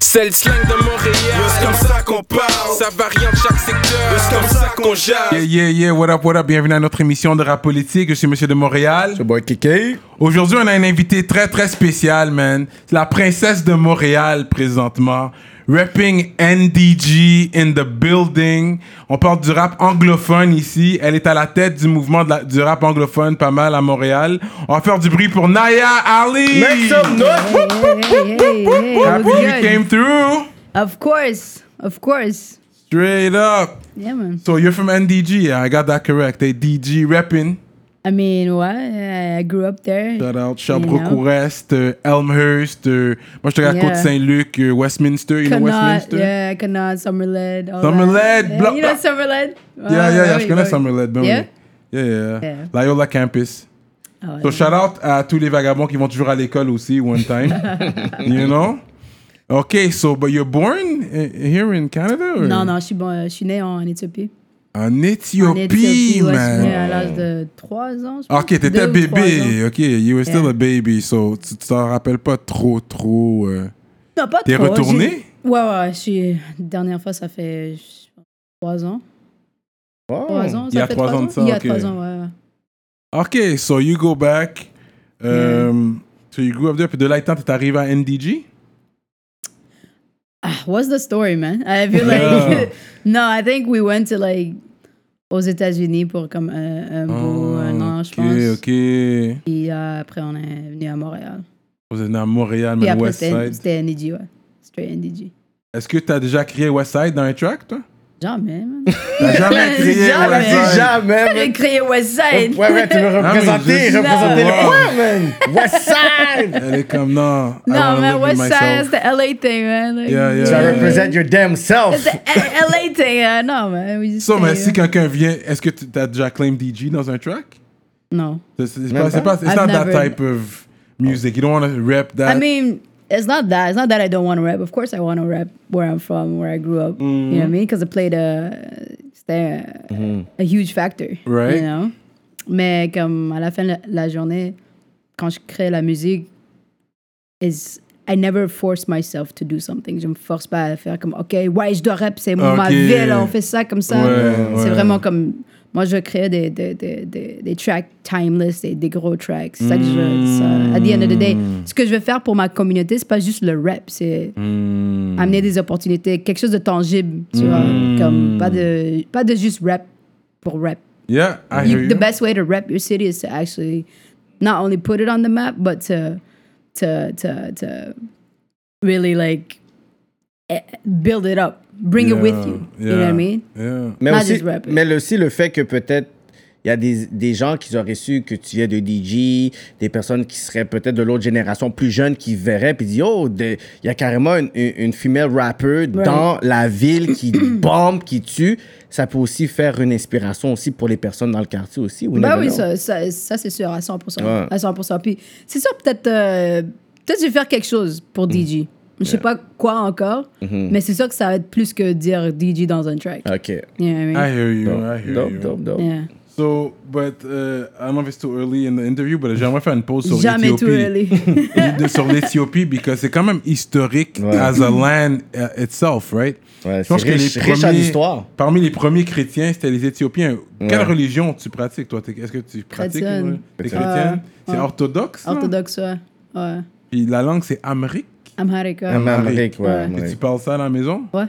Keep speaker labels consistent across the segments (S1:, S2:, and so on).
S1: C'est le slang de Montréal.
S2: C'est comme ça qu'on parle.
S1: Ça varie en chaque secteur.
S2: C'est comme ça qu'on
S3: Yeah,
S2: jase.
S3: yeah, yeah, what up, what up, bienvenue à notre émission de rap politique, je suis Monsieur de Montréal.
S4: Le boy Kiki.
S3: Aujourd'hui, on a un invité très, très spécial, man. C'est La princesse de Montréal, présentement. Rapping NDG in the building. On parle du rap anglophone ici. Elle est à la tête du mouvement de la- du rap anglophone, pas mal à Montréal. On va faire du bruit pour Naya Ali.
S4: Make some noise.
S5: Hey, hey, hey, hey,
S3: Happy
S5: what's
S3: you
S5: good?
S3: came through.
S5: Of course, of course.
S3: Straight up.
S5: Yeah, man.
S3: So you're from NDG, yeah, I got that correct. They DG repping.
S5: I mean, what? I grew up there.
S3: Shout out
S5: You know?
S3: Sherbrooke-Ouest, euh, Elmhurst, euh, moi je suis à
S5: Yeah.
S3: Côte-Saint-Luc, euh, Westminster, you know
S5: Connaught,
S3: Westminster?
S5: yeah, Connaught, Summerled. all
S3: Summerled,
S5: that.
S3: block-
S5: Yeah, you know Summerled? Yeah,
S3: Yeah, yeah, yeah, je connais Summerled, ben oui.
S5: Ah, Yeah?
S3: Yeah, yeah.
S5: Yeah.
S3: Loyola Campus.
S5: Ah ouais.
S3: So shout out à tous les vagabonds qui vont toujours à l'école aussi, one time. you know? Okay, so, but you're born uh, here in Canada? Or?
S5: Non, non, je suis, bon, je suis né en Éthiopie.
S3: En
S5: En
S3: Éthiopie,
S5: ouais,
S3: man.
S5: je
S3: Ah,
S5: suis né à l'âge de 3 ans. je pense.
S3: Ok, t'étais
S5: Deux ou trois
S3: bébé. Ok, you were still
S5: Yeah.
S3: a baby, so tu tu t'en rappelles pas trop, trop. euh.
S5: ans. Non, pas
S3: T'es
S5: trop,
S3: retourné?
S5: j'ai- Ouais, ouais, je suis. Dernière fois, ça fait 3 ans. 3 ans,
S3: Il
S5: ça
S3: y a
S5: fait
S3: trois
S5: trois
S3: ans de ça,
S5: Il y a
S3: ok.
S5: 3 ans, ouais, ouais.
S3: Ok, so you go back.
S5: Hmm.
S3: Um, So you grew up there, puis de là étant, t'es arrivé à NDG?
S5: Ah, What's the story, man? I feel
S3: Yeah.
S5: like no. I think we went to like aux États-Unis pour comme euh, un, un beau un an, je
S3: Ah, ok,
S5: pense.
S4: Ah,
S3: ok. Vous
S5: Puis euh, après, on est venu à Montréal.
S3: êtes né à Montréal,
S5: Puis
S3: mais
S5: après, c'était
S3: Westside.
S5: c'était NDG, ouais. Straight NDG.
S3: Est-ce que t'as déjà crié Westside dans un track, toi?
S5: Jamais, man.
S3: T'as jamais crié
S5: Jamais.
S4: T'as
S3: Westside?
S4: dit jamais.
S5: J'ai
S4: mais-
S5: créé Westside.
S4: Ouais, ouais, tu veux
S3: mais
S4: représenter,
S3: je-
S4: représenter le
S3: Non.
S4: Ouais, man. Westside.
S3: Elle est comme, non. I
S5: Non,
S3: wanna
S5: man,
S3: live with
S5: Westside,
S3: myself.
S5: c'est the LA thing, man. Like,
S3: Yeah, yeah.
S4: Tu
S3: Ça
S4: vas
S3: Yeah.
S4: represent your damn self.
S5: It's the A- LA thing, uh, non, man. We just
S3: So, mais
S5: stay,
S3: si
S5: uh,
S3: quelqu'un vient, est-ce que tu- t'as déjà claim DG dans un track?
S5: Non.
S3: C'est- C'est
S4: Même
S3: pas, c'est
S4: pas?
S3: pas, it's not
S5: I've
S3: that
S5: never-
S3: type of music. You don't want to rap that.
S5: I mean, it's not that. It's not that I don't want to rap. Of course, I want to rap where I'm from, where I grew up. You
S3: Mm-hmm.
S5: know what I mean? Because it played a, it's there, a huge factor.
S3: Right.
S5: You know? Mais comme à la fin de la journée, quand je crée la musique, is I never force myself to do something. Je me force pas à faire comme, OK, ouais, je dois rap, c'est ma
S3: Ok.
S5: ville, on fait ça comme ça.
S3: Ouais,
S5: c'est
S3: ouais.
S5: vraiment comme, moi, je crée des, des, des, des, des tracks timeless, des, des gros tracks. C'est ça que je veux. ça- At the end of the day,
S3: Mm.
S5: ce que je veux faire pour ma communauté, c'est pas juste le rap, c'est
S3: Mm.
S5: amener des opportunités, quelque chose de tangible, tu vois. Comme, pas de, pas de juste rap pour rap.
S3: yeah, I hear
S5: You,
S3: you.
S5: the best way to rep your city is to actually not only put it on the map, but to to to to really like eh, build it up, bring it with you. You know what I
S3: yeah,
S5: mean?
S3: Yeah.
S4: Mais
S5: Not
S4: aussi,
S5: just rapping.
S4: mais aussi le fait que peut-être il y a des, des gens qui auraient su que tu es de DJ, des personnes qui seraient peut-être de l'autre génération plus jeune qui verraient puis disent Oh, de- il y a carrément une, une, une female rapper dans la ville qui bombe, qui tue. Ça peut aussi faire une inspiration aussi pour les personnes dans le quartier aussi. we
S5: Bah oui,
S4: never know.
S5: ça, ça, ça, c'est sûr, à 100%.
S4: Ouais.
S5: À 100%. Puis c'est sûr, peut-être euh, peut-être je vais faire quelque chose
S4: Mm.
S5: pour DJ. Je sais pas quoi encore, mais c'est sûr que ça va être plus que dire DJ dans un track.
S4: Mm-hmm. Ok.
S5: You know what I
S3: I
S5: mean?
S3: hear you. I hear
S4: Dope,
S3: you.
S4: dope, dope.
S5: Ah, Yeah.
S3: So, but uh, I don't know if it's too early in the interview, but j'aimerais faire une pause sur
S5: Jamais too
S3: l'Éthiopie.
S5: early.
S3: de- sur l'Éthiopie, parce que c'est quand même historique
S4: Ouais.
S3: as a land uh, itself, right?
S4: Ouais, c'est riche- riche en histoire.
S3: Parmi les premiers chrétiens, c'était les Éthiopiens. Quelle
S4: Ouais.
S3: religion tu pratiques, toi? T'es- Est-ce que tu pratiques?
S5: Chrétienne.
S3: ouais? T'es
S4: Chrétienne.
S3: chrétienne?
S5: Ouais.
S3: C'est orthodoxe? non?
S5: Orthodoxe, ouais. ouais.
S3: Puis la langue, c'est amérique.
S5: Amharic, ouais.
S4: En Amérique, ouais.
S5: Ouais.
S4: en
S3: Et tu
S4: Amérique.
S3: parles ça à la maison?
S5: Ouais.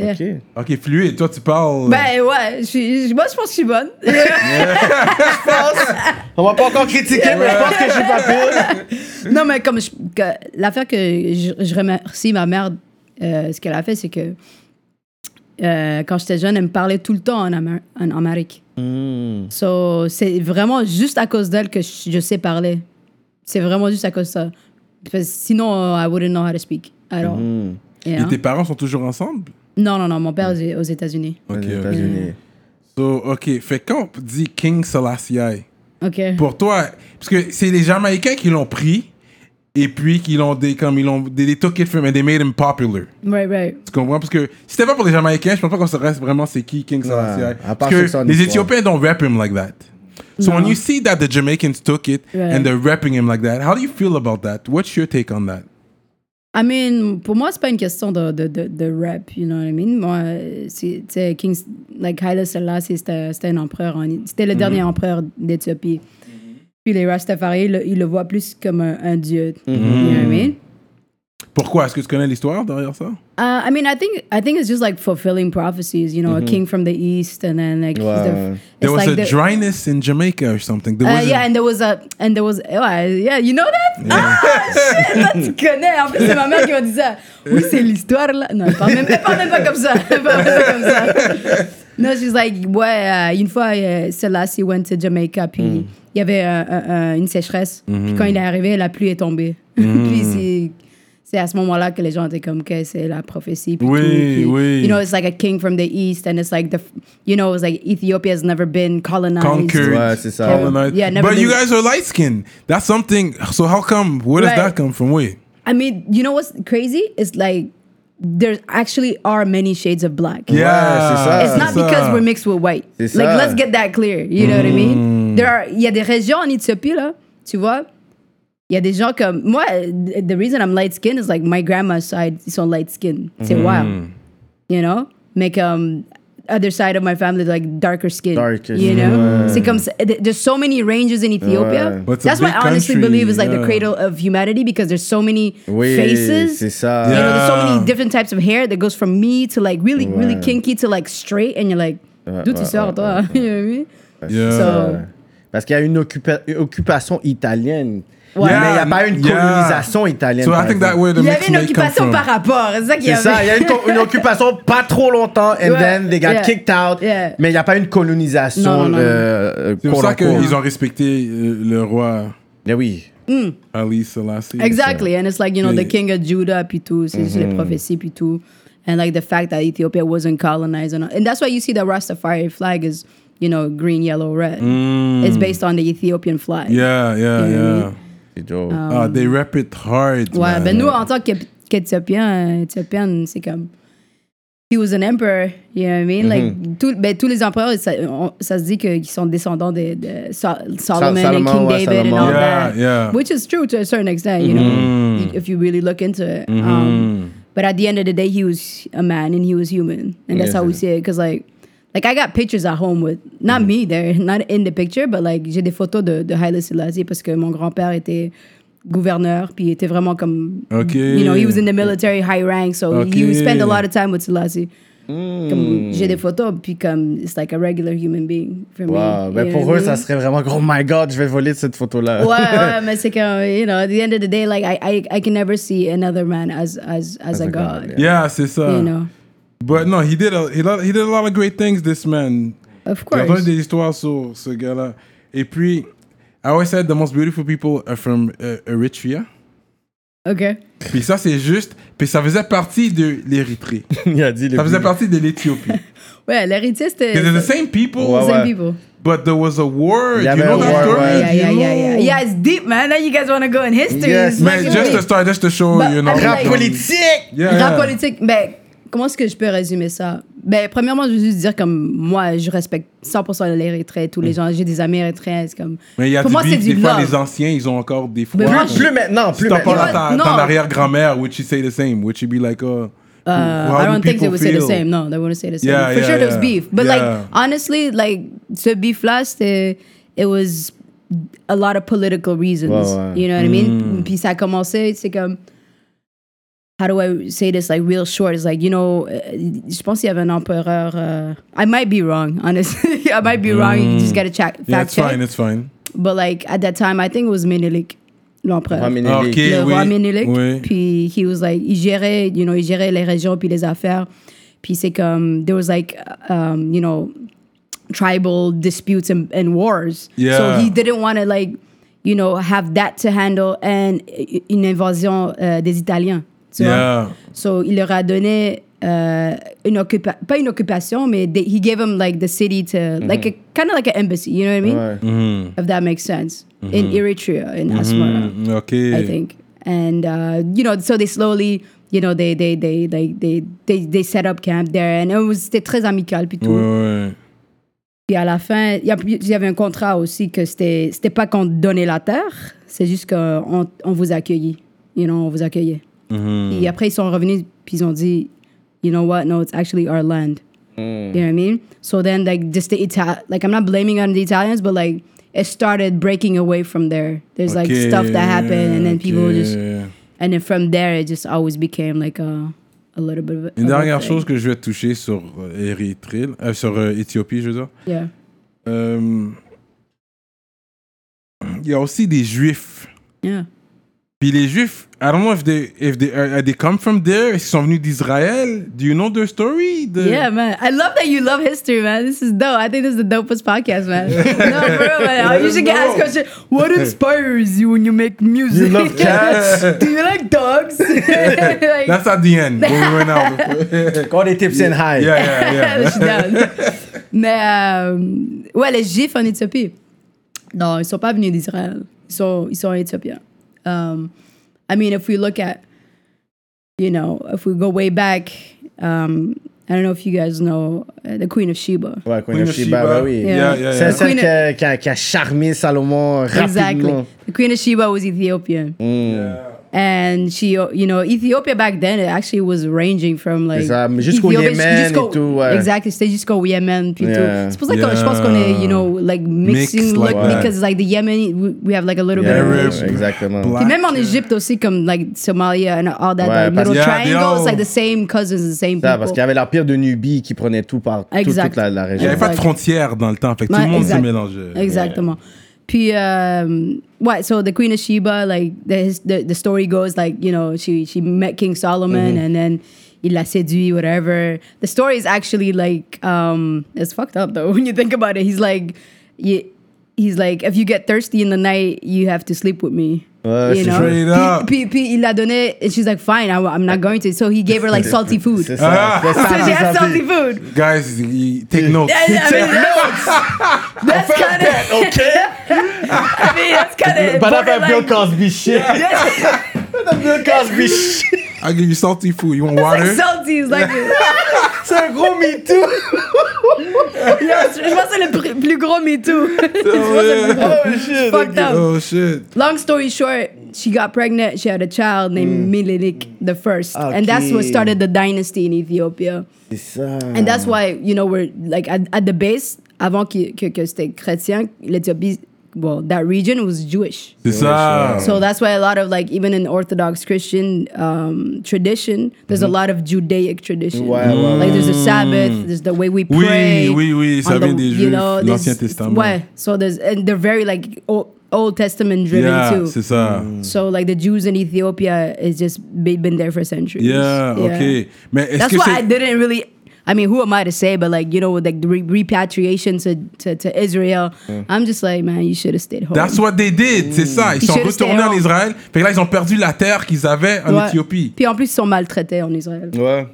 S5: Yeah.
S4: Ok.
S3: OK, fluide. Toi, tu parles... euh,
S5: Ben ouais, je suis- je- moi je pense que je suis bonne.
S4: On va pas encore critiquer, mais je pense que je suis pas pire.
S5: non mais comme je- que- l'affaire que je, je remercie ma mère, euh, ce qu'elle a fait, c'est que euh, quand j'étais jeune, elle me parlait tout le temps en, Amar- en Amharic. So, c'est vraiment juste à cause d'elle que je, je sais parler. C'est vraiment juste à cause de ça. Parce que sinon, euh, I wouldn't know how to speak at all. Yeah.
S3: Et tes parents sont toujours ensemble?
S5: Non, non, non, mon père est aux États-Unis.
S3: OK,
S4: Les
S3: OK.
S4: États-Unis.
S3: So, OK. Fait que quand on dit King Selassie...
S5: Ok.
S3: pour toi, parce que c'est les Jamaïcains qui l'ont pris et puis qui l'ont des comme ils l'ont des, des took it from and they made him popular.
S5: Right, right.
S3: Tu comprends parce que si c'était pas pour les Jamaïcains, je pense pas qu'on saurait vraiment c'est qui King Selassie.
S4: à part
S3: parce
S4: ceux
S3: que
S4: qui sont en
S3: les
S4: histoire.
S3: Éthiopiens don't rap him like that. So when
S5: Non.
S3: you see that the Jamaicans took it
S5: Ouais.
S3: and they're rapping him like that, how do you feel about that? What's your take on that?
S5: I mean, pour moi, c'est pas une question de, de, de, de rap, you know what I mean? Moi, c'est, tu sais, King, like Haile Selassie, c'était, c'était un empereur, en- c'était le dernier empereur d'Éthiopie. Puis les Rastafari, ils le, ils le voient plus comme un, un dieu, you know what I mean?
S3: Pourquoi Est-ce que tu connais l'histoire derrière ça
S5: Uh, I mean, I think I think it's just like fulfilling prophecies, you know, a king from the east, and then like he's the,
S4: Wow.
S5: it's
S3: There was
S5: like
S3: a
S5: the-
S3: dryness in Jamaica or something. There
S5: Uh,
S3: was a-
S5: yeah, and there was a and there was oh, I- yeah, you know that? Ah, shit, là, tu connais. En plus, c'est ma mère qui m'a dit ça. Oui, c'est l'histoire là. Non, elle parle même, elle parle même pas comme ça. Elle parle même pas comme ça. Non, she's like ouais, euh, une fois, euh, Selassie went to Jamaica, puis
S3: Mm.
S5: il y avait euh, euh, euh, une sécheresse.
S3: Mm-hmm.
S5: Puis quand il est arrivé, la pluie est tombée. puis
S3: Mm.
S5: c'est c'est à ce moment-là que les gens étaient comme que c'est la prophétie. puis
S3: Oui,
S5: tout, puis,
S3: oui.
S5: You know, it's like a king from the east, and it's like the, you know, it's like Ethiopia has never been colonized.
S3: Conquered.
S4: Ouais, c'est ça.
S3: colonized.
S5: Yeah, never
S3: but you
S5: been-
S3: guys are light skinned. That's something. So how come? Where does
S5: Right.
S3: that come from? Wait.
S5: I mean, you know what's crazy? It's like there actually are many shades of black.
S4: ça.
S5: It's
S3: ça.
S5: not because we're mixed with white.
S4: C'est
S5: Like,
S4: ça.
S5: let's get that clear. You know what I
S4: Mm.
S5: mean? There are, il y a des régions en Éthiopie, là, tu vois, il y a des gens comme, moi, the reason I'm light skinned is like my grandma's side, ils sont light skinned. C'est
S4: Mm.
S5: wild. You know? Mais comme, other side of my family, like darker skin.
S4: Darker
S5: You
S4: skin,
S5: know?
S4: ouais.
S5: C'est comme, ça- there's so many ranges in Ethiopia.
S4: Ouais.
S3: But it's a
S5: That's why
S3: big
S5: I honestly
S3: country,
S5: believe it's like the
S3: yeah.
S5: cradle of humanity because there's so many
S4: Oui,
S5: faces.
S4: c'est ça.
S5: You know, there's so many
S3: Yeah.
S5: different types of hair that goes from me to like really, really
S4: Ouais.
S5: kinky to like straight, and you're like, d'où tu sors, toi? You know what I mean?
S3: Yeah.
S5: So,
S4: Parce qu'il y a une, occupa- une occupation italienne.
S5: Ouais.
S4: Mais il n'y a pas une
S3: Yeah.
S4: colonisation italienne.
S3: So I
S4: par
S3: think
S4: exemple.
S3: that where the
S5: il y
S3: mix
S5: avait une
S3: may come
S5: occupation
S3: from.
S5: par rapport, c'est ça qu'il y
S4: C'est
S5: avait.
S4: ça, il y a une, co- une occupation pas trop longtemps, and
S5: Ouais,
S4: then they got
S5: yeah,
S4: kicked out,
S5: yeah.
S4: mais il n'y a pas une colonisation.
S5: Non, non, non, non.
S4: euh,
S3: C'est pour ça
S4: quote-unquote.
S3: qu'ils ont respecté euh, le roi
S4: Mais oui.
S3: Ali Selassie.
S5: Exactly, and it's like you know the
S3: Yeah.
S5: king of Judah, puis tout, c'est juste les prophéties, puis tout, and like the fact that Ethiopia wasn't colonized, and, and that's why you see the Rastafari flag is you know green, yellow, red.
S4: Mm.
S5: It's based on the Ethiopian flag.
S3: Yeah, yeah,
S5: You know what I
S3: yeah.
S5: mean?
S4: C'est Joe.
S3: Ah, they rep it hard.
S5: Mm-hmm. Ouais,
S3: man.
S5: ben nous, en tant qu'Éth- qu'Éthiopiens, euh, Éthiopienne, c'est comme. He was an emperor, you know what I mean?
S4: Mm-hmm.
S5: Like, tout- ben, tous les empereurs, ça, on- ça se dit qu'ils sont descendants de, de Sol- Solomon, and
S4: Salomon,
S5: King David
S4: ouais, Salomon.
S5: and all
S3: Yeah,
S5: that.
S3: yeah.
S5: Which is true to a certain extent, you
S4: Mm-hmm.
S5: know, if you really look into it. Um, but at the end of the day, he was a man and he was human. And that's
S4: Yes,
S5: how we
S4: yes.
S5: see it. Because, like, like, I got pictures at home with, not
S4: Mm-hmm.
S5: me there, not in the picture, but like, j'ai des photos de, de Haile Selassie parce que mon grand-père était gouverneur, puis il était vraiment comme.
S3: Ok.
S5: You know, he was in the military high rank, so
S3: Ok.
S5: you spend a lot of time with Selassie. Comme,
S4: Mm.
S5: j'ai des photos, puis comme, it's like a regular human being for
S4: Wow.
S5: me.
S4: Ben,
S5: you know
S4: pour
S5: what
S4: eux,
S5: I mean?
S4: ça serait vraiment comme, oh my god, je vais voler cette photo-là.
S5: ouais, ouais, mais c'est comme, you know, at the end of the day, like, I, I, I can never see another man as, as, as, a,
S4: a god,
S5: god,
S3: Yeah, c'est ça.
S5: you know.
S3: But no, he did a he, lo- he did a lot of great things. This man.
S5: Of
S3: Il a donné
S5: course.
S3: des histoires sur ce gars-là. Et puis, I always said the most beautiful people are from uh, Eritrea.
S5: OK.
S3: Puis ça, c'est juste. Puis ça faisait partie de l'Érythrée.
S4: Il a dit le
S3: Ça faisait
S4: plus-
S3: partie de l'Éthiopie.
S5: Ouais, l'héritier, c'était...
S3: They're the same people,
S4: Ouais,
S5: Same
S4: ouais.
S5: people.
S3: but there was a war.
S4: Il y
S3: You
S4: avait
S3: know
S4: un
S3: that
S4: war,
S3: story?
S4: ouais.
S5: Yeah, yeah,
S3: You
S5: yeah, yeah.
S3: know.
S5: Yeah, it's deep, man. Now you guys want to go in history.
S4: Yes,
S5: It's not
S3: Man,
S5: gonna
S3: just
S5: be-
S3: to start, just to show,
S5: But
S3: you know.
S5: I mean,
S4: Rap
S5: like-
S4: politique!
S3: Yeah,
S5: Bah, Rap
S3: yeah.
S5: politique, ben, comment est-ce que je peux résumer ça? Ben, premièrement, je veux juste dire comme moi, je respecte 100% l'Érythrée, tous les gens, j'ai des amis érythréens, c'est comme...
S3: Mm. Mais il y a
S5: Pour
S3: du
S5: moi, c'est
S3: beef,
S5: du
S3: des fois,
S5: love.
S3: les anciens, ils ont encore des fois.
S5: Mais moi,
S3: qu'on-
S5: je-
S4: Plus maintenant,
S3: Si
S4: plus
S3: t'en parles
S4: maintenant.
S3: à ta,
S5: Non. Euh,
S3: ton arrière-grand-mère, would she say the same? Would she be like, oh, who- how
S5: I don't think they
S3: people
S5: would say the
S3: feel?
S5: same. No, they wouldn't say the same.
S3: Yeah,
S5: For
S3: yeah,
S5: sure, there's
S3: yeah.
S5: beef. But
S3: Yeah.
S5: like honestly, like ce beef là, c'était eh, it was a lot of political reasons.
S4: Ouais, ouais.
S5: You know what I
S3: mm.
S5: mean? Puis ça a commencé, c'est comme um, How do I say this like real short? It's like, you know, euh, je pense qu'il y avait un empereur. euh, I might be wrong, honestly. I might be wrong. You just gotta check, fact
S3: Mm. Yeah, it's
S5: check.
S3: fine, it's fine.
S5: But like at that time, I think it was Menelik, l'empereur
S4: Ah, mais
S3: Ah,
S4: les-
S3: ok,
S5: le
S3: oui.
S5: roi Ménélique.
S3: oui.
S5: Puis he was like, il gérait, you know, il gérait les régions puis les affaires. Puis c'est comme there was like, um, you know, tribal disputes and, and wars.
S3: Yeah.
S5: So he didn't want to like, you know, have that to handle and une invasion euh, des Italiens. Tu vois?
S3: Yeah.
S5: So il leur a donné euh, une occupation, pas une occupation, mais they- he gave them like the city to, like
S3: Mm-hmm.
S5: a, kind of like an embassy, you know what I mean?
S4: Ouais.
S5: If that makes sense.
S3: Mm-hmm.
S5: In Eritrea, in Asmara.
S3: Mm, ok.
S5: I think. And uh, you know, so they slowly, you know, they they they like they they they set up camp there, and it was c'était très amical puis tout.
S3: Ouais, ouais.
S5: Puis à la fin, il y, a- il y avait un contrat aussi que c'était c'était pas qu'on te donnait la terre, c'est juste qu'on on vous accueillit, you know, on vous accueillait.
S3: Mm-hmm.
S5: Puis après, ils sont revenus, puis ils ont dit, you know what, no, it's actually our land.
S3: Mm.
S5: You know what I mean? So then, like, just the Ital, like, I'm not blaming on the Italians, but like, it started breaking away from there. There's like
S3: Okay,
S5: stuff that happened, and then people just,
S3: okay.
S5: and then from there, it just always became like a, a little bit of a.
S3: Une
S5: of a
S3: dernière
S5: thing.
S3: chose que je vais toucher sur euh, Érythrée, euh, sur euh, Éthiopie, je veux dire.
S5: Yeah.
S3: Euh, Il y a aussi des Juifs.
S5: Yeah.
S3: Puis les Juifs, I don't know if they, if they, are- are they come from there, est-ce qu'ils sont venus d'Israël? Do you know their story? The-
S5: Yeah, man. I love that you love history, man. This is dope. I think this is the dopest podcast, man. no, for real, man. You should get asked question. What inspires you when you make music?
S4: You love cats?
S5: Do you like dogs? like,
S3: That's at the end, when we went out.
S4: Quand des tips and high.
S3: yeah, yeah, yeah.
S5: je suis down. Mais euh, ouais, les Juifs en Éthiopie. Non, ils sont pas venus d'Israël. Ils sont, ils sont éthiopiens. Um, I mean, if we look at, you know, if we go way back, um, I don't know if you guys know uh, the Queen of Sheba.
S4: Ouais, Queen
S3: Queen
S4: of
S3: of
S4: Sheba,
S3: Sheba.
S4: bah oui.
S5: Yeah.
S3: Yeah, yeah,
S4: C'est
S3: yeah.
S4: celle
S5: Queen-
S4: qui a, qui a- qui a charmé Salomon rapidement.
S5: Exactly. The Queen of Sheba was Ethiopian. And she, uh, you know, Ethiopia back then, it actually was ranging from like.
S4: C'est ça, mais jusqu'au
S5: Ethiopia-
S4: Yémen et tout, ouais.
S5: Exactly. C'était jusqu'au Yémen. Puis
S4: Yeah.
S5: tout. C'est pour ça que je pense qu'on est, you know, like mixing.
S3: Mixed, like
S5: look,
S3: that.
S5: because like the Yemen, we, we have like a little
S4: Yeah,
S5: bit
S3: Arab,
S5: of.
S4: yeah, exactement.
S3: black. euh,
S5: Puis même en Égypte aussi, comme like Somalia and all that,
S4: Ouais,
S5: like
S4: parce-
S5: little
S3: Yeah, they
S5: triangles,
S3: all-
S5: like the same cousins, the same
S4: Ça,
S5: people.
S4: parce qu'il y avait l'empire de Nubie qui prenait tout par tout-
S5: Exact.
S4: toute la, la
S3: Il n'y
S4: région.
S3: avait pas de frontières dans le temps, fait que tout
S5: Ouais,
S3: le monde se
S5: exact.
S3: mélangeait.
S5: Exactement. Puis, um, what? So the Queen of Sheba, like the, the the story goes, like you know, she she met King Solomon, and then il l'a séduit, whatever. The story is actually like um, it's fucked up though when you think about it. He's like, he, he's like, if you get thirsty in the night, you have to sleep with me.
S4: Ouais,
S5: you
S4: c'est
S3: straight
S5: Puis-
S3: up.
S5: Puis, puis il l'a donné, and she's like, fine, I, I'm not going to. So he gave her like salty food.
S4: C'est
S5: so
S4: ça.
S3: Ah.
S4: c'est ça,
S5: she
S4: c'est
S5: had
S4: ça.
S5: salty food.
S3: Guys, y- take notes.
S5: I I mean, that's kind of okay. I mean, that's kind of
S4: Pas la Bill Cosby shit. Pas Bill Cosby shit.
S3: I give you salty food. You want water?
S5: Salty, it's like
S4: C'est un gros MeToo.
S5: je je pense que c'est le pr- plus gros me too.
S4: Oh shit.
S5: Fucked up.
S3: Oh shit.
S5: Long story short, she got pregnant. She had a child named Menelik the first, and that's what
S4: Okay.
S5: started the dynasty in Ethiopia.
S4: C'est ça.
S5: And that's why, you know, we're like at, at the base, avant que, que, que c'était chrétien, l'Ethiopie, well, that region was Jewish.
S3: C'est ça.
S5: So that's why a lot of like even in Orthodox Christian um, tradition, there's
S3: Mm-hmm.
S5: a lot of Judaic tradition.
S4: Ouais, ouais, ouais.
S5: Like there's a Sabbath, there's the way we
S3: Mm. Oui,
S5: pray.
S3: oui, oui, ça
S5: on the-
S3: vient des Juifs,
S5: there's-
S3: l'Ancien Testament.
S5: Ouais, so there's and they're very like Old, Old Testament driven
S3: Yeah,
S5: too. Mm.
S3: c'est ça.
S5: So like the Jews in Ethiopia is just be- been there for centuries.
S3: Yeah, ok. Mais est-ce
S5: That's
S3: que
S5: why I
S3: c'est...
S5: didn't really. I mean, who am I to say? But like you know, like the re- repatriation to, to to Israel, I'm just like, man, you should have stayed home.
S3: That's what they did,
S5: Mm.
S3: c'est ça. Ils
S5: Ils
S3: sont
S5: should've stayed
S3: retournés en
S5: home.
S3: Israël. Fait que là, ils ont perdu la terre qu'ils avaient en
S5: Ouais.
S3: Éthiopie.
S5: Puis en plus, ils sont maltraités en Israël.
S4: Ouais.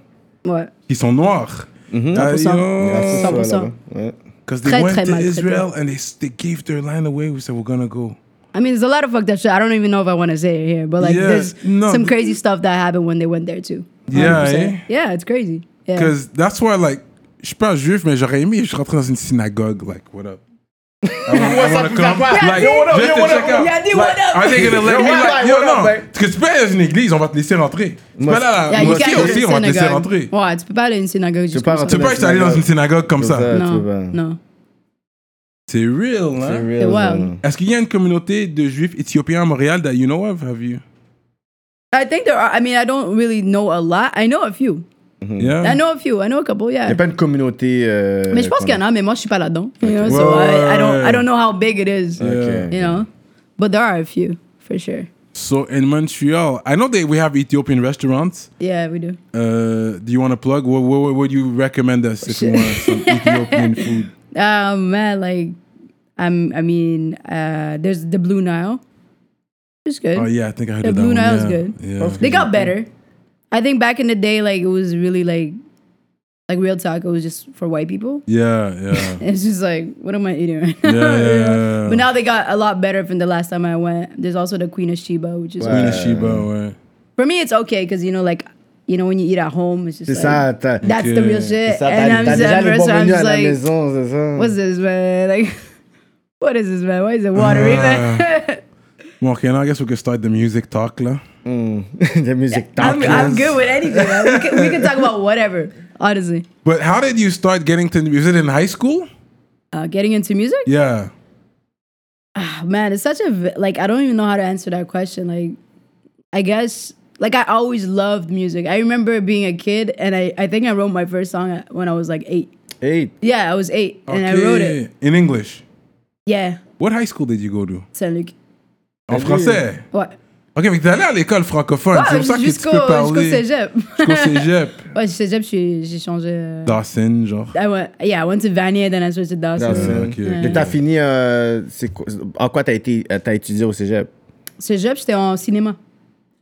S5: Ouais.
S3: Ils sont noirs. Ah,
S5: 100%.
S4: Ah, c'est ça,
S5: 100%.
S4: là-bas. Ouais.
S3: Because they
S5: Très,
S3: went
S5: très
S3: to
S5: mal traité.
S3: Israel and they, they gave their land away. We said, we're gonna go.
S5: I mean, there's a lot of fucked up shit. I don't even know if I want to say it here, but like,
S3: Yeah,
S5: there's
S3: no,
S5: some
S3: but-
S5: crazy stuff that happened when they went there too.
S3: Yeah,
S5: 100%.
S3: eh?
S5: yeah, it's crazy. Yeah,
S3: Because that's why, like, je suis pas juif, mais j'aurais aimé, je rentrais dans une synagogue, like, what up? I wanna, I wanna come. Like,
S5: Yo, what up?
S3: just
S5: Yo,
S3: to
S5: what
S3: check
S5: up?
S3: out.
S5: Yeah, dude,
S3: Like,
S5: what up?
S3: Are Ah, they gonna let
S4: Yo,
S3: me,
S4: what up,
S3: like, yo,
S4: what up,
S3: non.
S4: man?
S3: Parce que tu peux aller dans une église, on va te laisser rentrer. C'est
S4: Moi,
S3: pas là,
S5: yeah,
S3: là. Moi aussi,
S5: go to
S3: aussi, on va te laisser
S5: synagogue.
S3: rentrer.
S5: Ouais, tu peux pas aller à une synagogue juste
S4: peux
S5: comme
S4: pas
S3: Tu
S5: ça.
S4: rentrer
S3: peux pas juste aller dans une synagogue comme ça.
S4: Comme
S5: Non,
S4: Tu vas-
S5: non.
S3: C'est real,
S4: C'est
S3: hein?
S4: real,
S5: wow.
S4: ça.
S3: Est-ce qu'il y a une communauté de juifs éthiopiens à Montréal that you know of? Have you?
S5: I think there are. I mean, I don't really know a lot. I know a few. I
S3: Yeah.
S5: know a few. I know a couple.
S4: Il n'y
S5: Yeah.
S4: a pas une communauté. euh,
S5: Mais je pense qu'il y en a, mais moi je suis pas là-dedans. You know, so
S3: Ouais, ouais,
S5: I, I don't.
S3: ouais.
S5: I don't know how big it is.
S4: Ok.
S5: You know, but there are a few for sure.
S3: So in Montreal, I know that we have Ethiopian restaurants.
S5: Yeah, we do.
S3: Uh, do you want to plug? What, what, what would you recommend us if you want some Ethiopian food?
S5: Um, man, like, I'm. I mean, uh, there's the Blue Nile. It's good.
S3: Oh yeah, I think I heard
S5: The
S3: of that
S5: Blue
S3: one,
S5: Nile's
S3: yeah.
S5: good.
S3: Yeah.
S5: They got better. I think back in the day, like it was really like, like real talk. It was just for white people.
S3: Yeah, yeah.
S5: It's just like, what am I eating right now?
S3: Yeah, yeah, yeah, yeah.
S5: But now they got a lot better from the last time I went. There's also the Queen of Sheba, which is
S3: Queen of Sheba, ouais.
S5: for me, it's okay because you know, like, you know, when you eat at home, it's just
S4: C'est
S5: like,
S4: ça, t'as.
S5: that's the real
S3: Okay.
S5: shit.
S4: c'est ça,
S5: and
S4: t'as-
S5: I'm
S4: t'as
S5: just,
S4: déjà
S5: at
S4: les bons
S5: first, I'm
S4: menus à
S5: just
S4: la
S5: like,
S4: maison, c'est ça.
S5: what's this, man? Like,
S3: Ah,
S5: what is this, man? Why is it watery, man?
S3: Well, okay, now I guess we can start the music talk, là.
S4: Hmm. the music
S5: I'm, I'm
S4: talks.
S5: good with anything. man. we, can, we can talk about whatever, honestly.
S3: But how did you start getting to Is it in high school?
S5: Uh, getting into music?
S3: Yeah.
S5: Ah, man, it's such a v- like I don't even know how to answer that question. Like, I guess like I always loved music. I remember being a kid, and I I think I wrote my first song at- when I was like eight.
S4: Hey,
S5: Yeah, I was eight, and I wrote it.
S3: In English.
S5: Yeah,
S3: What high school did you go to?
S5: Saint Luc.
S3: En français.
S5: Ouais.
S3: Ok, mais t'es allé à l'école francophone. Ah, C'est
S5: Ouais,
S3: pour ça que tu
S5: Ah, jusqu'au
S3: peux
S5: jusqu'au
S3: parler.
S5: cégep.
S3: Jusqu'au cégep.
S5: ouais, cégep, je suis- j'ai changé. euh,
S3: Dawson, genre.
S5: I went, yeah, I went to Vanier, then I switched to Dawson.
S4: that's
S3: Euh,
S4: it.
S3: ok,
S4: Mais
S3: ok.
S4: t'as fini. euh, c'est quoi- en quoi t'as été, euh, t'as étudié au cégep
S5: Cégep, j'étais en cinéma.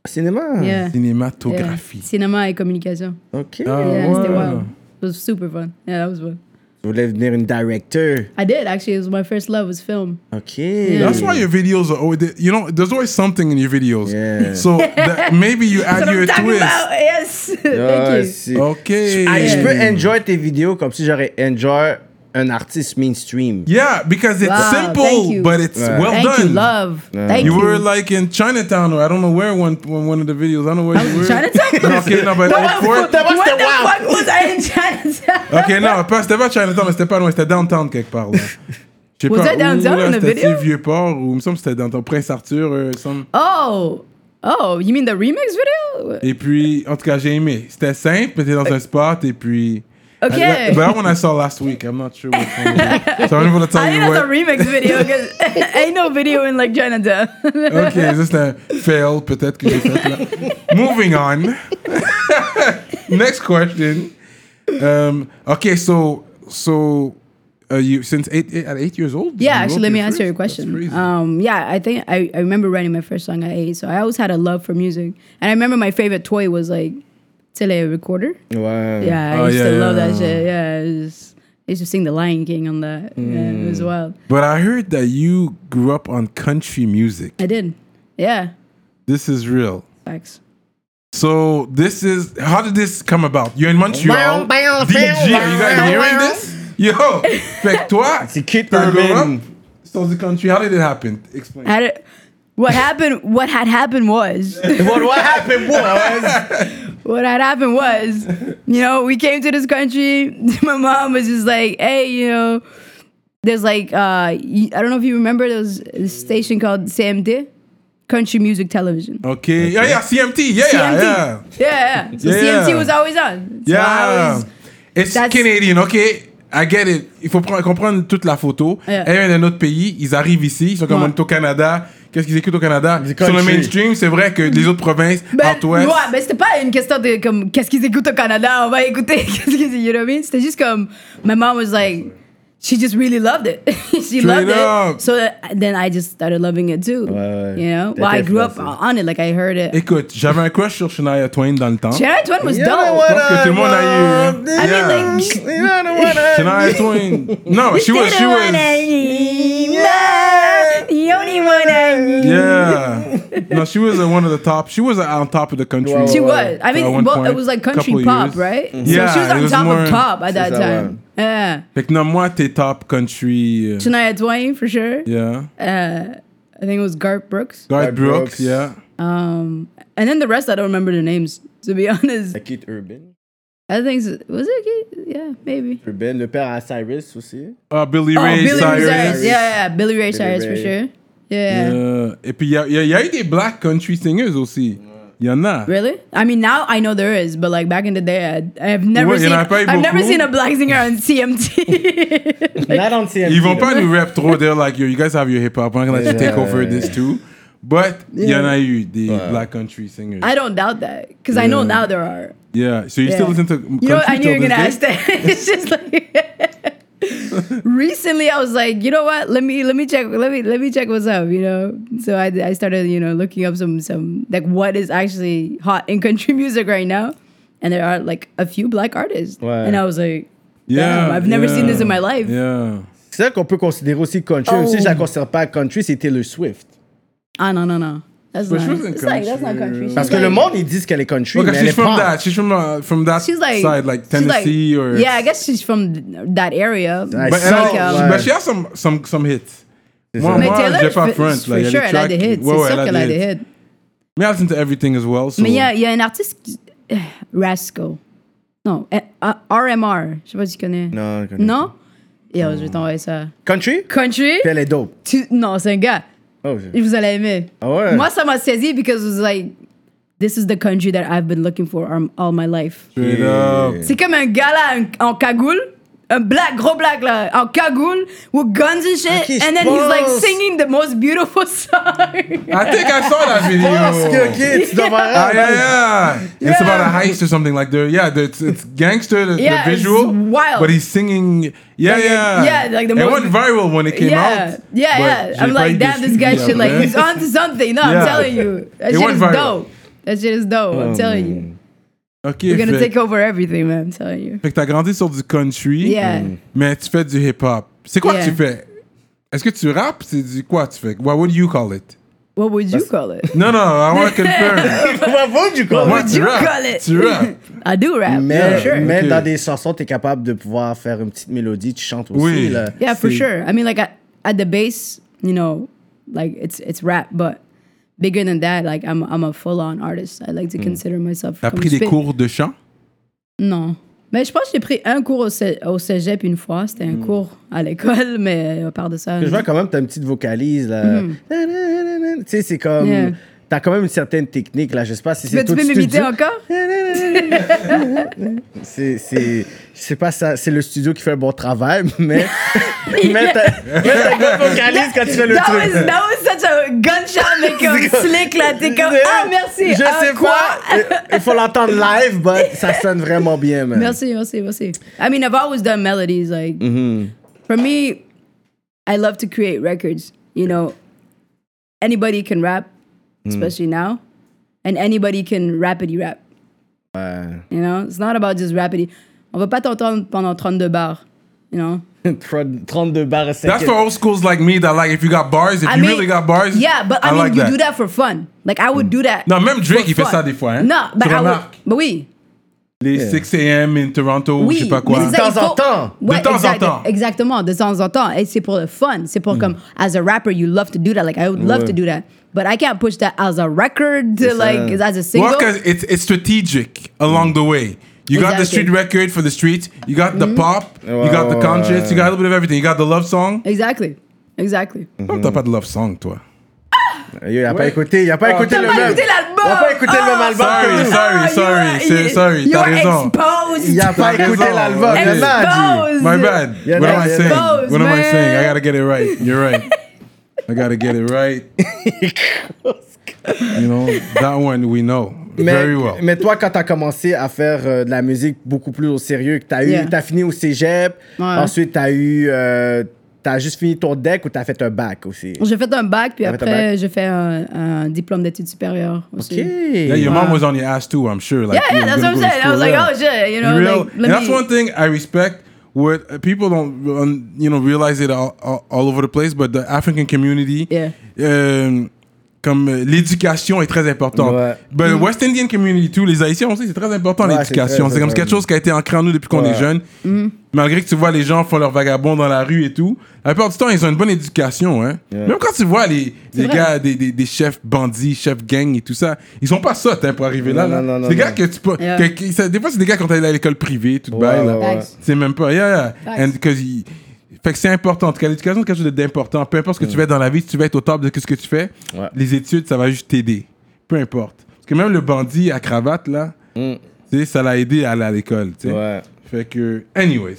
S4: Cinéma.
S5: Yeah. yeah.
S3: Mm. Cinématographie.
S5: Cinéma et communication.
S4: Ok.
S3: Ah,
S5: Yeah,
S3: ouais.
S5: c'était wild. It was super fun. Yeah, that was fun.
S4: Tu voulais devenir une director.
S5: I did actually. It was my first love was film.
S4: Ok.
S3: That's why your videos are always, you know, there's always something in your videos.
S4: Yeah.
S3: So that maybe you add your twist.
S5: Yes.
S4: Ah,
S5: Thank you.
S4: c'est-
S3: Ok.
S4: Ah, Je peux enjoy tes vidéos comme si j'aurais enjoy un artiste mainstream.
S3: Yeah, because it's
S5: Wow, thank
S3: simple,
S5: you.
S3: but it's
S4: Yeah.
S3: well
S5: Thank
S3: done.
S5: you, love. Thank
S3: You
S5: you.
S3: were like in Chinatown, or I don't know where one one one of the videos. I don't know where you were.
S5: Chinatown?
S3: No, okay, no, but
S5: what
S3: airport.
S5: the
S4: That was the wow.
S5: fuck was I in Chinatown?
S3: Okay, non, pas- c'était pas Chinatown, mais c'était pas loin, c'était downtown quelque part. Là. Je sais
S5: Was that
S3: où,
S5: downtown
S3: là,
S5: in the
S3: c'était
S5: video?
S3: si vieux port ou il me semble que c'était dans ton Prince Arthur. euh, some-
S5: Oh, oh, you mean the remix video?
S3: Et puis, en tout cas, j'ai aimé. C'était simple, mais t'es dans un spot et puis. euh, ben,
S5: Ok.
S3: I- But that one I saw last week. I'm not sure which one. it was. so I'm not gonna tell
S5: I
S3: you
S5: didn't know the
S3: what.
S5: remix video because ain't no video in like Chinatown.
S3: Ok, juste un fail peut-être que j'ai fait là. Moving on. Next question. Um, ok, so so uh, you since eight, eight- at eight years old.
S5: Yeah,
S3: you
S5: actually,
S3: wrote
S5: let me
S3: your
S5: answer your
S3: first? That's
S5: question.
S3: crazy.
S5: Um, yeah, I think I, I remember writing my first song at eight, so I always had a love for music, and I remember my favorite toy was like tele recorder.
S4: Ouais.
S5: Yeah, I
S3: Oh,
S5: used
S3: yeah,
S5: to love
S3: yeah.
S5: that shit. Yeah, I used, I used to sing the Lion King on that. Yeah, it
S3: Mm.
S5: was wild.
S3: But I heard that you grew up on country music.
S5: I did. Yeah,
S3: This is real.
S5: facts.
S3: So this is how did this come about? You're in Montreal.
S4: Bow, bow,
S3: DG,
S4: bow,
S3: are you guys
S4: bow,
S3: hearing
S4: bow.
S3: this? Yo, fait que toi,
S4: C'est Kid
S3: t'as grown
S4: Urban.
S3: up, So the country, how did it happen? Explain.
S5: Had it, what happened? What had happened was.
S4: What, what happened was
S5: what had happened was, you know, we came to this country. My mom was just like, hey, you know, there's like, uh, y- I don't know if you remember, there was a station called CMD, Country Music Television.
S3: Okay. Yeah, yeah, CMT. Yeah, yeah,
S5: CMT.
S3: yeah.
S5: Yeah, yeah. So
S3: Yeah.
S5: CMT was always on. So I
S3: Yeah.
S5: was-
S3: It's
S5: That's-
S3: Canadian, OK? I get it. Il faut prendre- comprendre toute la photo.
S5: Yeah.
S3: Elle vient d'un autre pays, ils arrivent ici, ils sont comme on
S5: Ouais.
S3: est au Canada. Qu'est-ce qu'ils écoutent au Canada? Sur
S4: country.
S3: le mainstream, c'est vrai que les autres provinces,
S5: Ben,
S3: Ouest,
S5: ouais, mais c'était pas une question de comme qu'est-ce qu'ils écoutent au Canada, on va écouter qu'est-ce qu'ils you know what I mean? C'était juste comme my mom was like she just really loved it. she loved
S3: up.
S5: it. So that- then I just started loving it too.
S4: ouais.
S5: You know?
S4: T'étais
S5: Well, I grew up
S4: influencée.
S5: on it like I heard it.
S3: écoute, j'avais un crush sur Shania Twain dans le temps.
S5: Shania Twain was
S4: You
S5: dope.
S4: know what
S3: Parce que tout le monde a eu,
S4: want.
S3: hein. I mean,
S5: Yeah. like-
S4: You know what I
S3: Shania Twain. No, she was, she
S5: You don't wanna
S3: was.
S5: anymore. You only wanna-
S3: Yeah. No, she was uh, one of the top. She was uh, on top of the country.
S4: Wow.
S5: She
S4: Wow.
S5: was. I
S3: At one
S5: mean, well, it
S3: point,
S5: was like
S3: couple
S5: country pop,
S3: years.
S5: right?
S3: Yeah,
S5: so she was
S3: it
S5: on
S3: was
S5: top
S3: more-
S5: of top at that
S4: ça, ouais.
S5: time. Yeah.
S3: Fait que nomme-moi tes top country. euh,
S5: Shania Twain for sure.
S3: yeah.
S5: I think it was Garth Brooks.
S3: Garth
S4: Garth
S3: Brooks,
S4: Brooks.
S3: yeah.
S5: Um, and then the rest, I don't remember the names. To be honest,
S4: Like Keith Urban.
S5: I think so- was it? Keith? Yeah, maybe.
S4: Urban, le père à Cyrus aussi.
S3: Ah, Billy
S5: oh,
S3: Ray
S5: Billy
S3: Cyrus.
S5: Ray Cyrus. Yeah, yeah, Billy Ray Cyrus for
S4: Ray.
S5: sure. Yeah.
S3: Euh, et puis, il y, a- il y a- il y a eu des black country singers aussi. Il y en a.
S5: Really? I mean, now I know there is, but like back in the day, I, I have never
S3: Ouais, il y en a
S5: seen.
S3: pas eu
S5: I've never
S3: beaucoup.
S5: seen a black singer on CMT.
S4: Not on CMT.
S3: Ils vont
S4: là.
S3: pas nous rap trop. They're like, yo, you guys have your hip hop. I'm gonna let you take
S4: Yeah.
S3: over this too. But il y en a eu des black country singers.
S5: I don't doubt that because I know
S3: Yeah.
S5: now there are.
S3: Yeah. So you still
S5: Yeah.
S3: listen to country
S5: You know, I knew you
S3: till
S5: were gonna
S3: this
S5: ask
S3: day?
S5: that. it's just like recently, I was like, you know what? Let me let me check. Let me let me check what's up. You know, so I, I started you know looking up some some like what is actually hot in country music right now, and there are like a few black artists,
S4: Wow.
S5: and I was like,
S3: Yeah.
S5: damn, Um, I've never seen this in my
S3: yeah,
S5: life.
S3: Yeah.
S4: C'est ça qu'on peut considérer aussi country. Même si
S5: Oh.
S4: je la considère pas country, c'est Taylor Swift.
S5: Ah no no no, that's
S3: But
S5: not.
S3: she was in
S5: It's like that's not
S3: country.
S5: country. She's
S4: Parce que
S5: like-
S4: le monde, ils disent qu'elle est country,
S3: Look,
S4: mais elle
S3: she's
S4: est
S3: from
S4: pop.
S3: that. She's from uh, from that
S5: She's like
S3: side, like
S5: she's like-
S3: Tennessee or
S5: yeah, I guess she's from that area.
S4: I
S3: But,
S4: saw
S3: and I-
S5: like, um,
S4: ouais.
S3: but she has some some some hits. Moi,
S4: ça.
S5: Mais
S3: moi,
S5: Taylor,
S3: j'ai pas
S5: for-
S3: front.
S5: for sure, elle a des hits. C'est sûr qu'elle a des hits.
S3: I listen to everything as well. So.
S5: Mais il y a, il y a un artiste, qui- euh, Rascal. Non, euh, euh, RMR. Je sais pas si tu connais.
S4: Non, je connais
S5: Non? Yo, je vais t'envoyer ça.
S4: Country? Puis
S5: Country?
S4: elle est dope.
S5: Tu- Non, c'est un gars.
S4: Oh, je-
S5: Et Vous allez aimer.
S4: Ah ouais?
S5: Moi, ça m'a saisi because it was like, this is the country that I've been looking for um, all my life.
S3: Straight up.
S5: C'est comme un gars là en, en cagoule, un black, gros black là, en cagoule, with guns and shit,
S4: Ok, je
S5: and then he's like
S4: pense.
S5: singing the most beautiful song.
S3: I think I saw that video.
S4: Parce que, ok, tu dois
S3: Ah,
S4: voir.
S3: yeah, yeah. It's
S5: Yeah.
S3: about a heist or something like that. Yeah, the, it's, it's gangster, the, the
S5: Yeah, it's
S3: visual.
S5: wild.
S3: But he's singing. Yeah,
S5: Like,
S3: yeah.
S5: yeah, like the
S3: It
S5: most-
S3: went viral when it came
S5: yeah,
S3: out.
S5: yeah,
S3: but
S5: yeah. I'm
S3: j'ai pas eu
S5: like,
S3: de
S5: damn, this guy
S3: suivi
S5: should like,
S3: après.
S5: he's on to something. No,
S3: Yeah.
S5: I'm telling you, that
S3: It
S5: shit
S3: went
S5: is
S3: viral. Oh,
S5: dope. That shit is dope. I'm telling you,
S3: Ok,
S5: you're gonna
S3: fait,
S5: take over everything, man. I'm telling you.
S3: fait que t'as grandi sur du country,
S5: Yeah. Mm.
S3: mais tu fais du hip-hop. C'est quoi
S5: Yeah.
S3: que tu fais? Est-ce que tu rappes? C'est du quoi tu fais? What would you call it?
S5: What would you call it?
S3: Non, non, I want to confirm.
S4: Bravo, du coup.
S3: Moi, tu
S5: you
S3: rappes.
S5: call it?
S3: Tu rappes.
S5: I do rap.
S4: Mais,
S5: for sure.
S4: mais
S3: Ok.
S4: dans des chansons, t'es capable de pouvoir faire une petite mélodie, tu chantes aussi.
S3: Oui.
S4: Là.
S5: Yeah, for
S4: C'est-
S5: sure. I mean, like at, at the base, you know, like it's it's rap, but bigger than that, like I'm I'm a full on artist. I like to consider myself.
S3: Mm. T'as
S5: comme
S3: pris des
S5: spit-
S3: cours de chant?
S5: Non, mais je pense que j'ai pris un cours au, cé- au cégep une fois. C'était
S3: Mm.
S5: un cours à l'école, mais à part de ça.
S4: Je
S5: non.
S4: vois quand même ta petite vocalise. là. Na, na, na, na. Tu sais, c'est comme.
S5: Yeah.
S4: T'as quand même une certaine technique, là. Je sais pas si
S5: Tu peux-
S4: c'est
S5: tu
S4: tout
S5: peux m'imiter
S4: studio.
S5: encore?
S4: C'est, c'est, je sais pas, ça, c'est le studio qui fait un bon travail, mais. mais t'as mais t'as une bonne vocalise quand tu fais le
S5: That
S4: truc.
S5: was, that was such a gunshot, mais comme slick là, t'es comme ah merci.
S4: Je
S5: ah,
S4: sais
S5: quoi?
S4: pas. euh, Il faut l'entendre live, mais ça sonne vraiment bien, man.
S5: Merci, merci, merci. I mean, I've always done melodies. Like,
S3: Mm-hmm.
S5: for me, I love to create records. You know, anybody can rap,
S3: Mm.
S5: especially now, and anybody can rapidy rap. You know, it's not about just rapidy. On va pas t'entendre pendant 32 bars. You know,
S4: 32 barres à
S3: That's for old schools like me that like if you got bars, if
S5: I
S3: you
S5: mean-
S3: really got bars,
S5: Yeah, but I, mean,
S3: like
S5: you
S3: that. Mm.
S5: do that for fun. Like, I would do that.
S3: Non, même Drake,
S5: for
S3: il fait
S5: fun.
S3: ça des fois, hein.
S5: Non,
S3: Tu
S5: but I would,
S3: remarques?
S5: but oui.
S3: Les 6 a.m. in Toronto ou
S5: Oui,
S3: je sais pas quoi. hein?
S5: mais c'est ça,
S4: De temps
S5: il
S4: en
S5: faut-
S4: temps.
S3: De temps en temps. Mm.
S5: Exactement, de temps en temps. Et c'est pour le fun. C'est pour comme, as a rapper, you love to do that. Like, I would love
S4: Ouais.
S5: to do that. But I can't push that as a record, to, like, as a single.
S3: Well, because it's, it's strategic along the way. You got the
S5: Exactly. Mm-hmm.
S3: street record for the streets. You got the pop. you got the
S4: ouais,
S3: conscience. You got a little bit of everything. You got the love song.
S5: Exactly. Exactly.
S3: Non, T'as pas de love song, toi.
S4: Il a pas écouté, il a pas écouté
S5: T'as
S4: le
S5: pas
S4: même.
S5: écouté l'album!
S4: Il a pas écouté le même
S5: Ah,
S4: album que
S3: Sorry,
S4: nous.
S3: sorry,
S5: ah,
S3: sorry,
S5: you are-
S3: c'est- sorry,
S5: you
S3: t'as
S5: are
S3: raison.
S5: exposed.
S4: Il a pas
S3: T'as
S4: écouté
S3: raison,
S4: l'album,
S3: ouais.
S4: le man.
S5: Exposed.
S3: My bad.
S4: Yeah,
S3: what am I
S4: that's
S3: saying?
S5: exposed,
S3: What am I
S5: man.
S3: saying? I gotta get it right. You're right. I gotta get it right. you know, that one we know very well.
S4: mais toi, quand t'as commencé à faire euh, de la musique beaucoup plus au sérieux, que t'as eu,
S5: Yeah.
S4: t'as fini au cégep,
S5: Ouais.
S4: ensuite t'as eu, euh, t'as juste fini ton deck ou t'as fait un bac aussi.
S5: J'ai fait un bac, puis
S4: T'as fait un
S5: après,
S4: bac.
S5: j'ai fait un, un diplôme d'études supérieures aussi.
S3: yeah, your mom was on your ass too, I'm sure. Like, you
S5: Yeah, yeah, that's
S3: were
S5: what I'm
S3: gonna
S5: saying.
S3: go
S5: I
S3: to
S5: was like,
S3: school, yeah.
S5: oh shit, you know,
S3: You real-
S5: like,
S3: and
S5: let
S3: that's
S5: me-
S3: one thing I respect. What uh, people don't um, you know realize it all, all, all over the place, but the African community,
S5: Yeah.
S3: um, comme euh, l'éducation est très importante.
S4: Ouais.
S3: But West Indian community too, les Haïtiens, on sait c'est très important
S4: Ouais,
S3: l'éducation.
S4: c'est très
S3: C'est comme c'est
S4: important.
S3: quelque chose qui a été ancré en nous depuis qu'on
S4: Ouais.
S3: est jeune.
S5: Mm.
S3: Malgré que tu vois les gens font leur vagabond dans la rue et tout, la plupart du temps ils ont une bonne éducation. Hein. Même quand tu vois les, les
S5: vrai.
S3: gars, des, des, des chefs bandits, chefs gangs et tout ça, ils sont pas sottes hein, pour arriver là.
S4: Non,
S3: là.
S4: non, non,
S3: C'est des
S4: non,
S3: gars
S4: non.
S3: que tu peux.
S5: Yeah.
S3: que- qui- ça- des fois, c'est des gars quand t'es à l'école privée, tout le
S4: Ouais,
S3: bail, là.
S4: ouais, ouais.
S5: Facts.
S3: C'est même pas. Yeah, yeah.
S5: Facts.
S3: And 'cause il- fait que c'est important. En tout cas, l'éducation, c'est quelque chose d'important. Peu importe ce que tu fais dans la vie, si tu vas être au top de ce que tu fais,
S4: Mm. Ouais.
S3: les études, ça va juste t'aider. Peu importe. Parce que même le bandit à cravate, là,
S4: Mm.
S3: tu sais, ça l'a aidé à aller à l'école. tu sais.
S4: Ouais.
S3: Fait que, anyways,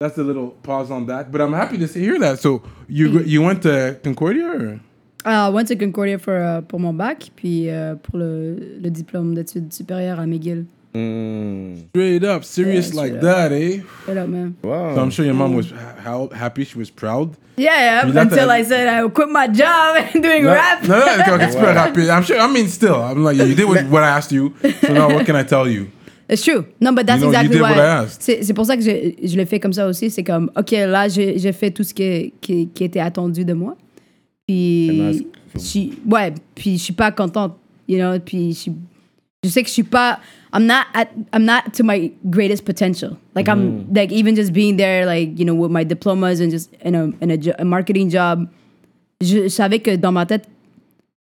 S3: that's a little pause on that. But I'm happy to hear that. So, you, you went to Concordia? or-
S5: Ah, went to Concordia pour, euh, pour mon bac, puis euh, pour le, le diplôme d'études supérieures à McGill.
S4: Mm.
S3: Straight up, serious
S5: straight
S3: like
S5: up.
S3: that, eh?
S5: Shut up, man.
S4: Wow.
S3: So I'm sure your mom was ha- how happy. She was proud.
S5: Yeah,
S3: Puis là,
S5: yeah, until
S3: t'as-
S5: I said I would quit my job and doing
S3: No,
S5: rap.
S3: No, no, okay, it's pretty happy. I'm sure. I mean, still, I'm like, you did what, what I asked you. So now, what can I tell you?
S5: It's true. Non, but that's
S3: You know, you
S5: exactly
S3: did what I
S5: why.
S3: asked.
S5: C'est c'est pour ça que je, je le fais comme ça aussi. C'est comme, OK, là, j'ai j'ai fait tout ce qui, qui, qui était attendu de moi. Puis, je, suis- ouais, puis je suis pas contente, you know, puis je, suis- je sais que je suis pas, I'm not, at, I'm not to my greatest potential. Like, I'm, like, even just being there, like, you know, with my diplomas and just in a, in a, jo- a marketing job, je savais que dans ma tête,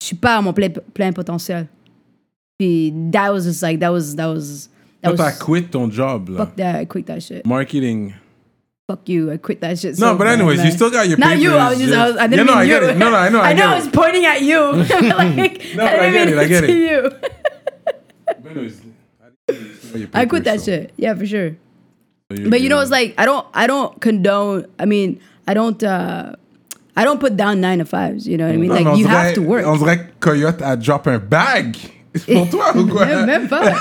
S5: je suis pas à mon plein, plein potentiel. Puis that was just like, that was, that was, that
S3: Toi, t'as
S5: was,
S3: quit ton job, là.
S5: fuck that, I quit that shit.
S3: Marketing.
S5: Fuck you, I quit that shit.
S3: No,
S5: so
S3: but
S5: bad,
S3: anyways, you
S5: like-
S3: still got your
S5: Not you, I was
S3: papers,
S5: just, I, was, I didn't
S3: yeah. Yeah, no,
S5: mean
S3: I
S5: you.
S3: get it. No, no, I know, I
S5: I, know,
S3: get
S5: I
S3: it.
S5: was pointing at you. like,
S3: No,
S5: I
S3: I
S5: didn't
S3: get
S5: mean
S3: it, I get
S5: to you. I
S3: I
S5: quit that shit. Yeah, for sure. But you know, it's like I don't, I don't condone. I mean, I don't, uh I don't put down nine to fives. You know what I mean?
S3: Non,
S5: like
S3: mais on
S5: you
S3: dirait-
S5: have to work.
S3: On dirait que Coyote a drop un bag. C'est pour toi ou quoi?
S5: Même, même pas.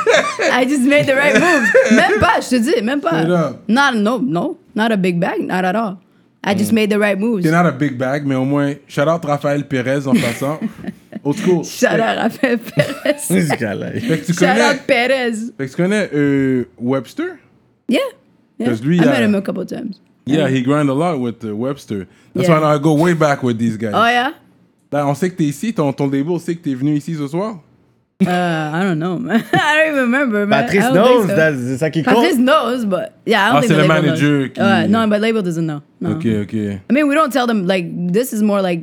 S5: I just made the right move. Même pas, je te dis, même pas.
S3: Straight up.
S5: Not, no, no, not a big bag, not at all. I
S3: Mm.
S5: just made the right moves.
S3: You're not a big bag, mais au moins, shout out Raphaël Pérez en passant. Au secours.
S5: Shout out Rafael Perez.
S4: Ce gars-là.
S3: Fait que tu
S5: Shout
S3: connais,
S5: out Perez.
S3: fait que tu connais euh, Webster?
S5: Yeah. yeah.
S3: 'Cause lui,
S5: I
S3: il a-
S5: met him a couple times.
S3: Yeah, he grind a lot with uh, Webster. That's
S5: Yeah.
S3: why I go way back with these guys.
S5: Oh yeah?
S3: Là, Ben, on sait que t'es ici, ton, ton label sait que t'es venu ici ce soir.
S5: Uh, I don't know, man. I don't even remember, man. I
S4: Patrice
S5: don't think
S4: knows,
S5: so.
S4: that- c'est ça qui compte.
S5: Patrice knows, but yeah, I don't
S3: Ah,
S5: think
S3: c'est le
S5: label
S3: manager
S5: knows.
S3: qui-
S5: Uh, no, but label doesn't know.
S4: Ah.
S5: No.
S3: Ok, ok.
S5: I mean, we don't tell them like this is more like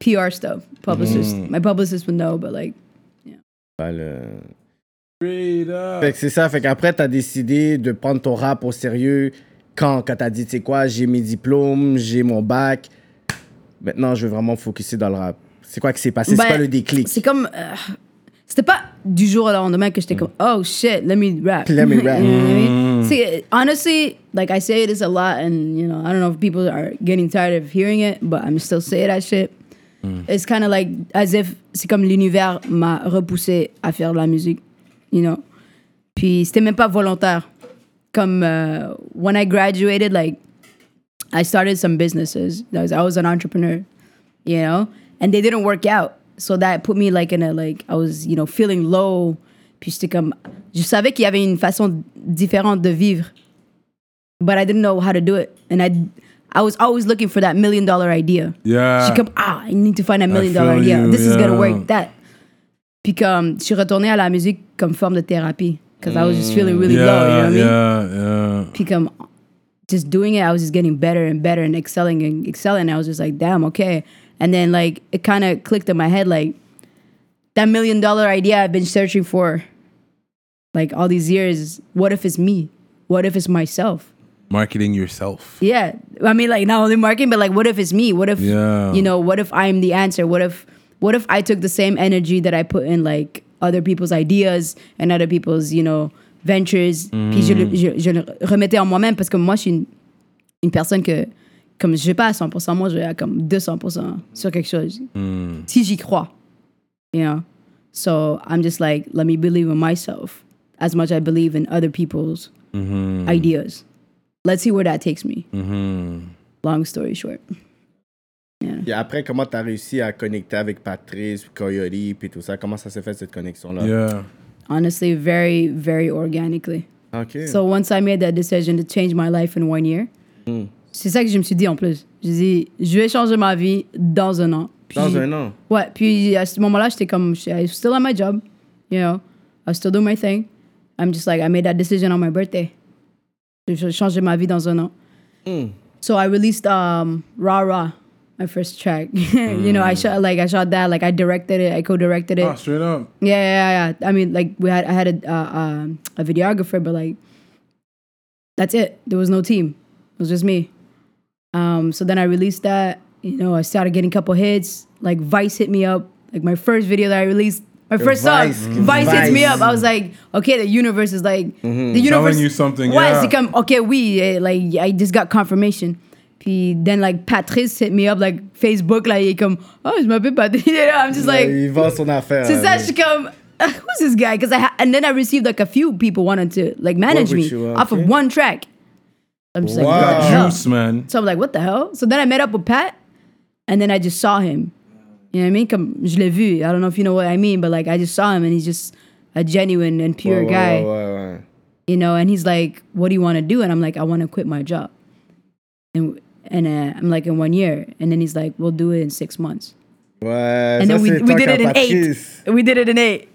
S5: PR stuff. Publicist,
S3: Mm.
S5: my publicist would know, but like
S4: Pas le-
S3: Straight up.
S4: Fait que c'est ça, fait qu'après, t'as décidé de prendre ton rap au sérieux quand, quand t'as dit, tu sais quoi, j'ai mes diplômes, j'ai mon bac, maintenant je veux vraiment me focuser dans le rap. C'est quoi qui s'est passé? c'est
S5: Ben,
S4: pas le déclic.
S5: C'est comme. euh, c'était pas du jour au lendemain que j'étais comme, oh shit, let me rap.
S4: Let me
S5: You know
S4: rap.
S5: what I mean? See, honestly, like I say this a lot, and you know, I don't know if people are getting tired of hearing it, but I'm still saying that shit. It's kind of like as if c'est comme l'univers m'a repoussé à faire de la musique, you know. Puis c'était même pas volontaire. Comme euh, when I graduated, like I started some businesses. I was, I was an entrepreneur, you know, and they didn't work out. So that put me like in a like I was you know feeling low. Puis j'étais comme je savais qu'il y avait une façon différente de vivre, but I didn't know how to do it. And I I was always looking for that million dollar idea.
S3: Yeah.
S5: She come ah, I need to find that million
S3: feel
S5: dollar idea.
S3: you,
S5: This is gonna
S3: yeah.
S5: work that. Puis comme je suis retournée à la musique comme forme de thérapie, because I was just feeling really low. You know what I
S3: Mm, Yeah,
S5: mean?
S3: yeah, yeah.
S5: become just doing it. I was just getting better and better and excelling and excelling. I was just like, damn, okay. And then like it kind of clicked in my head, like that million dollar idea I've been searching for, like all these years. What if it's me? What if it's myself?
S3: Marketing yourself.
S5: Yeah, I mean, like not only marketing, but like, what if it's me? What if
S3: Yeah.
S5: you know? What if I'm the answer? What if what if I took the same energy that I put in like other people's ideas and other people's you know ventures, puis je le, je, je le remettais en moi-même parce que moi je suis une, une personne que comme je vais pas à 100%, moi je vais à comme 200% sur quelque chose si j'y crois, you know. So I'm just like, let me believe in myself as much I believe in other people's ideas. Let's see where that takes me. Long story short.
S4: Et après, comment t'as réussi à connecter avec Patrice, Coyote, puis tout ça? Comment ça s'est fait cette connexion-là?
S3: Yeah.
S5: Honestly, very, very organically.
S4: Ah, Ok.
S5: So once I made that decision to change my life in one year,
S4: Hmm.
S5: c'est ça que je me suis dit en plus. J'ai dit, je vais changer ma vie dans un an. Puis-
S4: Dans un an.
S5: Ouais, puis à ce moment-là, j'étais comme, shit, I was still at my job, you know, I still do my thing. I'm just like, I made that decision on my birthday. J'ai changé ma vie dans un an.
S4: Hmm.
S5: So I released um, Ra Ra, my first track. you
S4: Hmm.
S5: know, I shot like I shot that, like I directed it, I co-directed it.
S3: Ah, straight up.
S5: Yeah, yeah, yeah, yeah. I mean, like we had I had a uh, um, a videographer, but like that's it. There was no team. It was just me. Um, so then I released that. You know, I started getting a couple hits. Like Vice hit me up. Like my first video that I released, my first
S4: Vice,
S5: song, Vice, hits me
S4: Vice.
S5: up.
S4: Mm-hmm.
S5: I was like, okay, the universe is like the universe
S3: Telling you something,
S5: Ouais,
S3: yeah.
S5: c'est comme okay, oui, eh, like I just got confirmation. Puis then like Patrice hit me up like Facebook, like il est comme oh je m'appelle Patrice. You know, I'm just like
S4: il vend son affaire. hein.
S5: since
S4: là,
S5: that should come, uh, who's this guy? Because I ha- and then I received like a few people wanted to like manage me
S4: with you,
S5: off of
S4: okay.
S5: one track. I'm just like, what the
S4: Wow.
S5: hell?
S3: Juice, man.
S5: So I'm like, what the hell? So then I met up with Pat, and then I just saw him. You know what I mean? Comme je l'ai vu. I don't know if you know what I mean, but like I just saw him, and he's just a genuine and
S4: mais-
S5: pure
S4: Ouais, ouais,
S5: guy.
S4: ouais, ouais.
S5: You know, and he's like, what do you want to do? And I'm like, I want to quit my job. And and uh, I'm like, in one year. And then he's like, we'll do it in six months.
S4: Ouais,
S5: And
S4: ça,
S5: then we,
S4: c'est
S5: we
S4: talk
S5: did
S4: à
S5: it in
S4: Patrice.
S5: eight. We did it in eight.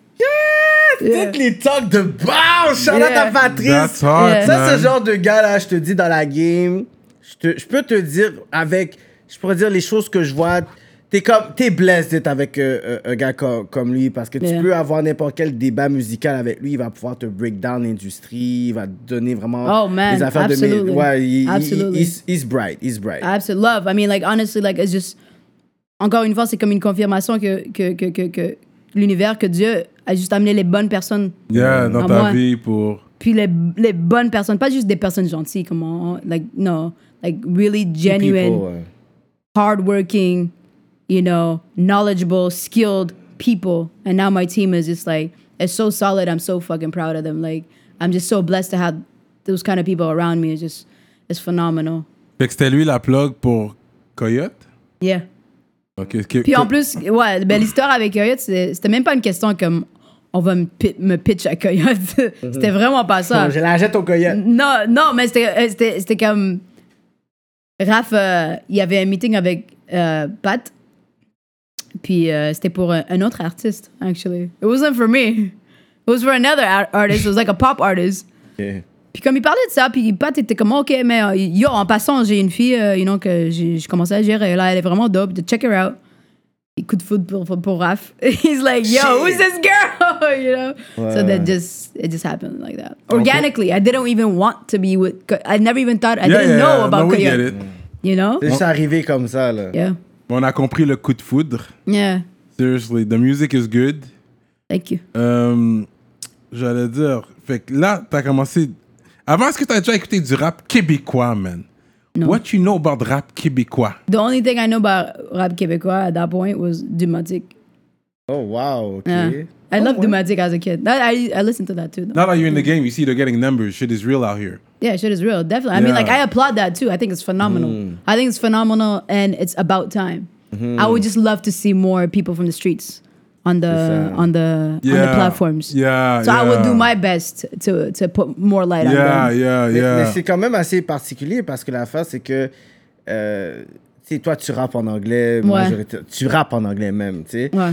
S5: Yeah.
S4: Toutes les talks de BAM! Shout out
S5: Yeah.
S4: à Patrice!
S3: That's hot,
S5: Yeah.
S4: Ça,
S3: man.
S4: ce genre de gars-là, je te dis, dans la game, je, te- je peux te dire avec... Je pourrais dire les choses que je vois, T'es comme, t'es blessé d'être avec euh, euh, un gars co- comme lui parce que tu
S5: Yeah.
S4: peux avoir n'importe quel débat musical avec lui. Il va pouvoir te break down l'industrie. Il va te donner vraiment
S5: Oh, man,
S4: des affaires de...
S5: absolutely.
S4: mé- Ouais, il- il- il-
S5: Absolutely. Ah,
S4: he's, he's bright, he's bright.
S5: Absolute love. I mean, like, honestly, like, it's just. Encore une fois, c'est comme une confirmation que, que, que, que, que l'univers, que Dieu a juste amené les bonnes personnes.
S3: Yeah, dans
S5: À
S3: ta
S5: Ah, moi.
S3: vie pour.
S5: Puis les, les bonnes personnes, pas juste des personnes gentilles, comme on. Like, no. Like, really genuine,
S3: uh,
S4: People, euh. ouais.
S5: hardworking, you know, knowledgeable, skilled people. And now my team is just like, it's so solid. I'm so fucking proud of them. Like, I'm just so blessed to have those kind of people around me. It's just, it's phenomenal.
S3: Fait que c'était lui la plug pour Coyote.
S5: Yeah.
S3: Ok, ok.
S5: Puis en plus, ouais, ben, l'histoire avec Coyote, c'est- c'était même pas une question comme on va me, pi- me pitch à Coyote. c'était vraiment pas ça.
S4: Bon, je la jette au coyote.
S5: Non, non, mais c'était- euh, c'était c'était comme. Raph, euh, il y avait un meeting avec euh, Pat. Puis euh, c'était pour un, un autre artiste, actually. It wasn't for me. It was for another ar- artist. It was like a pop artist.
S4: Ok.
S5: Puis comme il parlait de ça, puis Pat était comme, OK, mais euh, yo, en passant, j'ai une fille, euh, you know, que j'ai j'ai commencé à gérer. Là, elle est vraiment dope. Check her out. Et coup de foudre pour, pour, pour Raph. He's like, yo, who's this girl? you know? So that just, it just happened like that. Organically. I didn't even want to be with, Co- I never even thought, I
S3: Yeah,
S5: didn't
S3: yeah,
S5: know
S3: yeah.
S5: about
S3: No, we get
S5: Coyote.
S3: it.
S5: You know?
S4: C'est juste arrivé comme ça, là.
S5: Yeah.
S3: On a compris le coup de foudre.
S5: Yeah.
S3: Seriously, the music is good.
S5: Thank you.
S3: Euh, J'allais dire, fait que là, t'as commencé. Avant, est-ce que t'as déjà écouté du rap québécois, man? What you know about rap québécois?
S5: The only thing I know about rap québécois at that point was Dumatic.
S4: Oh, wow, OK. Oh,
S5: Yeah. I
S3: Oh,
S5: loved Dumatic as a kid. That, I, I listened to that too. though.
S3: Now that you're in the game, you see they're getting numbers. Shit is real out here.
S5: Yeah, shit is real. Definitely. I mean,
S3: Yeah. Mm.
S5: like, I applaud that too. I think it's phenomenal. I think it's phenomenal and it's about time.
S3: Mm-hmm.
S5: I would just love to see more people from the streets on the
S4: Exact.
S5: on the on the
S3: Yeah.
S5: platforms.
S3: Yeah,
S5: So I would
S3: yeah.
S5: do my best to to put more light
S3: Yeah,
S5: on them.
S3: yeah,
S4: Mais, mais
S3: yeah.
S4: c'est quand même assez particulier parce que l'affaire, c'est que. Euh, tu sais, toi, tu rappes en anglais. Moi,
S5: Ouais.
S4: j'aurais t- tu rappes en anglais même, tu sais.
S5: Ouais.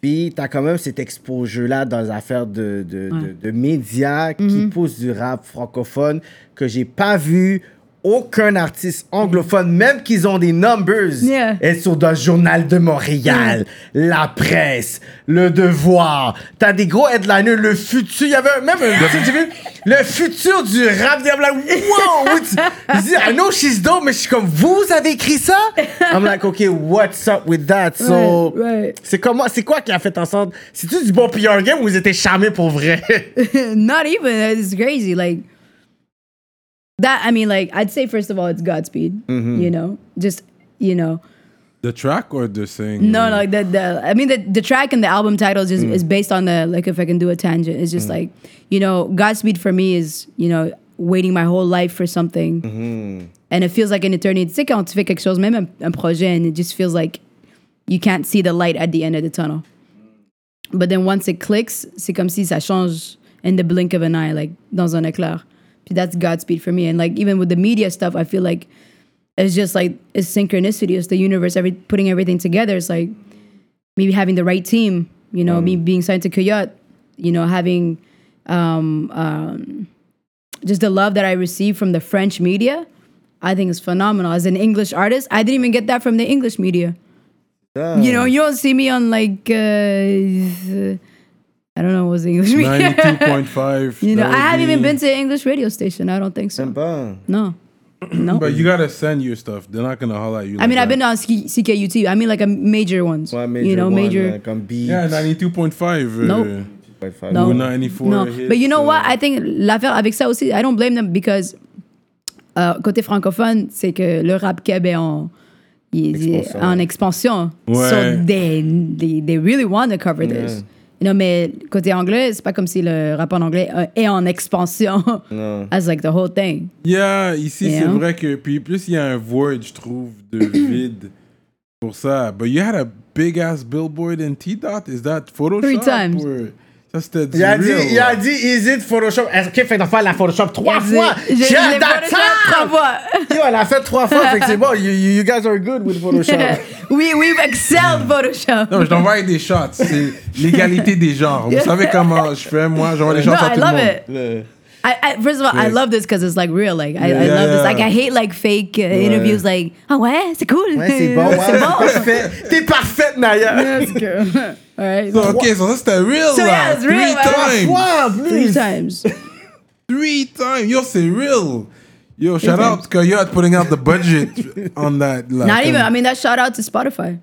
S4: Puis, t'as quand même cet exposure-là dans les affaires de, de, de- de médias qui poussent du rap francophone que j'ai pas vu aucun artiste anglophone, même qu'ils ont des numbers,
S5: Yeah.
S4: est sur le Journal de Montréal, La Presse, Le Devoir. T'as des gros headliners, Le Futur. Il y avait un- même un titre, j'ai vu, Le Futur du rap. I'm like, wow! what- Je dis, I know she's dope, mais je suis comme, vous avez écrit ça? I'm like, OK, what's up with that? So,
S5: Right, right.
S4: c'est comment, c'est quoi qui a fait en sorte, c'est-tu du bon PR game ou vous étiez charmés pour vrai?
S5: Not even. It's crazy. Like that. I mean, like I'd say first of all, it's Godspeed.
S3: Mm-hmm.
S5: You know, just you know,
S3: The track or the thing?
S5: No, no, the, the I mean the, the track and the album title is, just, is based on the like if I can do a tangent, it's just like you know Godspeed for me is you know waiting my whole life for something, and it feels like an eternity. Tu sais quand tu fais quelque chose, même un, un projet, and it just feels like you can't see the light at the end of the tunnel. But then once it clicks, c'est comme si ça change in the blink of an eye, like dans un éclair. Puis that's Godspeed for me, and like even with the media stuff, I feel like it's just like it's synchronicity it's the universe every putting everything together it's like maybe having the right team you know me being signed to coyote you know having um, um, just the love that i received from the french media i think is phenomenal as an english artist i didn't even get that from the english media you know you don't see me on like uh, i don't know what's the english media
S3: 92.5.
S5: you know
S3: that
S5: i
S3: would
S5: haven't even
S3: be-
S5: been to an english radio station i don't think so
S4: Bon.
S5: no no
S3: But you gotta send your stuff. They're not gonna holler at you.
S5: I mean, I've been on C- CKUT. I mean, like a major ones.
S4: Ouais,
S5: you know,
S4: one,
S5: major.
S4: là, comme beat.
S3: Yeah, 92.5.
S5: Nope.
S3: uh,
S4: Ouais, faire-
S5: No.
S3: Ou 94
S5: No.
S3: hits,
S5: But you know
S3: euh.
S5: what? I think l'affaire avec ça aussi, I don't blame them because euh, côté francophone, c'est que le rap québécois est en, il- il-
S4: Expansion.
S5: en expansion.
S3: Ouais.
S5: So they, they, they really want to cover this. You know, mais côté anglais, c'est pas comme si le rap en anglais euh, est en expansion. That's like the whole thing.
S3: Yeah, ici,
S5: You
S3: c'est
S5: know?
S3: vrai que. Puis plus il y a un void, je trouve, de vide pour ça. But you had a big ass billboard in T-Dot. Is that Photoshop?
S5: Three times.
S3: Or... Ça, c'était du
S4: Il a,
S3: real.
S4: dit, il a dit, is it Photoshop? Est-ce qu'il fait d'affaire la Photoshop trois
S5: J'ai-
S4: fois?
S5: j'ai-
S4: Shut
S5: j'ai
S4: the
S5: pas le temps,
S4: time!
S5: trois fois.
S4: Yo, elle a fait trois fois, fait que c'est bon. You, you- you guys are good with Photoshop.
S5: we, we've excelled Photoshop.
S3: Non, je t'envoie des shots. C'est l'égalité des genres. Vous savez comment je fais, moi? J'envoie les shots
S5: No,
S3: à
S5: I
S3: tout le
S5: love
S3: monde.
S5: it.
S4: Le-
S5: I, I, first of all, I
S3: Yes.
S5: love this because it's like real. Like I, I
S3: Yeah,
S5: love this.
S3: yeah.
S5: Like I hate like fake uh, interviews. Like oh ouais, c'est cool.
S4: Ouais, c'est bon, ouais,
S5: c'est bon.
S4: parfait. T'es parfaite, Naya.
S5: That's good. all right.
S3: So, ok, so ça c'était real
S5: So, yeah,
S3: là.
S5: it's real, ouais, ouais.
S3: Three times.
S5: Three
S4: Wow, please.
S5: times.
S3: Three times. Yo, c'est real. Yo, shout
S5: times.
S3: out Coyote putting out the budget on that. Like,
S5: Not even. I mean, that's shout out to Spotify.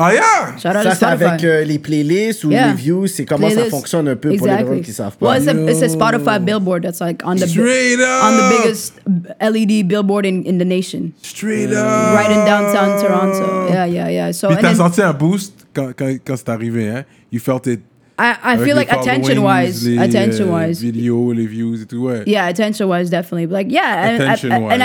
S3: Ah yeah.
S5: Shout out to
S4: Ça, c'est
S5: Spotify.
S4: avec euh, les playlists ou
S5: Yeah.
S4: les views, c'est comment ça
S5: Playlist.
S4: fonctionne un peu pour les gens qui savent
S5: Well,
S4: pas.
S5: it's a, it's a
S3: Yo.
S5: Spotify billboard that's like on the bi-
S3: Straight up.
S5: on the biggest LED billboard in, in the nation,
S3: Straight up.
S5: right in downtown Toronto. Yeah, yeah, yeah. So
S3: Puis
S5: Oh, and
S3: t'as
S5: then
S3: senti un boost quand, quand, quand c'est arrivé, hein? You felt it.
S5: I, I
S3: avec
S5: feel
S3: les
S5: like attention
S3: followings,
S5: wise,
S3: les, euh,
S5: attention wise,
S3: vidéos, les views et tout, ouais.
S5: yeah, attention wise, definitely. But like, yeah, and, I, I- and I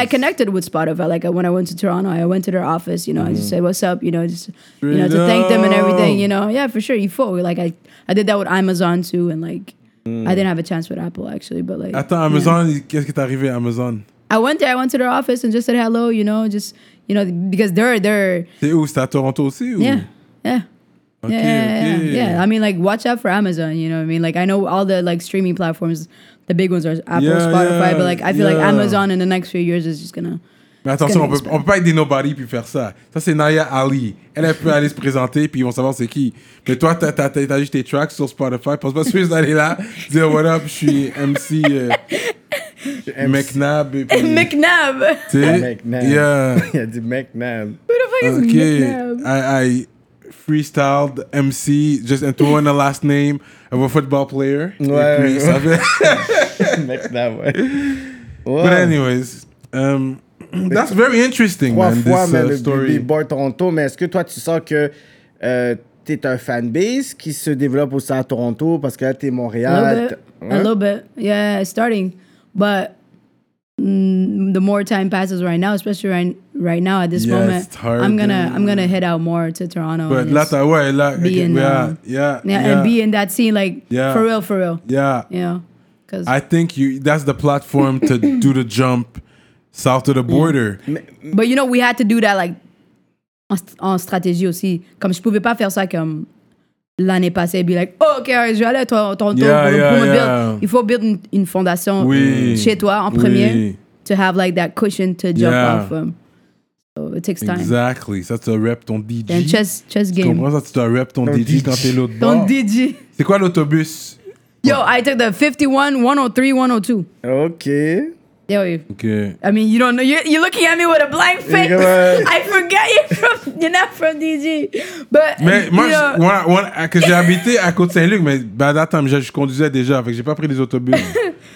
S3: Attention-wise.
S5: connected with Spotify. Like when I went to Toronto, I went to their office. You know,
S3: Mm-hmm.
S5: I just said, "What's up?" You know, just you know to thank them and everything. You know, yeah, for sure. You full. Like I, I did that with Amazon too, and like I didn't have a chance with Apple actually, but like
S3: Attends,
S5: yeah.
S3: Mm. Amazon, qu'est-ce qui t'est arrivé à Amazon?
S5: I went there. I went to their office and just said hello. You know, just you know because they're they're
S3: C'est où? C'était à Toronto aussi? Ou?
S5: yeah yeah.
S3: Ok,
S5: Yeah, yeah,
S3: ok.
S5: yeah, yeah. I mean, like, watch out for Amazon. You know, what I mean, like, I know all the like streaming platforms, the big ones are Apple,
S3: Yeah,
S5: Spotify,
S3: yeah,
S5: but like, I feel like
S3: yeah.
S5: Amazon in the next few years is just gonna.
S3: Mais attention, on
S5: gonna
S3: peut, on peut pas être des nobody puis faire ça. Ça, c'est Naya Ali. Elle, elle peut aller se présenter puis ils vont savoir c'est qui. Mais toi, t'as, t'as, t'as- t'as juste tes tracks sur Spotify. Pense pas juste d'aller là, dire what up, je suis MC euh, McNabb. Et puis,
S5: McNabb.
S3: tu sais,
S4: McNabb.
S3: Yeah.
S4: Ah, Il a dit McNabb.
S5: Who the fuck
S3: Ok.
S5: is
S3: I,
S5: McNabb?
S3: I freestyled MC, just threw in the last name of a football player. Et
S4: Ouais,
S3: puis,
S4: ouais.
S3: ça fait-
S4: McNabb, ouais. Wow.
S3: But anyways, um, that's very interesting,
S4: Trois
S3: man,
S4: fois,
S3: this
S4: mais
S3: uh,
S4: le
S3: story.
S4: Billboard Toronto. Mais est-ce que toi, tu sens que euh, t'es un fanbase qui se développe aussi à Toronto parce que là, t'es
S3: Uh,
S5: A little
S4: Montréal.
S5: bit,
S4: t'es-
S5: a
S4: Hein?
S5: little bit, yeah, it's starting, but mm, the more time passes right now, especially right right now at this
S3: Yeah,
S5: moment,
S3: it's hard,
S5: I'm gonna
S3: dude.
S5: I'm gonna head out more to Toronto.
S3: But
S5: and
S3: là,
S5: just-
S3: t'as- ouais, là,
S5: be
S3: ok,
S5: in,
S3: yeah,
S5: um,
S3: yeah,
S5: yeah,
S3: yeah,
S5: and be in that scene like
S3: Yeah.
S5: for real, for real,
S3: yeah.
S5: you know, because
S3: I think you that's the platform to do the jump south of the border.
S5: But you know, we had to do that like en, st- en stratégie aussi. Comme je pouvais pas faire ça comme l'année passée, be like, oh, ok, alright, je vais aller à Tor- Toronto
S3: Yeah,
S5: pour,
S3: yeah,
S5: pour me build.
S3: yeah.
S5: Il faut build une, une fondation euh,
S3: Oui,
S5: chez toi en
S3: oui.
S5: premier to have like that cushion to jump
S3: Yeah.
S5: off. Um, so it takes time.
S3: Exactly. Ça, tu rep ton DJ.
S5: And chess, chess
S3: Tu
S5: game.
S3: comprends ça? Tu dois rep ton
S4: Ton
S3: DJ,
S4: DJ.
S3: quand t'es l'autre
S5: Don't
S3: bord.
S5: DJ.
S3: C'est quoi l'autobus?
S5: Yo, I took the oh 51, 103, 102.
S4: OK.
S5: Yo, you-
S3: Ok.
S5: I mean, you don't know. You're, you're looking at me with a blank face.
S4: come on.
S5: I forget you're from. You're not from DG, but
S3: Mais
S5: you
S3: moi,
S5: know-
S3: je- moi- moi, à- que j'ai habité à Côte-Saint-Luc, mais ben, attends, je, je conduisais déjà, fait que j'ai pas pris les autobus.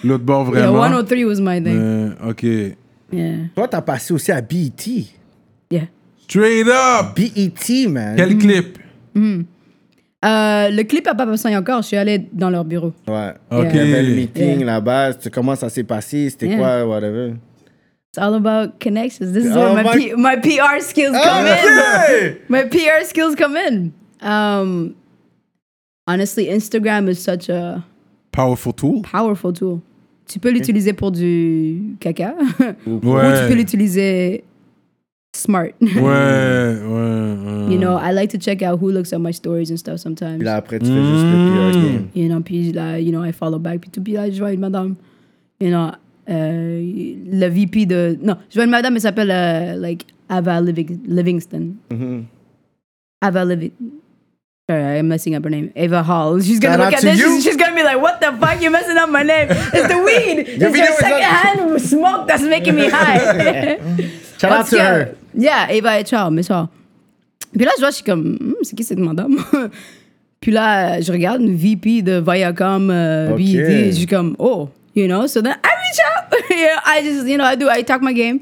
S3: L'autre bord,
S5: Yeah,
S3: vraiment.
S5: 103 was my thing.
S3: Euh, ok.
S5: Yeah.
S4: Toi, t'as passé aussi à E BET.
S5: Yeah.
S3: Straight up!
S4: BET, E man.
S3: Quel
S5: Mm.
S3: clip?
S5: Euh, le clip a pas passé encore. Je suis allée dans leur bureau.
S4: Ouais.
S3: Ok.
S4: Il y avait le meeting
S5: Yeah.
S4: là-bas. Tu- Comment ça s'est passé? C'était
S5: Yeah.
S4: quoi? Whatever.
S5: It's all about connections. This is
S4: Oh
S5: where my,
S4: my- Ah,
S5: P- my PR skills come
S4: yeah.
S5: in. My PR skills come in. Um, honestly, Instagram is such a
S3: Powerful tool.
S5: powerful tool. Tu peux l'utiliser pour du caca ou tu peux
S3: Ouais.
S5: l'utiliser smart.
S3: Ouais, ouais, ouais.
S5: you know, I like to check out who looks at my stories and stuff sometimes.
S4: Puis là, après, tu fais juste le E PR game.
S5: You know, puis là, you know, I follow back. Puis tout, puis là, je vois une madame. You know, euh, le VP de... Non, je vois une madame, elle s'appelle, euh, like, Ava Living- Livingston.
S4: Mm-hmm.
S5: Ava Livingston. Sorry, I'm messing up her name. Ava Hall. She's gonna
S4: Shout
S5: look
S4: out
S5: at
S4: to
S5: this.
S4: you.
S5: She's, she's gonna be like, "What the fuck? You're messing up my name. It's the weed.
S4: Your
S5: it's
S4: video
S5: your
S4: is not-
S5: secondhand smoke that's making me high."
S4: Shout out
S5: Parce
S4: to
S5: que-
S4: her.
S5: Yeah, Eva et Charles, mais ça. Puis là, je vois, je suis comme, Hmm, c'est qui cette madame? Puis là, je regarde une VP de Viacom, euh,
S4: Ok.
S5: BET, je suis comme, oh, you know? So then I reach out. you know, I just, you know, I do, I talk my game.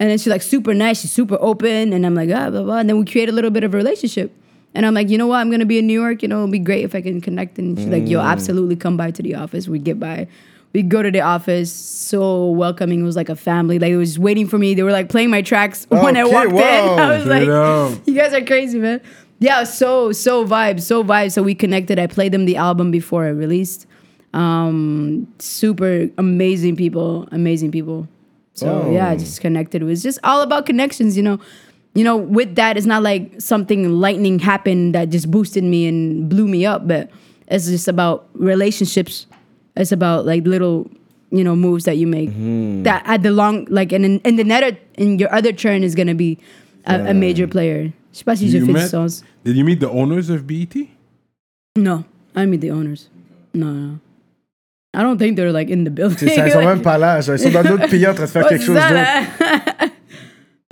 S5: And then she's like super nice, she's super open. And I'm like, ah, blah, blah. And then we create a little bit of a relationship. And I'm like, you know what? I'm going to be in New York. You know, it'll be great if I can connect. And she's like, yo, absolutely come by to the office. We get by. We go to the office. So welcoming. It was like a family. Like, it was waiting for me. They were like playing my tracks when I
S4: Okay,
S5: walked in. I
S4: wow.
S5: was like,
S3: Straight up.
S5: you guys are crazy, man. Yeah, so, so vibes, so vibes. So we connected. I played them the album before it released. Um, super amazing people, amazing people. So
S4: Oh.
S5: yeah, I just connected. It was just all about connections, you know. You know, with that, it's not like something lightning happened that just boosted me and blew me up, but it's just about relationships. It's about like little, you know moves that you make
S3: Mm-hmm.
S5: that at the long like and in, in the net in your other turn is gonna be a, a major player. Je sais pas si j'ai
S3: You
S5: fait du
S3: met-
S5: sens.
S3: Did you meet the owners of E BET?
S5: No, I mean the owners. No, no. I don't think they're like in the building.
S4: C'est ça, Ils sont même pas là. genre, Ils sont dans d'autres pays en train de faire
S5: Oh,
S4: quelque
S5: c'est
S4: chose
S5: ça,
S4: d'autre.
S5: là.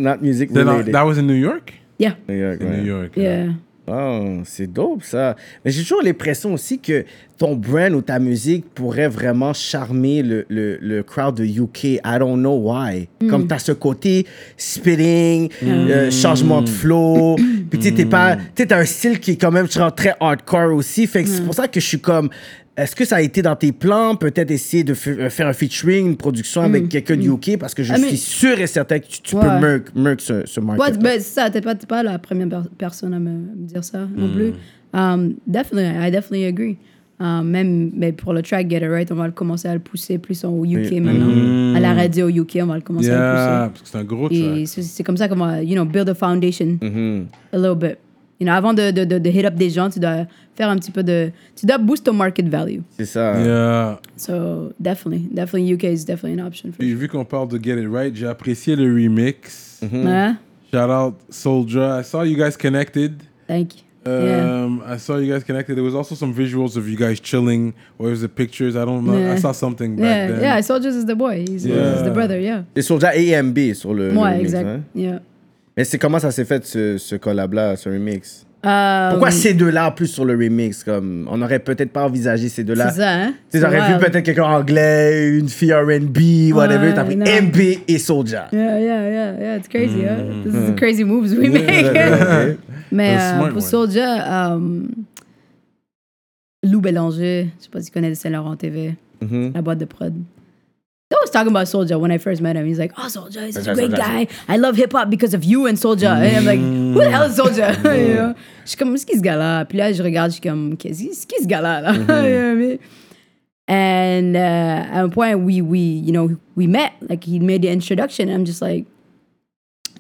S4: Not music
S3: Then, uh,
S4: related.
S3: that was in New York?
S5: Yeah,
S4: New York,
S3: In
S4: ouais.
S3: New York.
S5: yeah.
S4: Oh, c'est dope ça. Mais j'ai toujours l'impression aussi que ton brand ou ta musique pourrait vraiment charmer le, le, le crowd de UK. I don't know why.
S5: Hmm.
S4: Comme t'as ce côté spitting, euh, changement de flow.
S5: Hmm.
S4: Puis tu sais, t'es pas. Tu sais, t'as un style qui est quand même genre, très hardcore aussi. Fait que
S5: Hmm.
S4: c'est pour ça que je suis comme. Est-ce que ça a été dans tes plans, peut-être essayer de f- euh, faire un featuring, une production avec quelqu'un du UK? Parce que je
S5: Hmm. Ah, mais-
S4: suis sûr et certain que tu, tu
S5: Ouais.
S4: peux murk, murk ce, ce market.
S5: Ouais, ben, c'est ça, t'es pas, t'es pas la première per- personne à me, me dire ça non plus.
S3: Hmm.
S5: Um, definitely, I definitely agree. Um, même mais pour le track Get It Right, on va le commencer à le pousser plus au UK maintenant. À la radio UK, on va le commencer à
S3: hmm. Yeah,
S5: le
S3: parce que c'est un gros
S5: pousser. Et
S3: track.
S5: c'est- c'est comme ça qu'on va, you know, build a foundation
S3: Mm-hmm.
S5: a little bit. You know, avant de, de, de, de hit up des gens, tu dois faire un petit peu de... Tu dois boost ton market value.
S4: C'est ça.
S3: Yeah.
S5: So, definitely, definitely UK is definitely an option. For
S3: Puis vu qu'on parle de Get It Right, j'ai apprécié le remix.
S5: sure. Hein?
S3: Shout out Soldier. I saw you guys connected.
S5: Thank you. Yeah.
S3: Um, I saw you guys connected. There was also some visuals of you guys chilling, or was it pictures? I don't know. I
S5: Yeah.
S3: saw something back
S5: Yeah,
S3: then.
S5: yeah, Soldiers is the boy. He's, he's
S3: Yeah.
S5: the brother, yeah.
S4: C'est sur AMB sur le.
S5: Moi,
S4: le remix,
S5: exact.
S4: hein?
S5: Yeah.
S4: Mais c'est comment ça s'est fait ce, ce collab-là, ce remix
S5: Euh,
S4: Pourquoi ces deux-là en plus sur le remix comme On aurait peut-être pas envisagé ces deux-là.
S5: C'est ça, hein?
S4: Tu sais, J'aurais vu
S5: wild.
S4: peut-être quelqu'un anglais, une fille RB, whatever.
S5: Ouais,
S4: T'as pris
S5: non.
S4: MB et Soulja.
S5: Yeah, yeah, yeah, yeah. It's crazy, huh? This is
S4: Mm.
S5: the crazy moves we make.
S4: Ok.
S5: Mais
S3: That's a
S5: euh,
S3: smart
S5: pour
S3: one.
S5: Soulja, euh, Lou Bélanger, je sais pas si tu connais Saint Laurent TV,
S4: Mhm.
S5: la boîte de prod. I was talking about Soulja when I first met him. He's like, "Oh, Soulja is such a great guy. I love hip hop because of you and
S4: Mm-hmm.
S5: Soulja." And I'm like, "Who the hell is Soulja?" You know? Je suis comme, c'est qui ce gars-là Puis là, je regarde, je suis comme, qu'est-ce qui- c'est qui ce gars-là là? You know what I mean? And uh, at a point, we we you know we met. Like he made the introduction. And I'm just like,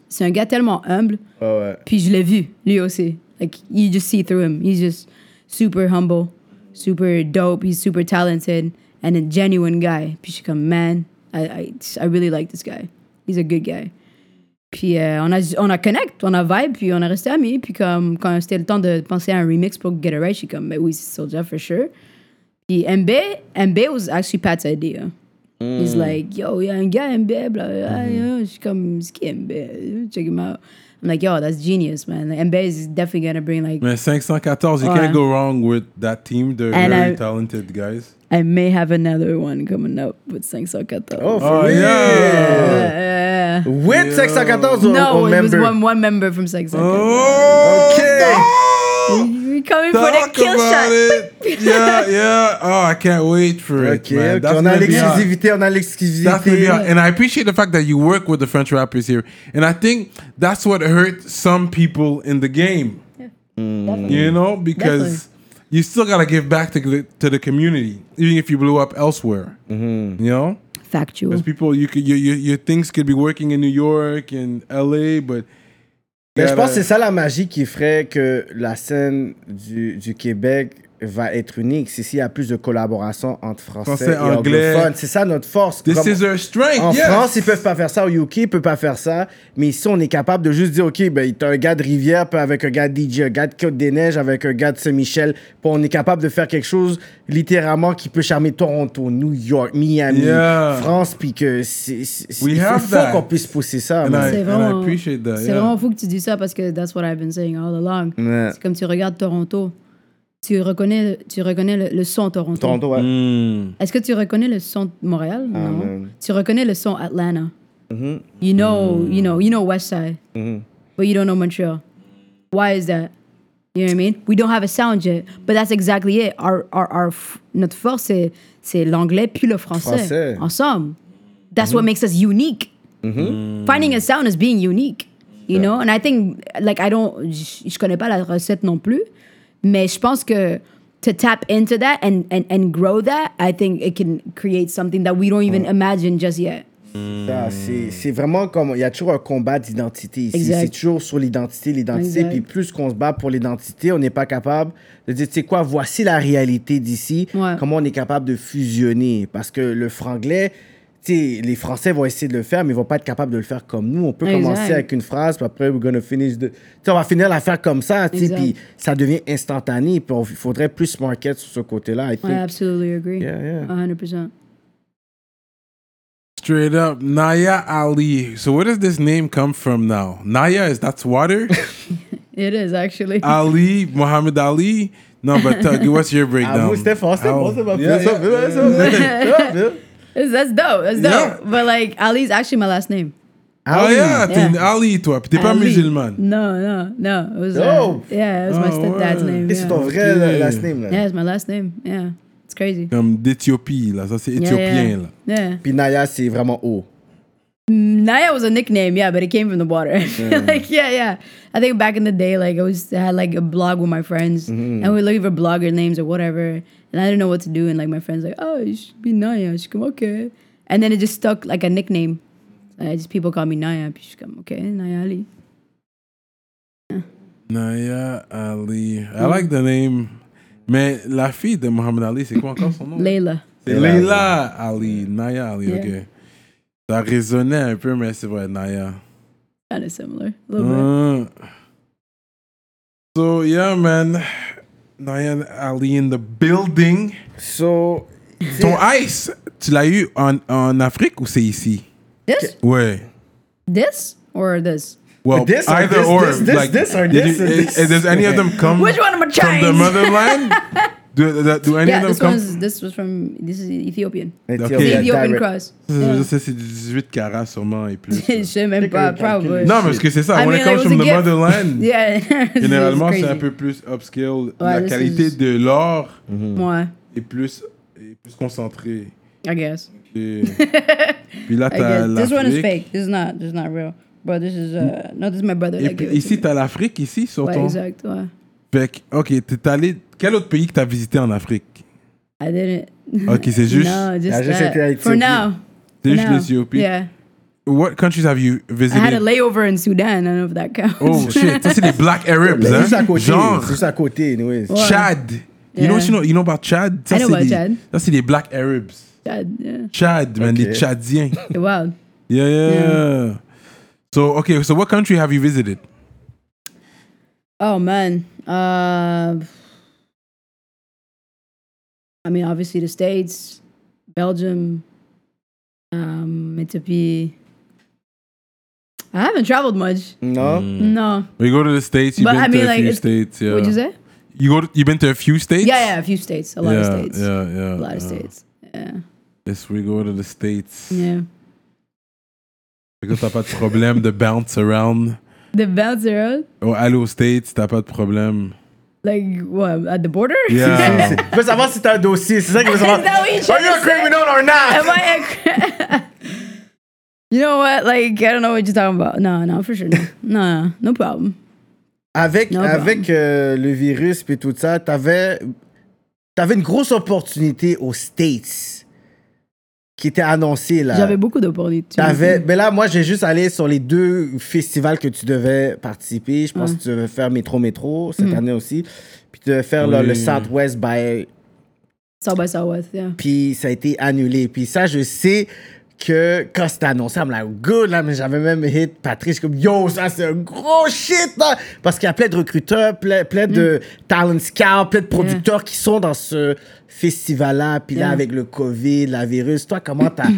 S5: c'est un gars tellement humble.
S4: Ouais, Ah ouais.
S5: Puis je l'ai vu, lui aussi. Like, you just see through him. He's just super humble, super dope. He's super talented and a genuine guy. Puis je suis comme, man, I, I, I really like this guy. He's a good guy. Puis euh, on, a, on a connect, on a vibe, puis on a resté amis. Puis comme, quand c'était le temps de penser à un remix pour Get It Right, je suis comme, mais oui, c'est Soulja for sure. Puis MB, MB was actually Pat's idea.
S3: Hmm.
S5: He's like, yo, il y a un gars MB, blah, blah, blah. Je suis comme, c'est qui MB? Check him out. I'm like, yo, that's genius, man. Like, MB is definitely gonna bring, like,
S3: Mais 514, you
S5: Ouais.
S3: can't go wrong with that team. They're
S5: And
S3: very
S5: I-
S3: talented guys.
S5: I may have another one coming up with 514.
S4: Oh,
S5: Oh,
S4: for
S3: Oh,
S4: real?
S3: yeah.
S4: With 514 on,
S5: no,
S4: on
S5: it was
S4: member.
S5: one, one member from 514.
S3: Oh,
S5: Oh.
S3: okay.
S5: We coming for the
S3: Talk
S5: kill
S3: about
S5: shot.
S3: it. Yeah, yeah. Oh, I can't wait for it,
S4: Ok,
S3: man.
S4: ok,
S3: That's
S4: on a
S3: gonna be hot.
S4: l'exclusivité, on a
S3: That's gonna be
S4: l'exclusivité.
S3: hot. And I appreciate the fact that you work with the French rappers here. And I think that's what hurt some people in the game. You
S5: Mm.
S3: know, because you still gotta give back to the, to the community, even if you blew up elsewhere.
S5: Mm-hmm.
S3: You know,
S5: Factual.
S3: because people, you could, you, you, your things could be working in New York and LA, but
S4: Mais je
S3: Yeah,
S4: pense
S3: là.
S4: que c'est ça la magie qui ferait que la scène du, du Québec va être unique. C'est s'il y a plus de collaboration entre Français,
S3: Français,
S4: et
S3: Anglais.
S4: anglophones. C'est ça notre force.
S3: this
S4: Comme-
S3: is their strength.
S5: Oh,
S4: en
S3: yes.
S4: France, ils peuvent pas faire ça. Au UK, ils peuvent pas faire ça. Mais ici, on est capable de juste dire, OK, ben, t'as un gars de Rivière, puis avec un gars de DJ, un gars de Côte-des-Neiges, avec un gars de Saint-Michel. Puis on est capable de faire quelque chose, littéralement, qui peut charmer Toronto, New York, Miami,
S3: Yeah.
S4: France, puis que c'est... c'est-
S3: We
S4: il faut-
S3: have that.
S4: faut qu'on puisse pousser ça.
S3: And I,
S4: man.
S5: C'est
S3: and
S5: vraiment-
S3: I appreciate that.
S5: C'est
S3: yeah.
S5: vraiment fou que tu dis ça parce que that's what I've been saying all along.
S4: Ouais.
S5: C'est comme tu regardes Toronto. Tu reconnais, tu reconnais le, le son Toronto.
S4: Toronto, ouais. Ah,
S3: Mm.
S5: Est-ce que tu reconnais le son de Montréal? non.
S4: man.
S5: Tu reconnais le son Atlanta. You know, you know, you know West Side, but you don't know Montreal. Why is that? You know what I mean? We don't have a sound yet, but that's exactly it. Our, our, our f- notre force, c'est, c'est l'anglais puis le français,
S4: Français.
S5: ensemble. That's what makes us unique. Mm. Finding a sound is being unique, you know? And I think, like, I don't, je je connais pas la recette non plus, mais je pense que to tap into that and, and, and grow that, I think it can create something that we don't even imagine just yet.
S4: Ça,
S3: Hmm.
S4: C'est c'est vraiment comme. Il y a toujours un combat d'identité ici.
S5: Exact.
S4: C'est toujours sur l'identité, l'identité.
S5: Exact.
S4: Puis plus qu'on se bat pour l'identité, on n'est pas capable de dire, tu sais quoi, voici la réalité d'ici.
S5: Ouais.
S4: Comment on est capable de fusionner. Parce que le franglais. tu sais, les Français vont essayer de le faire, mais ils vont pas être capables de le faire comme nous. On peut
S5: Exact.
S4: commencer avec une phrase, puis après, we're gonna finish the- tu sais, on va finir l'affaire comme ça, tu sais,
S5: Exact.
S4: puis ça devient instantané. Puis on- il faudrait plus se market sur ce côté-là. I think.
S5: I absolutely agree.
S4: Yeah, yeah.
S5: 100%.
S3: Straight up, Naya Ali. So where does this name come from now? Naya is that's water.
S5: It is, actually.
S3: Uh, Ali, Muhammad Ali. No, but Tug, what's your
S4: Ah,
S3: breakdown?
S4: vous, c'était fort, c'était
S3: How-
S4: bon, c'est pas
S3: Yeah,
S4: pire, ça,
S3: yeah,
S4: ouais, ça,
S3: yeah.
S4: ouais, ouais, ouais.
S5: It's- that's dope. That's dope.
S3: Yeah.
S5: But, like, Ali's actually my last name.
S3: Ah,
S4: oui.
S3: yeah, t'es
S5: Yeah.
S3: une Ali, toi. Puis t'es pas
S5: Ali.
S3: musulmane.
S5: No, no, no. It was, uh,
S4: Dope.
S5: yeah, it was my
S3: Oh,
S5: stepdad's
S3: word.
S5: name.
S4: Et c'est
S5: yeah.
S4: ton vrai euh,
S3: Ok.
S4: last name, là.
S5: Yeah, it's my last name. Yeah. It's crazy.
S3: Comme d'Éthiopie, là. Ça, c'est
S5: Yeah,
S3: éthiopien, là.
S5: yeah. Yeah.
S4: Puis Naya, c'est vraiment haut.
S5: Naya was a nickname, yeah, but it came from the water. like, yeah, yeah. I think back in the day, like, I was I had like a blog with my friends,
S3: Mm-hmm.
S5: and we were looking for blogger names or whatever, and I didn't know what to do, and like my friends like, oh, you should be Naya. She come okay, and then it just stuck like a nickname. Uh, just people call me Naya. She come okay, Naya Ali.
S3: Naya Ali.
S4: Hmm.
S3: I like the name. Mais la fille de Muhammad Ali, c'est quoi encore son nom?
S5: Layla.
S3: C'est
S4: Leila.
S3: Leila Ali. Naya Ali,
S5: Yeah.
S3: ok. Ça résonnait un peu, mais c'est vrai, Naya.
S5: Kind of similar,
S4: Oh,
S5: a little bit.
S3: Mm. So, yeah, man. Naya Ali in the building.
S4: So,
S3: Ton ice, tu l'as eu en, en Afrique ou c'est ici?
S5: This,
S3: Ouais.
S5: this, or this.
S3: Well,
S4: This or
S3: either
S4: this,
S3: or.
S4: this, this,
S3: like,
S4: this or
S3: did
S4: this
S3: you-
S4: or
S3: eh,
S4: this?
S3: eh, Does any of them come
S5: Which one am
S3: from
S5: I
S3: the
S5: trying?
S3: motherland? do, do, do any
S5: Yeah,
S3: of
S5: this
S3: them come
S5: one's this was from this is Ethiopian.
S3: Okay.
S5: The
S3: Yeah,
S5: Ethiopian
S4: direct.
S5: cross.
S3: Ça, ça, c'est du 18 carats sûrement et plus.
S5: Je sais même pas, probably.
S3: non, mais parce que c'est ça.
S5: I
S3: When it
S5: mean, like,
S3: comes
S5: it was
S3: from the
S5: a gift.
S3: motherland,
S5: Yeah.
S3: généralement, c'est un
S5: crazy.
S3: peu plus upscale.
S5: Ouais,
S3: La
S5: this
S3: qualité
S5: is-
S3: de l'or
S5: Ouais,
S3: est plus, est plus concentrée.
S5: I guess.
S3: Et- Puis là,
S5: I guess.
S3: t'as
S5: This one is
S3: l'Afrique.
S5: fake. This is not. This is not real. But this is. Uh, no, this is my brother.
S3: Et
S5: that
S3: puis
S5: gave it
S3: ici,
S5: to me.
S3: t'as l'Afrique, ici, sur
S5: Ouais,
S3: ton...
S5: exact. Ouais.
S3: Fait que, OK, t'es allé... Quel autre pays que t'as visité en Afrique?
S5: I didn't.
S3: OK, c'est juste...
S5: no, just,
S4: Ah, juste
S5: that.
S4: été à
S5: for
S4: Éthiopie.
S5: now.
S3: C'est
S5: For
S3: juste
S5: now.
S3: l'Éthiopie.
S5: Yeah.
S3: What countries have you
S5: I had a
S3: visited?
S5: layover in Sudan. I don't know if that counts.
S3: Oh, shit. Ça, c'est les Black Arabs,
S4: C'est
S3: hein?
S4: juste à côté.
S3: Genre...
S4: C'est juste à côté, anyways.
S5: Ouais.
S3: Chad. You, know what you, know, you know about Chad? Ça,
S5: I know
S3: c'est
S5: about
S3: des-
S5: Chad.
S3: Ça, c'est des Black Arabs.
S5: Chad, yeah.
S3: Chad, man,
S4: Ok.
S3: les Tchadiens.
S5: Wow.
S3: yeah, yeah, yeah. So, okay, so what country have you visited?
S5: Oh man. Uh, I mean, obviously the states, Belgium, um, Ethiopi. I haven't traveled much.
S3: Mm.
S4: Non?
S5: No.
S3: We go to the States, you've
S5: But,
S3: been
S5: I
S3: to
S5: mean,
S3: a
S5: like,
S3: few
S5: it's-
S3: states. Yeah.
S5: What'd you say?
S3: You go to, you've been to a few states?
S5: Yeah, yeah, a few states, a lot of
S3: Yeah,
S5: states,
S3: Yeah, yeah.
S5: a lot of
S3: yeah.
S5: states. Yeah,
S3: Yes, we go to the States.
S5: yeah.
S3: Because t'as pas de problème de bounce around.
S5: The bouncer,
S3: Oh, aller aux States, t'as pas de problème.
S5: like what at the border?
S3: Yeah.
S4: Je veux savoir si t'as un dossier. C'est ça que je veux savoir.
S5: Is that what you
S4: Are you
S5: trying
S4: a
S5: to say?
S4: criminal or
S5: Am
S4: not?
S5: I a? you know what? Like I don't know what you're talking about. No, no, for sure, no, no, no, no problem.
S4: Avec,
S5: No
S4: avec euh, le virus et tout ça, t'avais avais une grosse opportunité aux States qui était annoncée, là.
S5: J'avais beaucoup d'opportunités.
S4: T'avais- mais là, moi, j'ai juste allé sur les deux festivals que tu devais participer. Je pense que tu devais faire Métro Métro cette année aussi. Puis tu devais faire là,
S3: Oui.
S4: le Southwest by.
S5: South by Southwest, yeah.
S4: Puis ça a été annulé. Puis ça, je sais que quand c'était annoncé, I'm like, good, là, mais j'avais même hit Patrice comme, yo, ça, c'est un gros shit, là! Parce qu'il y a plein de recruteurs, plein, plein de
S5: Mm.
S4: talent scouts, plein de producteurs qui sont dans ce festival-là. Puis là,
S5: Yeah.
S4: avec le COVID, la virus, toi, comment t'as, tu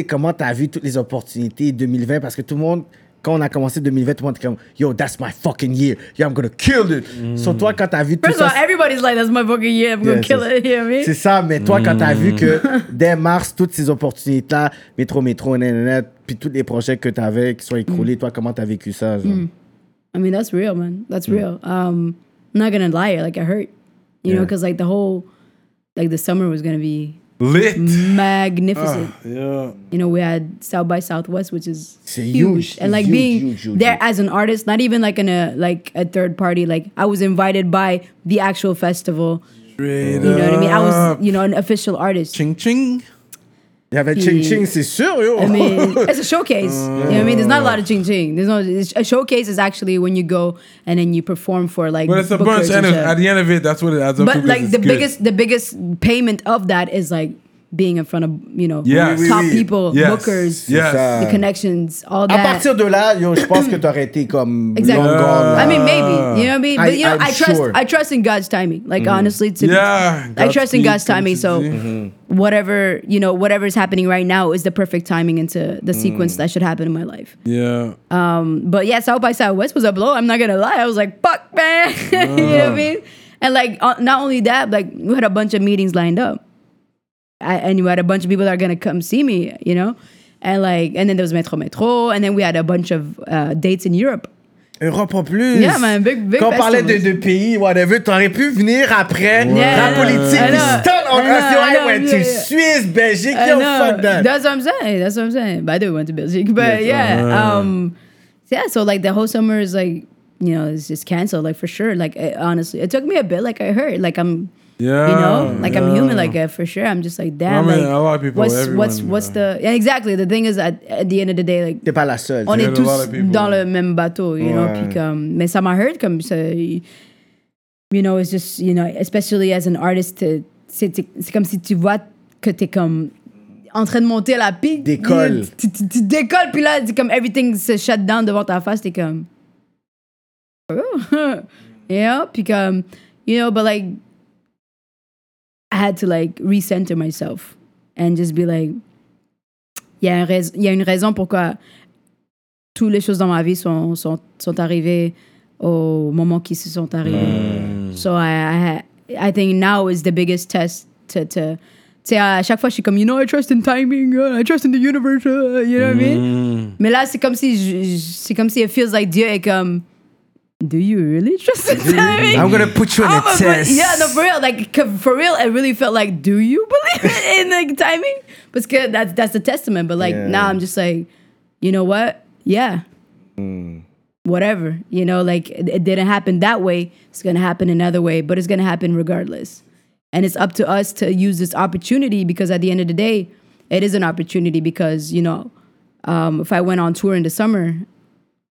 S4: sais, comment t'as vu toutes les opportunités 2020? Parce que tout le monde, quand on a commencé 2020, tout le monde était comme, yo, that's my fucking year. Yo, I'm gonna kill it. Sur toi, quand t'as vu
S5: Mm.
S4: tout
S5: First of
S4: ça,
S5: all, everybody's like, "That's my fucking year. I'm gonna
S4: Yeah,
S5: kill
S4: c'est-
S5: it." You know what I
S4: c'est
S5: mean?
S4: ça, mais toi, quand t'as
S5: Hmm.
S4: vu que dès mars, toutes ces opportunités-là, métro, métro, nanana, puis tous les projets que t'avais qui sont
S5: Hmm.
S4: écroulés, toi, comment t'as vécu ça? genre?
S5: I mean, that's real, man. That's
S4: Mm.
S5: real. Um, I'm not gonna lie. Like it hurt, you know, 'cause know, because
S4: Yeah.
S5: like the whole, like the summer was gonna be
S3: Lit.
S5: magnificent.
S3: Yeah.
S5: you know, we had South by Southwest, which is
S4: Ah, It's huge. It's
S5: and like
S4: huge,
S5: being
S4: huge, huge,
S5: there as
S4: huge.
S5: an artist, not even like in a like a third party. Like I was invited by the actual festival.
S3: Straight
S5: You know what I mean? I
S3: up.
S5: was, you know, an official artist.
S3: Ching ching.
S4: Il y avait
S5: Puis- Ah,
S4: Ching Ching, c'est sûr, yo.
S5: I mean, it's a showcase. You know what I mean? There's not a lot of ching ching. There's no it's- a showcase is actually when you go and then you perform for like.
S3: But it's a
S5: bookers
S3: bunch, and
S5: and shit.
S3: at the end of it, that's what it adds up to.
S5: But
S3: 'cause
S5: like
S3: it's
S5: the
S3: good.
S5: biggest, the biggest payment of that is like being in front of you know
S3: Yes. Oui, oui,
S5: top
S4: oui.
S5: people,
S3: Yes.
S5: bookers,
S3: Yes.
S4: ça.
S5: the connections, all
S4: À
S5: that.
S4: partir de là, yo, je pense que t'aurais été comme euh,
S5: Exactly.
S4: long gone.
S5: I mean, maybe you know what I mean. But
S4: I-
S5: you know,
S4: I'm
S5: I trust.
S4: sure. Mm-hmm.
S5: I trust in God's timing. Like honestly, to
S3: Yeah, Mm-hmm.
S5: I trust in
S3: Godspeed,
S5: God's
S3: comme
S5: timing.
S3: tu
S5: So
S3: dis.
S5: whatever you know, whatever's happening right now is the perfect timing into the
S4: Mm.
S5: sequence that should happen in my life.
S3: Yeah.
S5: uh, But yeah, South by Southwest was a blow. I'm not gonna lie. I was like, fuck, man. you know
S4: Ah.
S5: what I mean? And like, uh, not only that, like we had a bunch of meetings lined up, I, and you had a bunch of people that are gonna come see me. You know, and like, and then there was Metro Metro, and then we had a bunch of uh, dates in Europe.
S4: Europe en plus.
S5: Yeah, man, big- big
S4: Quand on parlait de,
S5: festivals.
S4: de pays, whatever, t'aurais pu venir
S5: Yeah,
S4: après la
S5: I know,
S4: politique.
S5: I
S4: puis
S5: know,
S4: stun on
S5: I know,
S4: us, yo,
S5: I
S4: hey,
S5: know,
S4: ouais,
S5: yeah,
S4: tu
S5: yeah.
S4: Suisse, Belgique,
S5: I
S4: yo,
S5: know.
S4: fuck that.
S5: uh, That's what I'm saying. That's what I'm saying. But I do went to Belgium. But
S4: Uh-huh.
S5: yeah, um, yeah. So like the whole summer is like you know it's just canceled. Like for sure. Like it, honestly, it took me a bit. Like I hurt. Like I'm.
S3: Yeah.
S5: You know, like I'm
S3: yeah.
S5: human, like uh, for sure. I'm just like,
S3: I
S5: damn,
S3: mean,
S5: like,
S3: a lot of people,
S5: what's what's
S3: everyone, uh,
S5: what's the yeah, exactly the thing is at, at the end of the day, like
S4: T'es pas la seule.
S5: on
S3: Yeah,
S5: est
S3: there's a lot
S5: tous
S3: of people.
S5: dans le même bateau, you know.
S4: Ouais.
S5: Puis comme, mais ça m'a hurt comme ça. You know, it's just, you know, especially as an artist, to- c'est c'est- c'est comme si tu vois que t'es comme en train de monter la pique.
S4: Décolle.
S5: Tu, tu- tu décolles, puis là, c'est comme everything se shut down devant ta face, t'es comme. oh, you know? Puis comme, you know, but like, I had to like recenter myself and just be like, il y, a un rais- il y a une raison pourquoi toutes les choses dans ma vie sont, sont, sont arrivées au moment qui se sont arrivées. So I, I, I think now is the biggest test to, to tu sais, à chaque fois, je suis comme, you know, I trust in timing, uh, I trust in the universe, uh, you know what I mean? Mais là, c'est comme si, je- je- c'est comme si it feels like Dieu est comme, do you really trust in timing?
S4: I'm gonna put you on
S5: I'm
S4: a
S5: a bri-
S4: test.
S5: Oh yeah, no, for real. Like c- for real, I really felt like, do you believe in like timing? But it's good. That's that's the testament. But like
S4: Yeah.
S5: now, I'm just like, you know what? Yeah.
S4: Hmm.
S5: Whatever. You know, like it, it didn't happen that way. It's gonna happen another way, but it's gonna happen regardless. And it's up to us to use this opportunity because at the end of the day, it is an opportunity because you know, um, if I went on tour in the summer,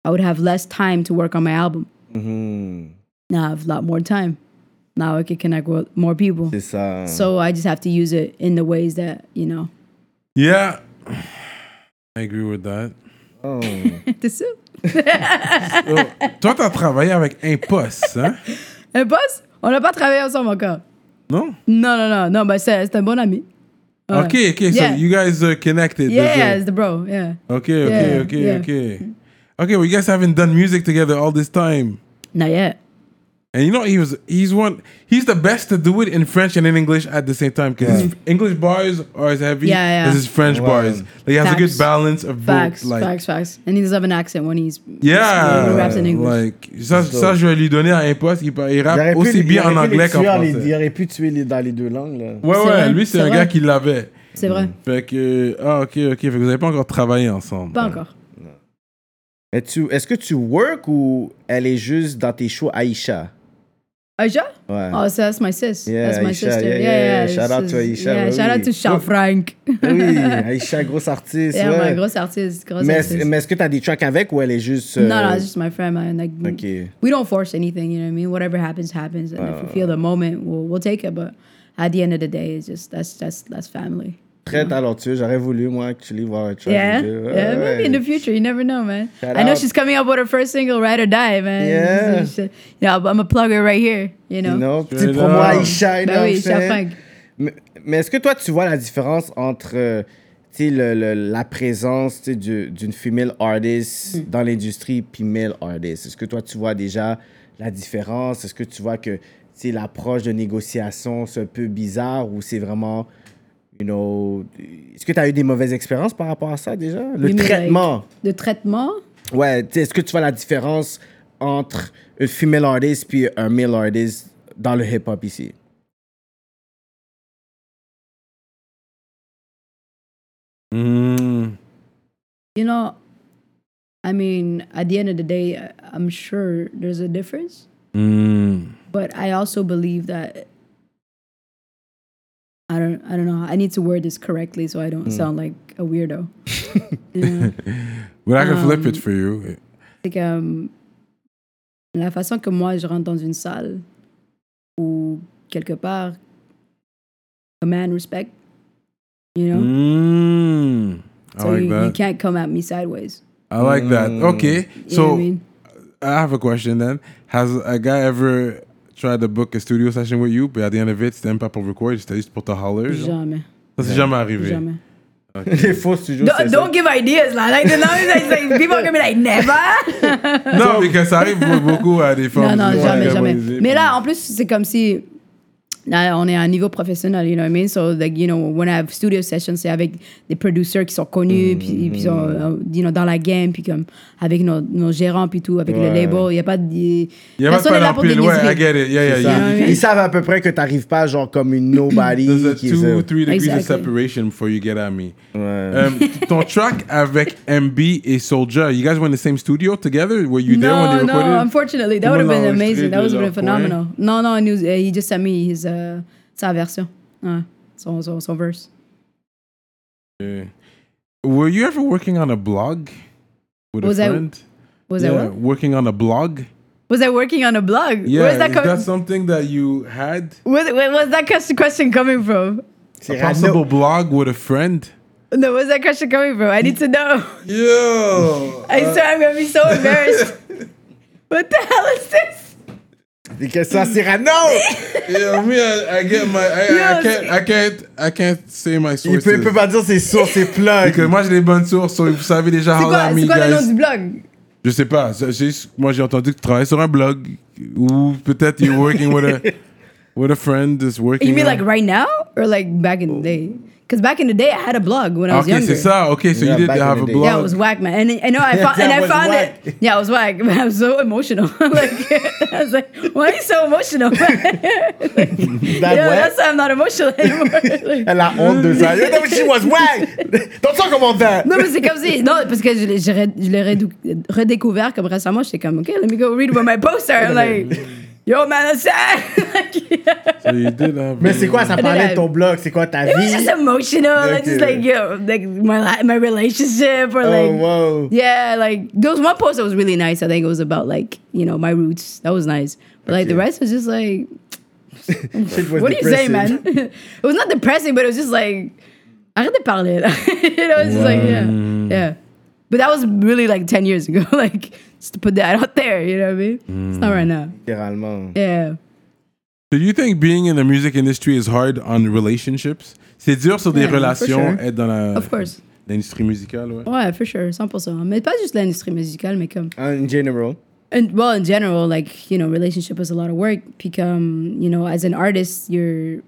S5: I would have less time to work on my album.
S3: Mm-hmm.
S5: Now I have a lot more time. Now I can connect with more people.
S4: C'est ça.
S5: So I just have to use it in the ways that, you know.
S3: Yeah. I agree with that.
S5: This is-
S3: Toi, t'as travaillé avec Impost, hein?
S5: Un boss, on n'a pas travaillé ensemble encore.
S3: Non?
S5: Non, non, non, non, mais c'est c'est un bon ami. Ouais.
S3: Ok, ok, so
S5: Yeah.
S3: you guys are connected.
S5: Yeah,
S3: there's a-
S5: yeah, it's the bro, yeah.
S3: Okay, okay,
S5: Yeah,
S3: okay,
S5: yeah.
S3: okay. Okay, well, you guys haven't done music together all this time.
S5: Not yet.
S3: And you know he was he's one he's the best to do it in French and in English at the same time because his English bars are as heavy
S5: Yeah, yeah.
S3: as his French bars. Like he has a good
S5: Facts.
S3: balance of
S5: Facts,
S3: both. Like
S5: facts, facts. And he doesn't have an accent when he's
S3: yeah,
S5: he raps in English.
S3: like ça, ça je vais lui donner à un poste il, pa- il rappe
S4: J'aurais pu-
S3: aussi bien en
S4: j'aurais pu les
S3: anglais qu'en
S4: tuer en les-
S3: français.
S4: Il aurait pu tuer les- dans les deux langues, là.
S3: Ouais
S5: C'est
S3: ouais,
S5: vrai,
S3: lui c'est
S5: c'est
S3: un
S5: vrai.
S3: gars qui l'avait.
S5: c'est vrai.
S3: Fait que ah ok ok, fait que vous avez pas encore travaillé ensemble.
S5: Pas encore.
S4: Mais tu- Est-ce que tu work ou elle est juste dans tes shows Aïcha?
S5: Aisha?
S4: Ouais.
S5: Oh, so that's my sis.
S4: Yeah,
S5: that's my
S4: Aisha,
S5: sister.
S4: yeah,
S5: Yeah,
S4: yeah, yeah.
S5: yeah.
S4: Shout out
S5: this
S4: to
S5: is-
S4: Aisha,
S5: Yeah,
S4: bah
S5: shout out
S4: oui.
S5: to Shafrank.
S4: Oui, Aïcha, grosse artiste.
S5: yeah,
S4: ouais.
S5: my grosse artiste, grosse
S4: Mais
S5: artiste.
S4: est-ce mais est-ce que t'as des tracks avec ou elle est juste. euh,
S5: No, no, it's just my friend, man. Like,
S4: Okay.
S5: we don't force anything. You know what I mean? Whatever happens, happens. And if we
S4: Uh.
S5: feel the moment, we'll we'll take it. But at the end of the day, it's just that's that's that's family.
S4: Très talentueux. J'aurais voulu, moi, que tu livres un track.
S5: Yeah,
S4: vidéo. Ouais,
S5: yeah. Maybe in the
S4: ouais.
S5: future, you never know, man.
S4: Shout
S5: I know
S4: out.
S5: she's coming up with her first single, "Ride or Die," man.
S4: Yeah.
S5: You know, I'm a plugger right here. You know.
S4: You know,
S3: Straight
S4: petit promo
S3: up.
S4: Aïcha. you know
S5: Ben oui,
S4: what I'm saying?
S5: Shafrank.
S4: Mais, mais est-ce que toi, tu vois la différence entre euh, tu sais, le- le- la présence tu sais, du- d'une female artist dans l'industrie puis male artist? Est-ce que toi, tu vois déjà la différence? Est-ce que tu vois que tu sais, l'approche de négociation, c'est un peu bizarre ou c'est vraiment. You know, est-ce que tu as eu des mauvaises expériences par rapport à ça déjà? Le
S5: Oui, mais like,
S4: traitement.
S5: Le traitement.
S4: Ouais, tu sais, est-ce que tu vois la différence entre une female artist puis un male artist dans le hip-hop ici?
S3: Hmm.
S5: You know, I mean, at the end of the day, I- I'm sure there's a difference.
S3: Hmm.
S5: but I also believe that I don't, I don't know. I need to word this correctly so I don't
S3: Mm.
S5: sound like a weirdo. You know?
S3: But I can flip it for you.
S5: C'est comme la façon que moi je rentre dans une salle ou quelque part, command respect, you know?
S3: Mm. I
S5: So
S3: like
S5: you, you
S3: that.
S5: can't come at me sideways.
S3: I like that.
S4: Hmm.
S3: Okay.
S5: You know what I
S3: So
S5: mean?
S3: I have a question then. Has a guy ever tried to book a studio session with you, but at the end of it, c'était même pas pour record, c'était juste pour te holler? genre?
S5: Jamais,
S3: Ça, c'est jamais arrivé.
S5: jamais.
S4: Les fausses, toujours. c'est
S5: Don't,
S4: ça.
S5: don't give ideas, là. Like, the numbers, like, like, people are gonna be like, never.
S3: Non, mais que ça arrive beaucoup à des
S5: Non,
S3: femmes.
S5: non,
S3: qui sont
S5: jamais, jamais.
S3: démonisées.
S5: Mais là, en plus, c'est comme si. Là, on est à un niveau professionnel, you know what I mean? So, like, you know, when I have studio sessions, c'est avec des producteurs qui sont
S3: Mm.
S5: connus, puis puis sont, euh, you know, dans la game, puis comme avec nos, nos gérants, puis tout, avec le
S4: Ouais.
S5: label. Il n'y a pas de. Il
S3: Il y a pas de panoplie, ouais, I get it. Yeah, yeah,
S5: ça.
S3: yeah.
S5: Yeah, yeah.
S4: Ils savent à peu près que t'arrives pas genre comme une nobody.
S3: There's a
S4: qui
S3: two,
S4: se-
S3: three degrees of
S5: Exactly.
S3: separation before you get at me.
S4: Ouais.
S3: Um, ton track avec MB et Soldier, you guys were in the same studio together? Were you there when they
S5: No,
S3: recorded?
S5: no, unfortunately, that
S3: Tout le monde
S5: would have been
S3: l'a enregistré
S5: amazing. That
S3: de
S5: would have been
S3: leur coin.
S5: phenomenal. Non, non, he, was- eh, he just sent me his, euh, sa version. Ouais, son, son, son verse.
S3: Yeah. Were you ever working on a blog with
S5: Was
S3: a
S5: I-
S3: friend?
S5: Was
S3: yeah,
S5: I what?
S3: working on a blog.
S5: Was I working on a blog?
S3: Yeah,
S5: Where's that
S3: is
S5: coming
S3: that something that you had?
S5: Where, where was that question- question coming from?
S4: C'est
S3: a
S4: random.
S3: possible blog with a friend?
S5: No, where's that question coming from? I need to know.
S3: Yeah.
S5: I
S4: Uh,
S5: swear I'm gonna be so embarrassed. what the hell is this?
S4: Des questions à Cyrano!
S3: yeah, me, I, I get my. I, I
S5: Yes.
S3: can't. I can't. I can't say my
S4: Il
S3: sources.
S4: peut, il peut pas dire c'est sûr, c'est
S3: Parce que
S4: plug.
S3: moi j'ai les bonnes sources, so vous savez déjà
S5: C'est
S3: how
S5: quoi,
S3: that
S5: c'est
S3: me,
S5: quoi le nom
S3: guys.
S5: du blog?
S3: Je sais pas. c'est juste- moi j'ai entendu que tu travailles sur un blog ou peut-être you're working with a with a friend that's working.
S5: You mean
S3: on-
S5: like right now or like back in the day? Because back in the day I had a blog when I
S3: Ah,
S5: was
S3: Ok,
S5: younger.
S3: c'est ça. Ok, so
S4: Yeah,
S3: you did
S4: back in
S3: have
S4: the
S3: a
S4: day.
S3: blog.
S5: Yeah, it was whack, man. And I know I found,
S4: That
S5: and I
S4: was
S5: found
S4: whack.
S5: it. Yeah, it was whack. But I was so emotional. like I was like, why are you so emotional?
S4: That
S5: yeah,
S4: whack?
S5: that's why I'm not emotional anymore. Like-
S4: Ben Elle a honte de ça. Yo, that she was whack! Don't talk about that!
S5: Non, mais c'est comme si. Non, parce que je l'ai, je l'ai- je l'ai redou- redécouvert comme récemment. J'étais comme, OK, let me go read what my poster. I'm like, yo, man, that's sad. like,
S3: So you did have a-
S4: Mais c'est quoi, ça parlait de ton blog? C'est quoi ta
S5: It was just
S4: vie?
S5: emotional. Like,
S4: Okay.
S5: just like, yo, like my, li- my relationship or
S4: Oh,
S5: like.
S4: wow.
S5: Yeah, like there was one post that was really nice. I think it was about like you know my roots. That was nice, but like the
S4: Okay.
S5: rest was just like
S4: Shit was
S5: what do you say,
S4: depressing.
S5: man? it was not depressing, but it was just like arrête de parler. là. you know, it's just like yeah, yeah. But that was really like ten years ago. like just to put that out there, you know what I mean? It's
S4: Mm.
S5: not right now.
S4: Littéralement.
S5: Yeah.
S3: Do you think being in the music industry is hard on relationships? C'est dur sur des
S5: Yeah, for
S3: relations,
S5: sure.
S3: être dans la-
S5: Of course.
S3: l'industrie musicale, ouais.
S5: Ouais, for sure, 100%. Mais pas juste l'industrie musicale, mais comme
S4: In general.
S3: Mm-hmm,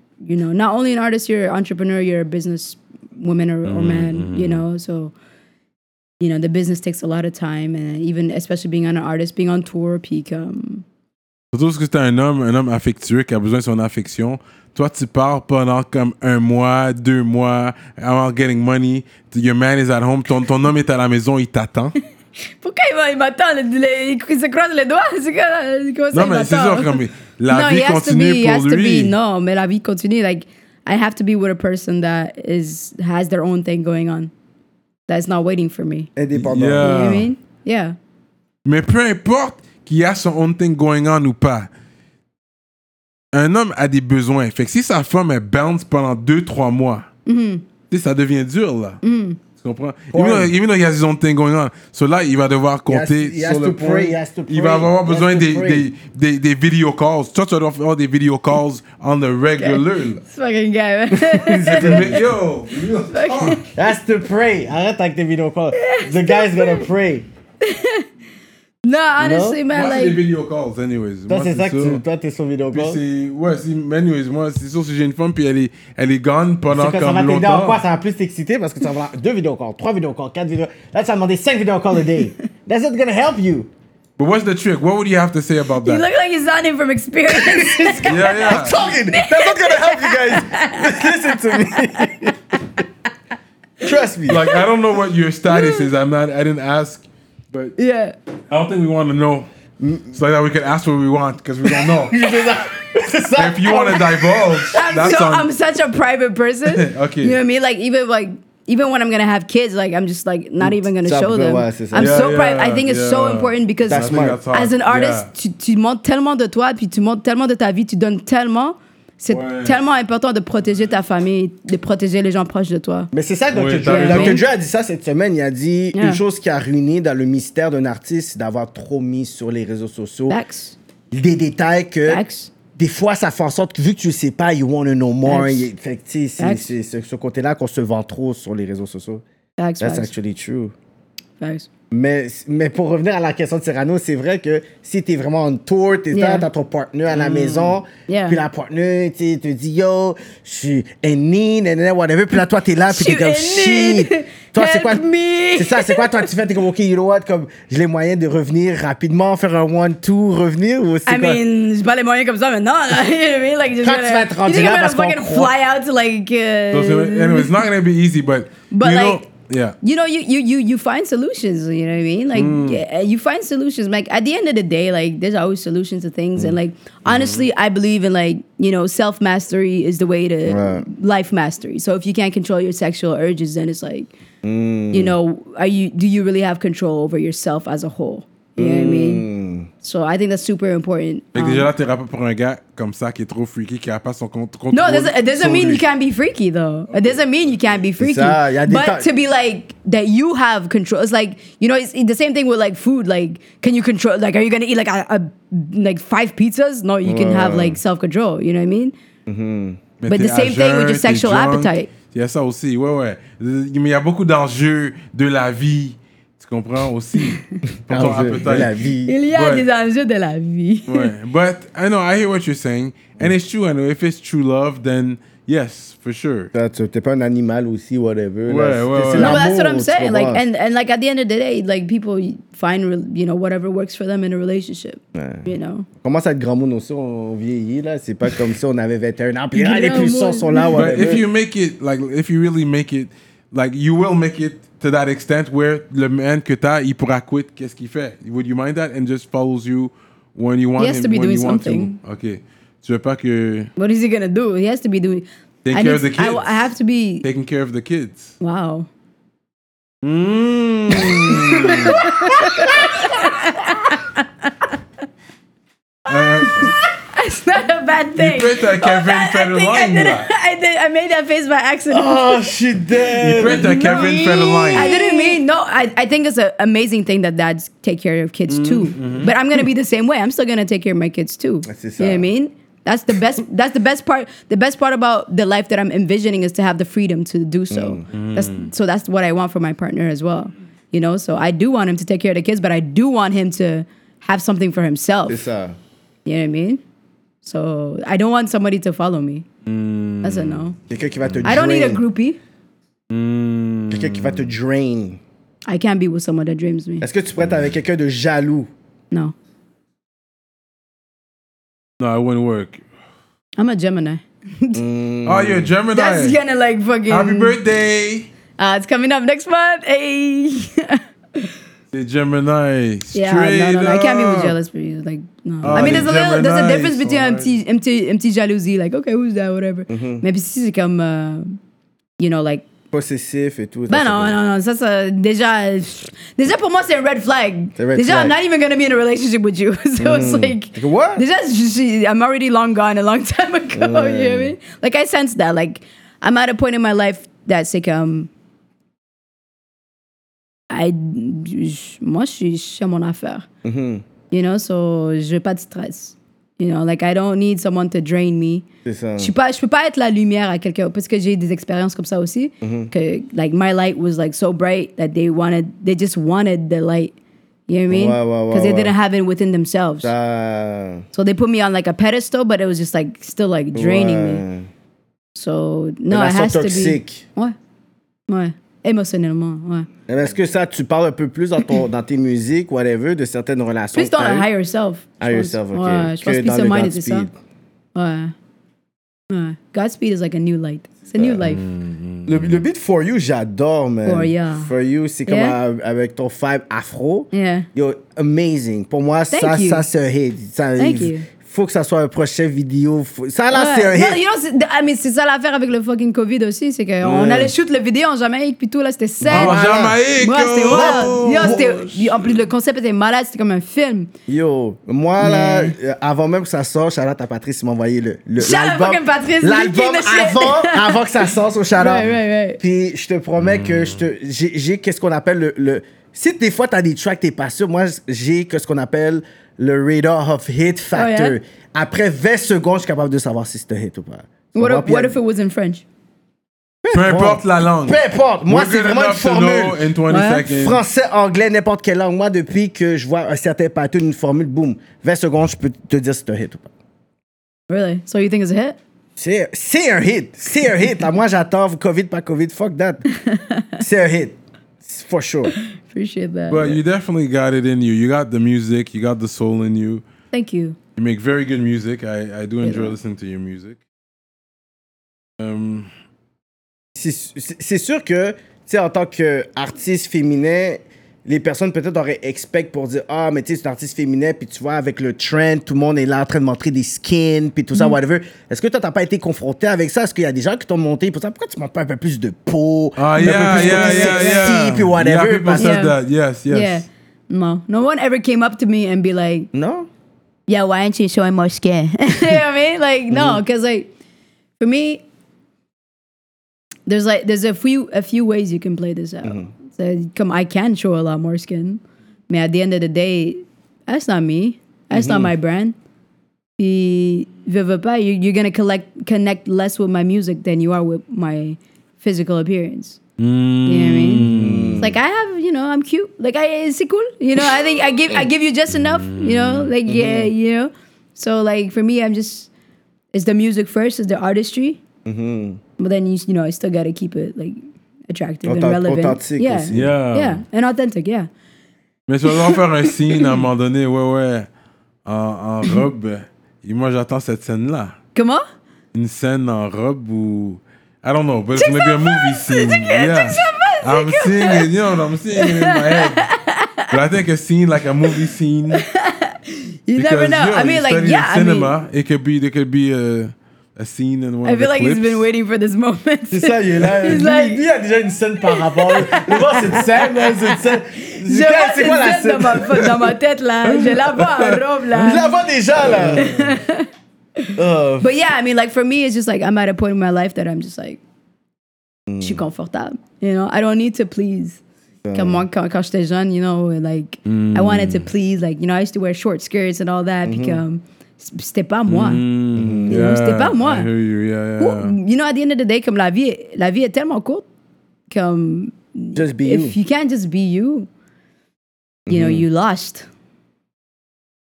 S3: Surtout parce que c'est un homme, un homme affectueux qui a besoin de son affection. Toi, tu pars pendant comme un mois, deux mois, I'm out getting money, your man is at home, ton, ton homme est à la maison, il t'attend.
S5: pourquoi il m'a- il m'attend le- le- il se croise les doigts c'est quoi- comment ça,
S3: Non,
S5: il
S3: mais c'est
S5: m'attend?
S3: sûr, comme la
S5: no,
S3: vie
S5: it has to
S3: continue
S5: be, it has
S3: pour
S5: to be.
S3: lui.
S5: No, mais la vie continue. Like, I have to be with a person that is has their own thing going on. That's not waiting for me.
S4: Indépendant.
S5: You know what I
S3: Yeah.
S5: mean? Yeah.
S3: Mais peu importe qu'il a son own thing going on ou pas, un homme a des besoins. Fait que si sa femme est bounce pendant deux, trois mois, tu sais, ça devient dur, là. Tu comprends? Even though- Even though he has his own thing going on. So là, il va devoir
S4: has-
S3: compter
S4: he has
S3: sur
S4: to
S3: le
S4: pray,
S3: point.
S4: he has to
S3: il
S4: pray,
S3: va avoir
S4: he has
S3: besoin
S4: to
S3: des,
S4: pray.
S3: des, des, des video calls. Toi, tu dois faire des video calls on the regular. là.
S5: This fucking guy, man.
S3: Mais yo, yo, oh.
S4: That's to pray. Arrête avec tes vidéocalls. The guy's gonna pray.
S5: no, honestly, man,
S3: Moi, c'est des
S5: like,
S3: video calls, anyways.
S4: Toi,
S3: Moi,
S4: c'est ça que
S3: sûr.
S4: tu. Toi, t'es sur
S3: Puis
S4: vidéocall.
S3: c'est. Ouais, c'est. mais Anyways, moi, c'est sûr, si j'ai une femme, puis elle est, elle est gone pendant
S4: C'est que ça va
S3: comme
S4: t'aider en
S3: longtemps.
S4: quoi Ça va plus t'exciter parce que tu vas avoir deux vidéocalls, trois vidéocalls, quatre vidéos. Là, tu vas demander cinq vidéocalls a day. That's not gonna help you.
S3: But what's the trick? What would you have to say about
S5: you
S3: that?
S5: look like you're sounding from experience.
S3: yeah, yeah.
S4: Talking. That's not gonna help you guys. Listen to me. Trust me.
S3: like, I don't know what your status is. I'm not. I didn't ask. But
S5: yeah.
S3: I don't think we want to know. So that we can ask what we want because we don't know.
S4: C'est ça. C'est ça.
S3: If you want to divulge,
S5: I'm,
S3: that's
S5: so,
S3: on.
S5: I'm such a private person.
S3: Okay.
S5: You know what I mean? Like even like even when I'm gonna have kids, like I'm just like not even gonna
S4: Ça,
S5: show
S4: ouais,
S5: them.
S4: ouais, c'est ça.
S5: I'm
S3: Yeah,
S5: so private.
S3: yeah,
S5: I think it's so
S3: yeah.
S5: important because
S3: I
S4: That's
S3: think
S4: smart.
S3: that's hard.
S5: as an artist,
S3: Yeah.
S5: tu, tu montres tellement de toi, puis tu montres tellement de ta vie, tu donnes tellement. C'est
S3: Ouais.
S5: tellement important de protéger ta famille, de protéger les gens proches de toi.
S4: Mais c'est ça, Dr.
S3: Oui,
S4: Dre.
S5: t'as raison.
S4: Dr. Dre a dit ça cette semaine. Il a dit
S5: Yeah.
S4: une chose qui a ruiné dans le mystère d'un artiste, c'est d'avoir trop mis sur les réseaux sociaux
S5: Facts.
S4: des détails que
S5: Facts.
S4: des fois ça fait en sorte que vu que tu le sais pas, you want to know more.
S5: Facts.
S4: Il- Fait que, tu sais, c'est
S5: Facts.
S4: c'est ce ce côté-là qu'on se vend trop sur les réseaux sociaux.
S5: Facts,
S4: That's
S5: facts,
S4: actually true.
S5: facts.
S4: Mais, mais pour revenir à la question de Cyrano, c'est vrai que si t'es vraiment en tour, t'es
S5: Yeah. Mm.
S4: là, t'as ton partenaire à la maison,
S5: Yeah.
S4: puis la partenaire tu sais, te dit yo, je suis in need, nanana, whatever, puis là toi t'es là, puis
S5: Je
S4: t'es comme
S5: suis in
S4: shit.
S5: need.
S4: Toi, c'est quoi
S5: Help me.
S4: C'est ça, c'est quoi toi tu fais T'es comme ok, you know what, comme j'ai les moyens de revenir rapidement, faire un one-two, revenir ou c'est
S5: I
S4: quoi
S5: mean, j'ai pas les moyens comme ça maintenant. là. You know what I mean? Like, just
S4: Quand tu
S5: gonna-
S4: vas être rendu
S5: you think
S4: là,
S5: I'm
S4: parce
S5: gonna
S4: qu'on
S5: fucking
S4: croit.
S5: fly out to like. euh,
S3: So, so, anyway, it's not gonna be easy, but,
S5: But
S3: you
S5: like-
S3: know, yeah.
S5: you know, you you you you find solutions. You know what I mean? Like
S4: Hmm.
S5: yeah, uh, you find solutions. Like at the end of the day, like there's always solutions to things.
S4: Hmm.
S5: And like honestly, I believe in like you know self mastery is the way to
S4: Right.
S5: life mastery. So if you can't control your sexual urges, then it's like
S4: Hmm.
S5: you know, are you do you really have control over yourself as a whole? You know what I
S4: Hmm.
S5: mean? So I think that's super important.
S3: Fait que
S5: Um,
S3: déjà là, t'es rappeur pour un gars comme ça qui est trop freaky, qui a pas son compte.
S5: No, it doesn't, it doesn't mean you
S3: can
S5: can't be freaky though. It doesn't mean you can't be freaky.
S4: ah, yeah, they
S5: but
S4: thought-
S5: to be like that, you have control. It's like you know, it's the same thing with like food. Like, can you control? Like, are you gonna eat like a, a like five pizzas? No, you can have like self control. You know what I mean? But the same thing with your sexual appetite.
S3: Il y a ça aussi, ouais, ouais. Euh, Mais il y a beaucoup d'enjeux de la vie, tu comprends aussi. pour ton
S4: Enjeu de
S3: appetite.
S4: la vie.
S5: Il y a
S3: Ouais.
S5: des enjeux de la vie.
S3: Ouais. But I know, I hear what you're saying. And it's true, I know. If it's true love, then yes, for sure.
S4: Toi, tu- T'es pas un animal aussi, whatever.
S3: Ouais,
S4: là,
S3: ouais,
S4: c'est- c'est
S3: ouais.
S5: No, but that's what
S4: l'amour,
S5: I'm
S4: tu
S5: saying. Like,
S4: comprends?
S5: and and like at the end of the day, like people find re- you know whatever works for them in a relationship. You know.
S4: On commence à être grand monde aussi, on vieillit là. C'est pas comme si on avait 21 ans, puis ah, les
S5: Grand
S4: puissants
S5: monde.
S4: sont là,
S3: But
S4: whatever.
S3: Ben, if you make it, like, if you really make it, like, you will make it to that extent where le man que t'as, il pourra quit, qu'est-ce qu'il fait? Would you mind that? And just follows you when you want
S5: He has
S3: him,
S5: to be
S3: when
S5: doing
S3: you want
S5: something.
S3: to. OK. Tu veux pas que...
S5: What is he gonna do? He has to be doing.
S3: Take care
S5: I need-
S3: of the
S5: I,
S3: kids.
S5: I have to be.
S3: Taking care of the kids.
S5: Wow.
S3: Euh,
S5: It's not a bad
S3: il
S5: thing.
S3: peut être un Kevin
S5: I
S3: Federline,
S5: did
S3: là.
S5: it. I did. I made that face by accident.
S4: Oh, je suis
S3: Il peut être un Kevin Federline.
S5: I didn't mean no. I, I think it's an amazing thing that dads take care of kids too. But I'm gonna be the same way. I'm still gonna take care of my kids too.
S4: That's it,
S5: You know what I
S4: Sarah.
S5: mean? That's the best. That's the best part. The best part about the life that I'm envisioning is to have the freedom to do so. That's so. That's what I want for my partner as well. You know. So I do want him to take care of the kids, but I do want him to have something for himself.
S4: C'est ça.
S5: You know what I mean? So I don't want somebody to follow me. That's a no.
S4: Quelqu'un qui va te drain.
S5: I don't need a groupie.
S4: Quelqu'un qui va te drain.
S5: I can't be with someone that dreams me.
S4: Est-ce que tu pourrais être avec quelqu'un de jaloux?
S5: No.
S3: No, it wouldn't work.
S5: I'm a Gemini.
S3: Oh, you're a Gemini.
S5: That's gonna mm. like fucking.
S3: Happy birthday!
S5: Uh, it's coming up next month. Hey.
S3: C'est Gemini.
S5: yeah.
S3: Straight
S5: no, no, no. I can't be
S3: up.
S5: with jealous people. Like, no.
S3: Oh,
S5: I mean,
S3: the
S5: there's a little, there's a
S3: Gemini,
S5: difference between
S3: alright.
S5: empty, empty, empty jalousie. Like, okay, who's that? Whatever.
S3: Mm-hmm.
S5: Maybe si c'est comme, uh, you know, like.
S4: Possessif et tout.
S5: Ben
S4: ça,
S5: non,
S4: c'est
S5: non, non, ça, ça, déjà, pff, déjà pour moi, c'est un red flag.
S4: C'est un red
S5: déjà,
S4: flag. Hmm.
S5: I'm not even gonna be in a relationship with you. so it's like,
S4: Like, what?
S5: Déjà, je suis- I'm already long gone a long time ago. You know what
S4: Hmm.
S5: I mean? Like, I sense that. Like, I'm at a point in my life that c'est comme. I, je- moi, je suis chez mon affaire.
S4: Mm-hmm.
S5: You know, so, je veux pas de stress. You know, like, I don't need someone to drain me.
S4: C'est ça.
S5: Je suis pas, je peux pas être la lumière à quelqu'un parce que j'ai des expériences comme ça aussi.
S4: Mm-hmm.
S5: Que like my light was like so bright that they wanted, they just wanted the light. You know what I mean?
S4: Ouais, ouais, ouais,
S5: Because they
S4: ouais.
S5: didn't have it within themselves.
S4: Ça-
S5: So they put me on like a pedestal, but it was just like still like draining me.
S4: Ouais.
S5: So no, it
S4: Relation
S5: has
S4: toxique.
S5: to be. Ouais, ouais, émotionnellement, ouais.
S4: Est-ce que ça, tu parles un peu plus dans, ton, dans tes musiques, whatever, de certaines relations?
S5: Plus
S4: que
S5: dans
S4: t'as
S5: le
S4: eues?
S5: higher self. je
S4: Higher
S5: pense.
S4: self, ok.
S5: Ouais, je
S4: Que
S5: pense que
S4: dans
S5: peace of
S4: le
S5: mind, c'est ça.
S4: Godspeed.
S5: Ouais. Ouais. Godspeed is like a new light. It's a new life.
S4: Mm. Le, le beat For You, j'adore, man.
S5: For Ya.
S4: For You, c'est comme
S5: Yeah.
S4: euh, avec ton vibe afro.
S5: Yeah.
S4: Yo, amazing. Pour moi, ça,
S5: Thank you.
S4: ça, c'est un hit. Ça,
S5: Thank
S4: il-
S5: you.
S4: faut que ça soit un prochain vidéo. faut- Ça, là, c'est
S5: Ouais.
S4: un
S5: Non,
S4: hit.
S5: you know, c'est- ah, mais c'est ça l'affaire avec le fucking COVID aussi, c'est qu'on
S4: Ouais.
S5: allait shoot le vidéo en Jamaïque, puis tout, là, c'était set.
S3: Ah, En
S4: voilà.
S3: Jamaïque!
S5: Ouais, c'était
S3: oh!
S5: wild. Yo, c'était- En plus, le concept était malade, c'était comme un film.
S4: Yo, moi, là,
S5: Mais-
S4: euh, avant même que ça sorte, shout out à Patrice, il m'a envoyé le, le-
S5: Mm. Shout out
S4: l'album.
S5: fucking Patrice,
S4: L'album
S5: leaking the shit.
S4: avant, avant que ça sorte au shout out.
S5: Ouais, ouais, ouais.
S4: Puis je te promets
S3: Mm.
S4: que je te, j'ai, j'ai qu'est-ce qu'on appelle le, le- Si des fois t'as des tracks, t'es pas sûr, moi j'ai que ce qu'on appelle le radar of hit factor.
S5: Oh, yeah?
S4: Après 20 secondes, je suis capable de savoir si c'est un hit ou pas. Tu
S5: What,
S4: comprends?
S5: if-
S4: Puis
S5: what
S4: il y a-
S5: if it was in French?
S3: Peu importe la langue.
S4: Peu importe, moi
S3: We're
S4: c'est
S3: good
S4: vraiment une
S3: enough to know
S4: formule.
S3: in 20
S5: Ouais.
S3: seconds.
S4: Français, anglais, n'importe quelle langue. Moi, depuis que je vois un certain pattern, une formule, boum, 20 secondes, je peux te dire si c'est un hit ou pas.
S5: Really? So you think it's a hit?
S4: C'est, c'est un hit. C'est un hit. Là, moi, j'attends COVID, pas COVID. Fuck that. C'est un hit. For sure.
S5: Appreciate that.
S3: But you definitely got it in you. You got the music, you got the soul in you.
S5: Thank you.
S3: You make very good music. I, I do enjoy
S5: Yeah.
S3: listening to your music. Um,
S4: C'est, c'est- c'est sûr que, tu sais, en tant qu'artiste féminin, les personnes peut-être auraient expect pour dire Ah, mais tu sais, c'est un artiste féminin, puis tu vois, avec le trend, tout le monde est là en train de montrer des skins, puis tout ça,
S3: Mm.
S4: whatever. Est-ce que toi, t'as pas été confronté avec ça Est-ce qu'il y a des gens qui t'ont monté pour ça Pourquoi tu montes pas un peu plus de peau
S3: ah,
S4: un peu
S3: yeah,
S4: plus de
S3: yeah,
S4: côté
S3: yeah,
S4: sexy,
S3: yeah.
S4: puis
S3: yeah,
S4: whatever
S3: people
S4: parce-
S3: said
S5: Yeah.
S3: that. Yes, yes.
S5: Yeah. No, no one ever came up to me and be like,
S4: Non
S5: yeah, why aren't you showing more skin? you know what I mean? Like, no, because like for me, there's like there's a few a few ways you can play this out. So come, I can show a lot more skin. I mean, at the end of the day, that's not me. That's not my brand. The veux, veux pas, you, you're gonna collect connect less with my music than you are with my physical appearance.
S3: Mm.
S5: You know what I mean?
S4: Mm.
S5: It's like I have, you know, I'm cute. Like I, it's cool. You know, I think I give, I give you just enough. You know,
S4: Mm.
S5: like yeah,
S4: Mm-hmm.
S5: you know. So like for me, I'm just, it's the music first, it's the artistry.
S4: Mm-hmm.
S5: But then you, you know, I still gotta keep it like attractive and
S4: Authent-
S5: relevant.
S4: authentic
S5: yeah,
S4: aussi.
S3: Yeah.
S5: yeah, and authentic. Yeah.
S3: Mais tu vas devoir faire un signe à un moment donné, ouais, ouais, en, en robe. Et moi, j'attends cette scène-là.
S5: Come on.
S3: Une scène en robe ou. I don't know, but it's maybe a movie scene. Yeah. I'm seeing it, you know, I'm seeing it in my head. But I think a scene like a movie scene.
S5: You never know. I mean, like yeah, I mean,
S3: cinema. It could be, there could be a, a scene in one
S5: I
S3: of the
S5: feel like
S3: clips.
S5: he's been waiting for this moment.
S4: C'est ça, il est là.
S5: He's
S4: Lui,
S5: like-
S4: lui, il y a déjà une scène par rapport. Le voir cette scène, là, cette scène.
S5: Je
S4: Quelle-
S5: vois
S4: c'est
S5: cette
S4: quoi la
S5: scène
S4: scène?
S5: dans ma, dans ma tête là. Je la vois en robe là.
S4: Je la vois déjà, là. Oh,
S5: But yeah, I mean, like for me, it's just like I'm at a point in my life that I'm just like, je suis confortable. You know, I don't need to please. Comme moi, quand, quand j'étais jeune, you know, like I wanted to please. Like you know, I used to wear short skirts and all that. Puis comme c'était pas moi.
S3: Mm,
S5: know, c'était pas moi.
S3: I hear you, yeah,
S5: Ou,
S3: yeah.
S5: You know, at the end of the day, comme la vie, est- la vie est tellement courte. Comme
S4: Just be
S5: if you can't just be you, you know, you lost.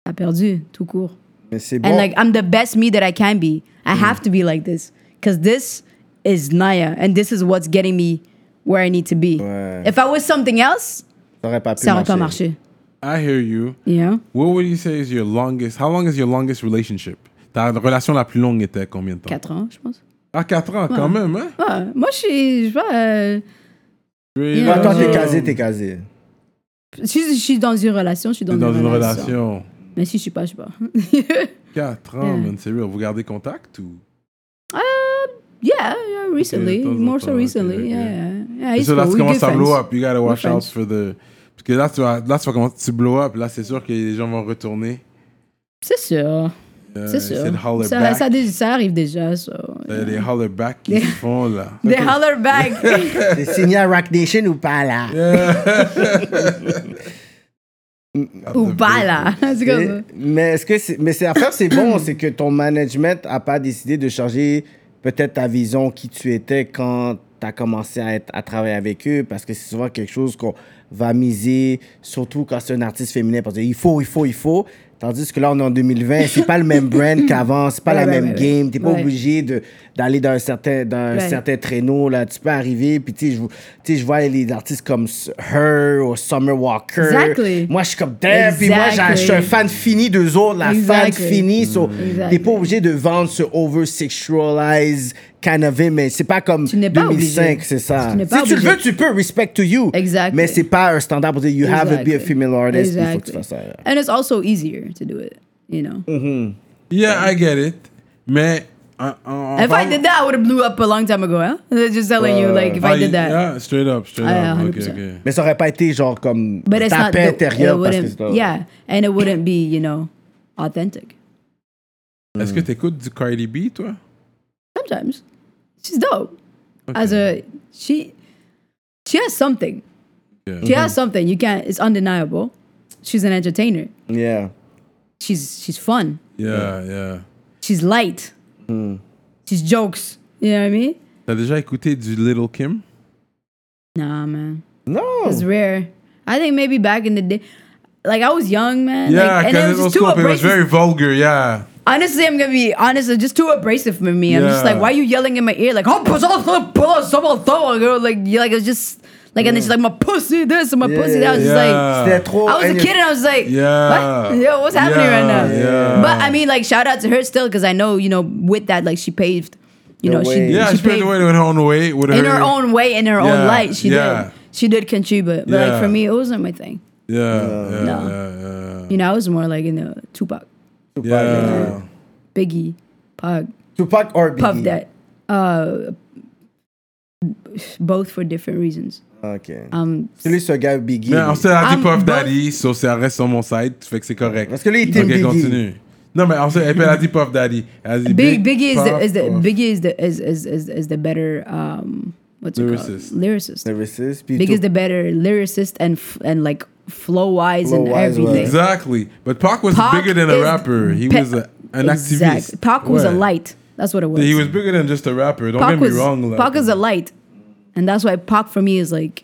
S5: T'as perdu tout court.
S4: Mais c'est
S5: and
S4: bon.
S5: like I'm the best me that I can be. I have to be like this because this is Naya, and this is what's getting me where I need to be.
S4: Ouais.
S5: If I was something else,
S4: T'aurais pas pu
S5: ça aurait pas marché.
S3: I hear you.
S5: You know?
S3: What would you say is your longest? How long is your longest relationship? Ta relation la plus longue était combien de temps?
S5: Quatre ans, je pense.
S3: Ah, 4 ans quand même, hein?
S5: Ouais, moi, je suis, je sais pas, euh,
S3: Oui,
S5: Yeah.
S4: Quand
S3: là,
S4: toi, t'es
S3: là,
S4: casé, t'es casé.
S5: je suis, je suis dans une relation, je suis
S3: t'es
S5: dans,
S3: dans une relation.
S5: Mais si je suis pas, je sais pas.
S3: 4 ans,
S5: Yeah.
S3: man, sérieux. Vous gardez contact ou?
S5: yeah, yeah, recently,
S3: de temps en
S5: more so
S3: temps, ok,
S5: recently.
S3: ok.
S5: Yeah, yeah, yeah.
S3: C'est
S5: it's
S3: sûr, là,
S5: cool,
S3: tu
S5: we good
S3: commences à blow
S5: friends.
S3: up. You gotta watch
S5: We're
S3: out for the. Parce que là, tu vas, là, tu vas commencer, tu blow up. Là, c'est sûr que les gens vont retourner.
S5: C'est sûr,
S3: euh,
S5: c'est sûr.
S3: essayer de holler
S5: Ça,
S3: back.
S5: ça, dé- ça arrive déjà, so.
S3: Euh, Les holler back qui se font, là.
S5: They holler back.
S4: T'es signé à Rock Nation ou pas, là?
S5: Ou pas là. C'est comme ça.
S4: Mais- Mais est-ce que c'est, mais c'est affaire, c'est bon, c'est que ton management a pas décidé de changer peut-être ta vision, qui tu étais quand tu as commencé à, être, à travailler avec eux, parce que c'est souvent quelque chose qu'on va miser, surtout quand c'est un artiste féminin, parce qu'il faut, il faut, il faut. Tandis que là, on est en 2020, c'est pas le même brand qu'avant, c'est pas
S5: Ouais,
S4: la
S5: ouais,
S4: même
S5: ouais,
S4: game,
S5: ouais.
S4: t'es pas
S5: Ouais.
S4: obligé de, d'aller dans un certain, dans un
S5: Ouais.
S4: certain traîneau, là, tu peux arriver, puis tu sais, je vous- tu sais, je vois les artistes comme S- Her ou Summer Walker.
S5: Exactly.
S4: Moi, je suis comme, damn, puis moi, j'ai- je suis un
S5: Exactly.
S4: fan fini d'eux autres, la fan
S5: Exactly.
S4: finie. So,
S5: Exactly.
S4: T'es pas obligé de vendre ce over-sexualized kind of image. C'est pas comme
S5: Tu n'es pas
S4: 2005,
S5: obligé.
S4: c'est ça.
S5: Tu n'es
S4: si
S5: pas
S4: tu le
S5: obligé.
S4: veux, tu peux. Respect to you.
S5: Exactly.
S4: Mais c'est pas un standard pour dire you have to be a female artist. Il faut que tu fasses ça. Mm-hmm.
S5: And it's also easier to do it, you know.
S3: Yeah, I get it. Mais. on- on- on
S5: If I
S3: parle-
S5: did that, I would have blew up a long time ago. Huh? Just telling you, like, if
S3: Ah,
S5: I did that.
S3: Yeah, straight up, straight
S5: Ah,
S3: up.
S5: yeah,
S3: Ok,
S5: 100%.
S3: ok.
S4: Mais ça aurait pas été genre comme
S5: But it's
S4: ta
S5: not.
S4: paix
S5: the-
S4: intérieure
S5: it
S4: parce que
S5: wouldn't.
S4: c'est pas-
S5: yeah, and it wouldn't be, you know, authentic.
S3: Est-ce que t'écoutes du Cardi B, toi?
S5: Sometimes she's dope. As a she, she has something.
S3: Yeah.
S5: She
S4: Mm-hmm.
S5: has something. You can't. It's undeniable. She's an entertainer.
S4: Yeah.
S5: She's she's fun.
S3: Yeah, yeah.
S5: She's light.
S4: Mm.
S5: She's jokes. You know what I mean?
S3: T'as déjà écouté du Little Kim?
S5: Nah, man.
S4: Non.
S5: It's rare. I think maybe back in the day, like I was young, man.
S3: Yeah,
S5: like, and
S3: because it was
S5: just too
S3: cool, but it was
S5: abrasive.
S3: very vulgar, yeah.
S5: Honestly, I'm gonna be honest. It's just too abrasive for me. I'm just
S3: Yeah.
S5: like, why are you yelling in my ear? Like, oh, puss, oh, puss, puss, oh, oh, girl. Like, you like it's just like, and then she's like, my pussy, this, and my pussy. That I was just
S3: Yeah.
S5: like,
S4: C'était trop.
S5: I was a
S4: and-
S5: kid, and I was like,
S3: Yeah.
S5: what? Yo, what's happening
S3: Yeah,
S5: right now?
S3: yeah.
S5: But I mean, like, shout out to her still, because I know, you know, with that, like, she paved, you
S4: The
S5: know,
S4: way.
S5: she,
S3: Yeah,
S5: she,
S3: she paved the
S5: paved
S3: way in her own way. With
S5: in her own way, in her
S3: Yeah,
S5: own light. She
S3: yeah.
S5: did. She did contribute, but
S3: Yeah.
S5: like for me, it wasn't my thing.
S3: Yeah, yeah, yeah,
S5: No.
S3: yeah.
S5: You know, I was more like in the Tupac,
S3: Yeah.
S5: Biggie, Pug.
S3: Mm-hmm.
S4: Tupac or Biggie?
S5: Puff that. Uh, both for different reasons.
S4: Ok.
S5: Um,
S4: C'est lui ce gars Biggie.
S3: Mais on
S4: lui.
S3: s'est dit
S5: I'm
S3: Puff
S5: both-
S3: Daddy, so ça reste sur mon site, fait que c'est correct.
S4: Parce que lui, il était
S3: Ok,
S4: Biggie.
S3: continue. Non, mais on s'est elle a dit Puff Daddy. Elle a dit
S5: Big, Biggie is the,
S3: Puff,
S5: is the
S3: Puff.
S5: Biggie is the is is is, is the better um what's
S3: Lyricist.
S5: it called lyricist.
S4: The racist. Puis
S5: Biggie is
S4: Tup-
S5: the better lyricist and f- and like flow wise and
S4: Flow-wise, ouais.
S5: everything.
S3: Exactly. But Pac was
S5: Pac
S3: bigger than a
S5: is-
S3: rapper. He
S5: Pe-
S3: was a, an
S5: Exact.
S3: activist.
S5: Pac was a
S3: Ouais.
S5: light. That's what it was.
S3: He was bigger than just a rapper. Don't
S5: Pac
S3: get me
S5: was
S3: wrong. like-
S5: Pac is a light, and that's why Pac for me is like,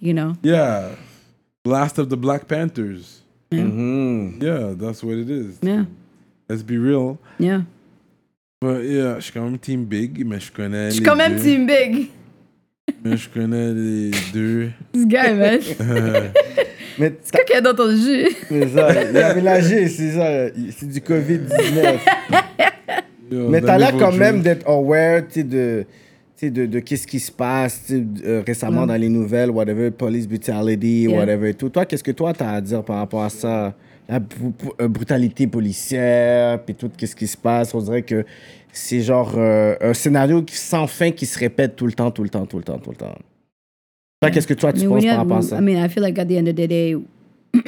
S5: you know,
S3: Yeah. Last of the Black Panthers.
S5: Mm-hmm.
S3: Yeah, that's what it is.
S5: yeah,
S3: Let's be real.
S5: yeah.
S3: But yeah, je suis quand même team big, mais je connais
S5: Je suis
S3: les
S5: quand même
S3: deux.
S5: Team Big.
S3: Mais je connais les deux.
S5: This guy, man.
S4: Mais t'as-
S5: Quelqu'un dans ton jus.
S4: c'est ça. Il a mélangé, c'est ça. il- C'est du COVID-19.
S3: Yo,
S4: Mais t'as
S3: donnez
S4: l'air
S3: vos
S4: quand
S3: jeux.
S4: même d'être aware, tu sais, de, tu sais, de, de qu'est-ce qui se passe tu sais, d- euh, récemment dans les nouvelles, whatever, police brutality,
S5: Yeah.
S4: whatever et tout. Toi, qu'est-ce que toi, t'as à dire par rapport à ça? La brou- brou- euh, brutalité policière, puis tout, qu'est-ce qui se passe? On dirait que c'est genre euh, un scénario qui- sans fin qui se répète tout le temps, tout le temps, tout le temps, tout le temps. Toi, qu'est-ce que toi,
S5: I
S4: tu
S5: mean,
S4: penses
S5: we
S4: par
S5: have,
S4: rapport à ça?
S5: I mean, I feel like at the end of the day,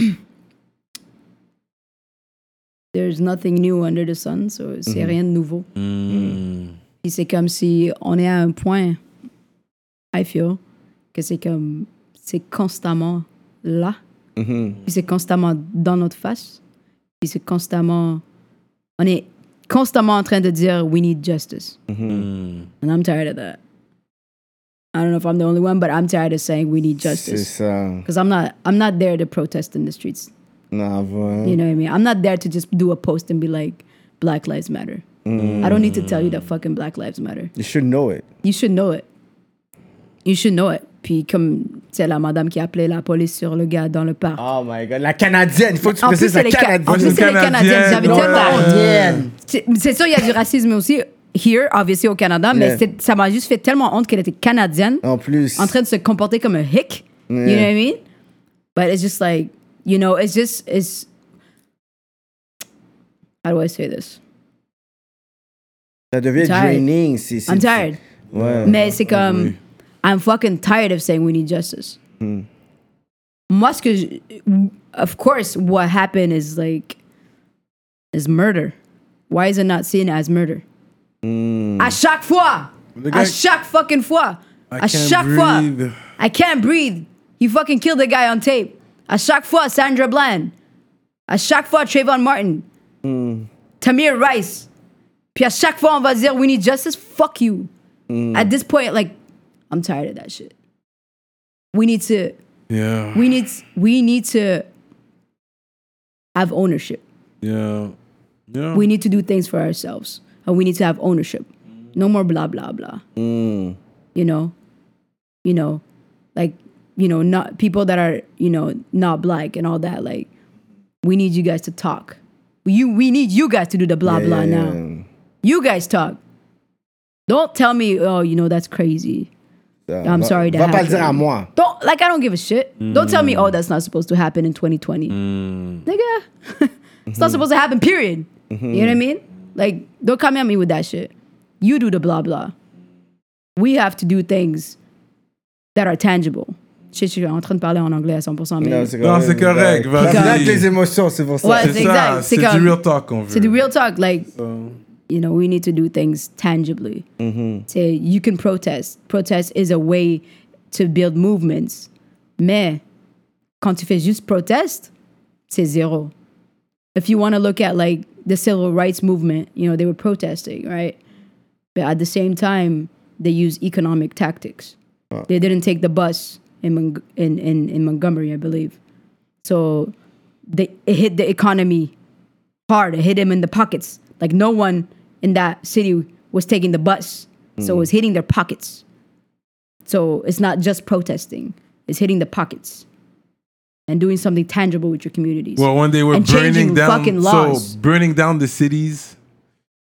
S5: there's nothing new under the sun, so c'est rien de nouveau. Puis c'est comme si on est à un point, I feel, que c'est comme, c'est constamment là,
S4: Mhm.
S5: puis c'est constamment dans notre face, puis c'est constamment, on est constamment en train de dire, we need justice.
S4: mm-hmm.
S5: And I'm tired of that. I don't know if I'm the only one, but I'm tired of saying we need
S4: C'est
S5: justice.
S4: ça.
S5: because I'm not I'm not there to protest in the streets.
S4: Non, hein. voilà.
S5: You know what I mean? I'm not there to just do a post and be like Black Lives Matter. I don't need to tell you that fucking Black Lives Matter.
S4: You should know it.
S5: You should know it. You should know it. Puis comme tu sais la madame qui appelait la police sur le gars dans le parc.
S4: Oh my God. La Canadienne, il faut que tu
S5: En plus,
S4: précises la
S5: elle est, ca- en
S4: Canadienne.
S5: plus, elle est canadienne.
S3: Canadienne,
S5: J'avais
S3: ouais.
S5: tellement
S4: Canadienne.
S5: honte. C'est- C'est sûr, il y a du racisme aussi, here, obviously, au Canada, mais
S4: Yeah. Oh.
S5: c'est- ça m'a juste fait tellement honte qu'elle était canadienne.
S4: En plus.
S5: en train de se comporter comme un hick. You know what I mean? But it's just like, you know, it's just, it's. How do I say this?
S4: Ça devient
S5: I'm tired.
S4: draining. C'est, c'est,
S5: I'm tired.
S4: Ouais.
S5: Mais c'est comme,
S3: oui. Hmm.
S5: I'm fucking tired of saying we need justice. Moi, ce que je- of course, what happened is like, is murder. Why is it not seen as murder? À chaque fois!
S3: Le gars-
S5: À chaque fucking fois!
S3: Hmm. I
S5: à
S3: can't
S5: chaque
S3: breathe.
S5: fois! I can't breathe! He fucking killed the guy on tape. À chaque fois, Sandra Bland. À chaque fois, Trayvon Martin. Tamir Rice. Puis à chaque fois, on va dire, we need justice. Fuck you. At this point, like, I'm tired of that shit. We need to,
S3: Yeah.
S5: we need, we need to have ownership.
S3: Yeah. Yeah.
S5: We need to do things for ourselves. And we need to have ownership. No more blah, blah, blah.
S4: Mm.
S5: You know? You know? Like, you know, not people that are, you know, not black and all that. Like, we need you guys to talk. You, we need you guys to do the blah,
S4: Yeah,
S5: blah
S4: yeah,
S5: now.
S4: yeah.
S5: You guys talk. Don't tell me, oh, you know, that's crazy.
S4: euh, Ça,
S5: I'm
S4: va-
S5: sorry that
S4: Va pas le
S5: happened.
S4: dire à moi.
S5: Don't, like, I don't give a shit. Don't tell me, oh, that's not supposed to happen in 2020. Nigga, it's not supposed to happen, period. You know what I mean? Like, don't come at me with that shit. You do the blah blah. We have to do things that are tangible. Je sais, je suis en train de parler en anglais à 100%, mais
S4: c'est
S3: Non, c'est correct, vas-y.
S6: Là, les émotions, c'est pour ça.
S5: Ouais,
S3: C'est ça,
S5: exact, c'est
S3: c'est
S5: comme-
S3: du real talk qu'on veut.
S5: c'est du real talk. Like, you know, we need to do things tangibly. Say, you can protest. Protest is a way to build movements. Mais quand tu fais juste protest, c'est zéro. If you want to look at like the civil rights movement, you know, they were protesting, right? But at the same time, they use economic tactics. They didn't take the bus in, Mon- in, in, in Montgomery, I believe. So they, it hit the economy hard. It hit him in the pockets. Like no one in that city was taking the bus, so
S3: Hmm.
S5: it was hitting their pockets. So it's not just protesting; it's hitting the pockets and doing something tangible with your communities.
S3: Well, when they were
S5: And
S3: burning
S5: changing
S3: down,
S5: fucking
S3: so
S5: laws.
S3: burning down the cities,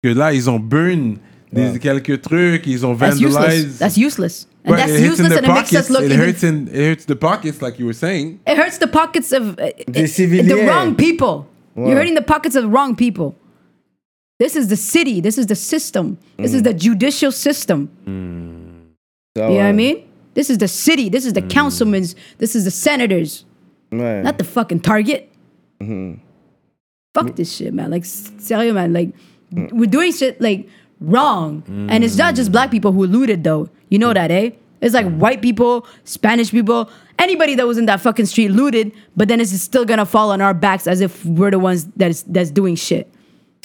S3: que là ils ont burn des quelques trucs, ils ont
S5: that's
S3: vandalized.
S5: useless. That's useless, and
S3: But
S5: that's
S3: it hits in
S5: useless,
S3: their
S5: and it makes us
S3: pockets.
S5: look.
S3: It
S5: even-
S3: hurts in, it hurts the pockets, like you were saying.
S5: it hurts the pockets of uh,
S4: Des
S5: uh,
S4: civiliens.
S5: the wrong people.
S4: Ouais.
S5: You're hurting the pockets of the wrong people. This is the city. This is the system. This is the judicial system. You know what I mean? This is the city. This is the councilmen's. This is the senators.
S4: Ouais.
S5: Not the fucking target. Fuck this shit, man. Like, s- serious, man. Like, we're doing shit, like, wrong. And it's not just black people who looted, though. You know that, eh? It's like white people, Spanish people, anybody that was in that fucking street looted, but then it's still gonna fall on our backs as if we're the ones that is, that's doing shit.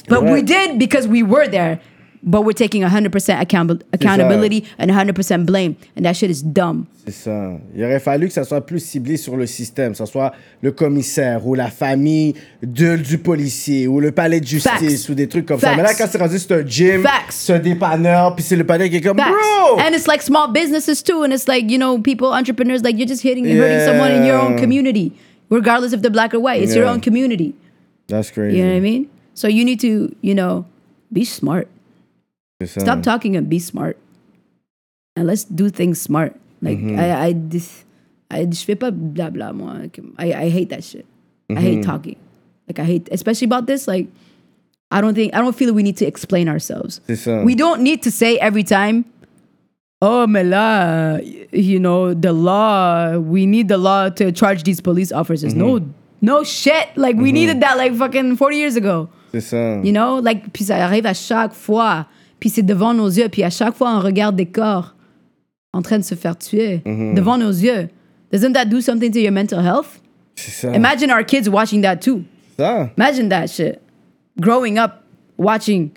S5: But we
S4: Right.
S5: did because we were there, but we're taking 100% accountability accountability and 100% blame. And that shit is dumb.
S4: C'est ça. Il aurait fallu que ça soit plus ciblé sur le système, que ce soit le commissaire ou la famille de- du policier ou le palais de justice
S5: Facts.
S4: ou des trucs comme ça.
S5: Facts.
S4: Mais là, quand c'est rendu, c'est un gym,
S5: Facts.
S4: c'est un dépanneur, puis c'est le palais qui est comme
S5: Facts.
S4: Bro!
S5: And it's like small businesses too. And it's like, you know, people, entrepreneurs, like you're just hitting and hurting someone in your own
S4: Yeah.
S5: community, regardless if they're black or white. It's your
S4: Yeah.
S5: own community.
S4: That's crazy.
S5: You know what I mean? So you need to, you know, be smart.
S4: C'est ça.
S5: Stop talking and be smart. And let's do things smart. Like,
S4: Mm-hmm.
S5: I, I, dis- I, je fais pas blabla, moi. I, I hate that shit. I
S4: Mm-hmm.
S5: hate talking. Like, I hate, especially about this, like, I don't think, I don't feel we need to explain ourselves.
S4: C'est ça.
S5: We don't need to say every time, oh, Mela, you know, the law, we need the law to charge these police officers. No, no shit. Like, we needed that like fucking 40 years ago.
S4: C'est ça.
S5: You know? Like, puis ça arrive à chaque fois. Puis c'est devant nos yeux. Puis à chaque fois, on regarde des corps en train de se faire tuer devant nos yeux. Doesn't that do something to your mental health?
S4: C'est ça.
S5: Imagine our kids watching that too.
S4: ça.
S5: Imagine that shit. Growing up watching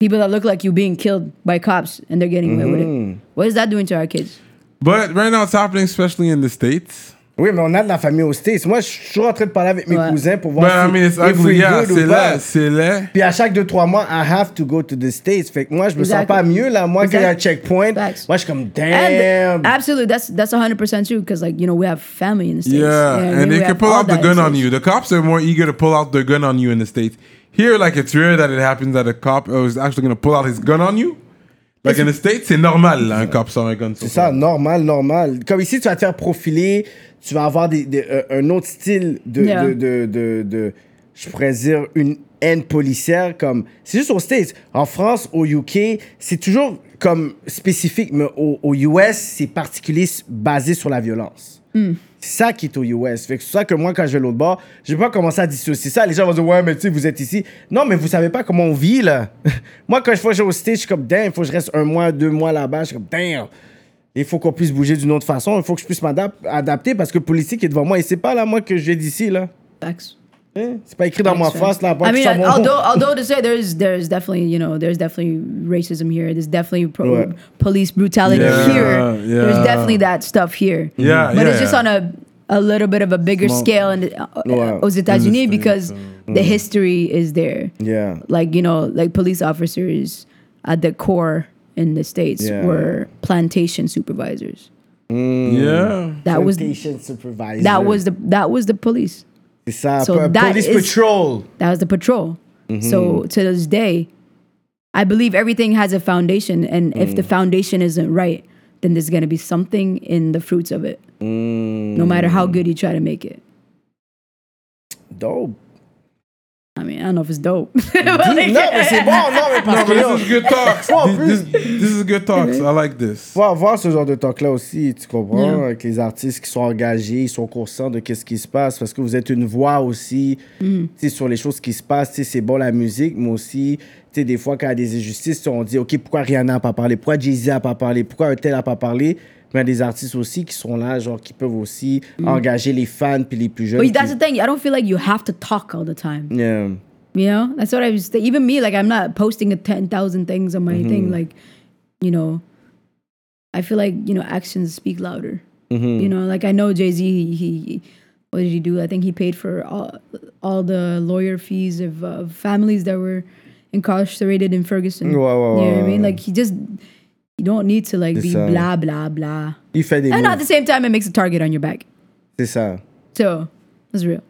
S5: people that look like you being killed by cops and they're getting away with it. What is that doing to our kids?
S3: But right now it's happening, especially in the states.
S4: Oui, mais on a de la famille aux States. Moi, je suis toujours en train de parler avec mes
S5: Ouais.
S4: cousins pour
S3: But
S4: voir
S3: Ben, I
S4: si
S3: mean, it's
S4: if we
S3: ugly. Yeah,
S4: good ou
S3: c'est
S4: pas.
S3: laid, c'est laid.
S4: Puis à chaque 2-3 mois, I have to go to the States. Fait que moi, je me sens
S5: Exactly.
S4: pas mieux, là. Moi, quand il y a un checkpoint,
S5: Facts.
S4: moi, je suis comme, damn.
S5: And absolutely, that's that's hundred percent true. Because like you know, we have family in the states.
S3: Yeah,
S5: You know what I mean?
S3: and they
S5: We
S3: can
S5: have
S3: pull
S5: all
S3: out the
S5: that
S3: gun on
S5: information.
S3: you. The cops are more eager to pull out their gun on you in the states. Here, like it's rare that it happens that a cop is actually going to pull out his gun on you. Like in the states, c'est normal là, un cop sort un gun sur
S4: C'est ça,
S3: toi.
S4: normal, normal. Comme ici, tu vas te faire profiler, tu vas avoir des, des- euh, un autre style de,
S5: Yeah.
S4: de, de, de- de- je pourrais dire, une haine policière. comme C'est juste aux States. En France, au UK, c'est toujours comme spécifique, mais au, aux US, c'est particulier, s- basé sur la violence. C'est ça qui est au US. Fait que c'est ça que moi, quand je vais l'autre bord, je vais pas commencer à dissocier ça. Les gens vont dire, ouais, mais tu sais, vous êtes ici. Non, mais vous savez pas comment on vit, là. moi, quand je vais au States, je suis comme, damn, il faut que je reste un mois, deux mois là-bas. Je suis comme, damn. Il faut qu'on puisse bouger d'une autre façon. Il faut que je puisse m'adapter parce que le policier qui est devant moi, il sait pas, là, moi, que je viens d'ici, là.
S5: Facts.
S4: Hein? C'est pas écrit dans ma
S5: Facts, facts.
S4: face, là.
S5: I mean,
S4: ça, mon-
S5: although although to say there's there's definitely you know there's definitely racism here. There's definitely pro-
S4: Ouais.
S5: police brutality
S3: Yeah,
S5: here.
S3: yeah.
S5: There's definitely that stuff here.
S3: Yeah,
S5: but
S3: Uh, yeah.
S5: it's just on a a little bit of a bigger scale in the, uh,
S4: Ouais.
S5: aux États-Unis
S3: States,
S5: because
S3: Mm.
S5: the history is there.
S4: Yeah.
S5: Like you know, like police officers at the core in the states
S4: Yeah.
S5: were plantation supervisors.
S3: Yeah.
S5: That was
S4: Plantation supervisor.
S5: that was the that was the police.
S4: C'est ça.
S5: So
S4: po-
S5: that
S4: police
S5: is-
S4: patrol.
S5: That was the patrol. So
S3: Mm-hmm.
S5: to this day, I believe everything has a foundation, and if
S3: Mm.
S5: the foundation isn't right, then there's gonna be something in the fruits of it.
S3: Mm.
S5: No matter how good you try to make it.
S4: Dope.
S5: I mean, I don't know if it's dope.
S4: Non, mais c'est bon, non, mais parce que
S3: This
S4: yo,
S3: is good talks.
S4: Moi, en
S3: This, this- this is good talks. I like this.
S4: faut avoir ce genre de talk-là aussi, tu comprends? Avec les artistes qui sont engagés, ils sont conscients de qu'est-ce qui se passe, parce que vous êtes une voix aussi,
S5: Mm.
S4: tu sais, sur les choses qui se passent, tu sais, c'est bon la musique, mais aussi, tu sais, des fois, quand il y a des injustices, on dit, OK, pourquoi Rihanna n'a pas parlé? Pourquoi Jay-Z n'a pas parlé? Pourquoi un tel n'a pas parlé? Mais il y a des artistes aussi qui sont là, genre, qui peuvent aussi engager les fans puis les plus jeunes.
S5: But Mm. that's
S4: qui-
S5: the thing. I don't feel like you have to talk all the time.
S4: Yeah.
S5: You know, that's what I was. Even me, like, I'm not posting a ten thousand things on my thing. Like, you know, I feel like you know actions speak louder. You know, like I know Jay Z. He, he, what did he do? I think he paid for all all the lawyer fees of, of families that were incarcerated in Ferguson.
S4: Wow, wow,
S5: you know what
S4: wow,
S5: I mean?
S4: wow.
S5: Like, he just you don't need to like be
S4: ça.
S5: blah blah blah.
S4: Il fait des
S5: And at the
S4: moves,
S5: same time, it makes a target on your back.
S4: c'est ça.
S5: So that's real.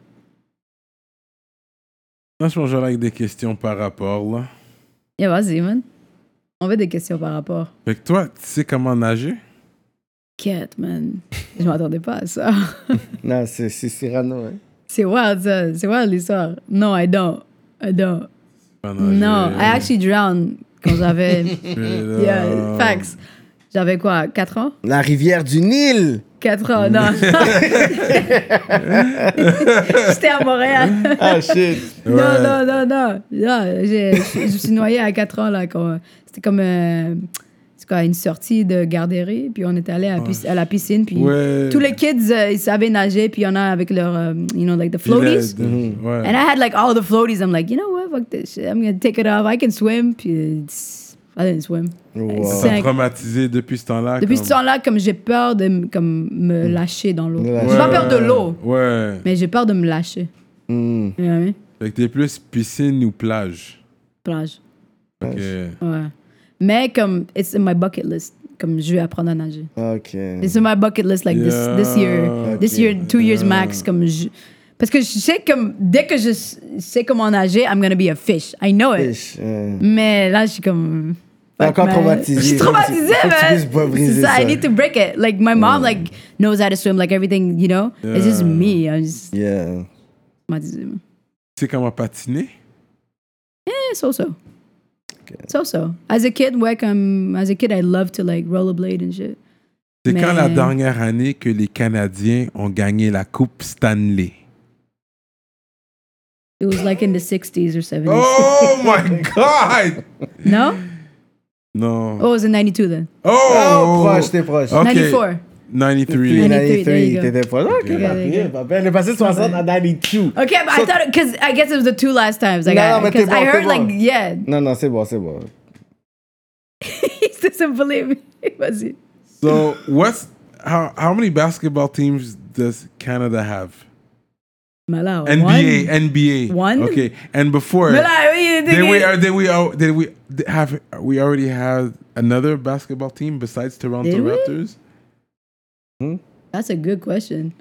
S3: Là, je pense que j'aurais avec des questions par rapport, là.
S5: Yeah, vas-y, man. On veut des questions par rapport.
S3: Fait que toi, tu sais comment nager?
S5: Quête, man. Je m'attendais pas à ça.
S4: Non, c'est c'est Cyrano, hein.
S5: C'est wild, ça. C'est wild, l'histoire. Non, I don't. I don't.
S3: Pas nager.
S5: No, I actually drowned quand j'avais...
S3: Mais là,
S5: yeah,
S3: Oh.
S5: facts. J'avais quoi, 4 ans?
S4: La rivière du Nil!
S5: 4 ans, non. J'étais à Montréal.
S4: Ah, shit!
S5: Non, non, non, non. Non, j'ai- je je me suis noyée à 4 ans, là. quand- C'était comme... euh, c'est quoi, une sortie de garderie, puis on était allé à, la pisc- à la piscine, puis
S3: Ouais.
S5: tous les kids, euh, ils savaient nager, puis il y en a avec leur, euh, you know, like the
S3: Puis là,
S5: floaties.
S3: de-
S4: Mm-hmm.
S3: ouais.
S5: And I had like all the floaties. I'm like, you know what? Fuck this shit. I'm gonna take it off. I can swim. Puis, it's- I didn't swim.
S4: Wow.
S5: I
S3: Ça
S5: sank.
S3: t'a traumatisé depuis ce temps-là.
S5: Depuis
S3: comme- Mm.
S5: ce temps-là, comme j'ai peur de m- comme me lâcher dans l'eau.
S4: Ouais.
S5: J'ai pas peur de l'eau,
S3: Ouais.
S5: mais j'ai peur de me lâcher.
S4: Hmm.
S5: You know what I mean?
S3: Fait que t'es plus piscine ou plage.
S5: Plage.
S3: Fait que-
S5: Ouais. Mais comme, it's in my bucket list. Comme je vais apprendre à nager.
S4: Ok.
S5: It's in my bucket list like this this year,
S3: Yeah.
S5: this year, two years max. Comme je, parce que je sais comme dès que je s- sais comment nager, I'm gonna be a fish. I know it.
S4: Ish, euh,
S5: Mais là, je suis comme.
S4: T'es
S5: fuck,
S4: encore
S5: man.
S4: traumatisée.
S5: Je suis
S4: Faut que tu-
S5: traumatisée,
S4: faut que tu puisses pas
S5: man.
S4: briser
S5: C'est ça,
S4: ça.
S5: I need to break it. Like, my mom, like, knows how to swim, like, everything, you know? It's just me. I'm just
S4: Yeah.
S5: traumatisée, man.
S3: Tu sais comment patiner?
S5: Eh, so-so. So-so. As a kid, like, um, as a kid, I loved to, like, rollerblade and shit.
S3: C'est quand
S5: Mais-
S3: la dernière année que les Canadiens ont gagné la Coupe Stanley?
S5: It was, like, in the 60s or 70s.
S3: Oh my God!
S5: No?
S3: Non.
S5: Oh, it was in 92 then.
S3: Oh!
S4: Oh, proche, t'es proche.
S3: Ok.
S5: 94.
S3: 93.
S4: Puis
S5: 93, there you
S4: 93,
S5: go.
S4: t'étais proche. Ok,
S3: Yeah,
S5: there you
S4: parfait, parfait. Elle est passée de 60 à 92.
S5: Okay, but I thought, because I guess it was the two last times. Like,
S4: No,
S5: I,
S4: but they
S5: 'cause I
S4: both-
S5: heard,
S4: they
S5: like,
S4: both.
S5: yeah,
S4: Non, non, c'est bon, c'est bon.
S5: he doesn't believe me. Was it?
S3: So, what's, how, how many basketball teams does Canada have?
S5: Malao.
S3: NBA, NBA.
S5: One?
S3: Okay. And before,
S5: But like, you
S3: did
S5: think
S3: we,
S5: it-
S3: uh, did we, uh, did we did have, we already had another basketball team besides Toronto
S5: Did we?
S3: Raptors?
S5: That's a good question.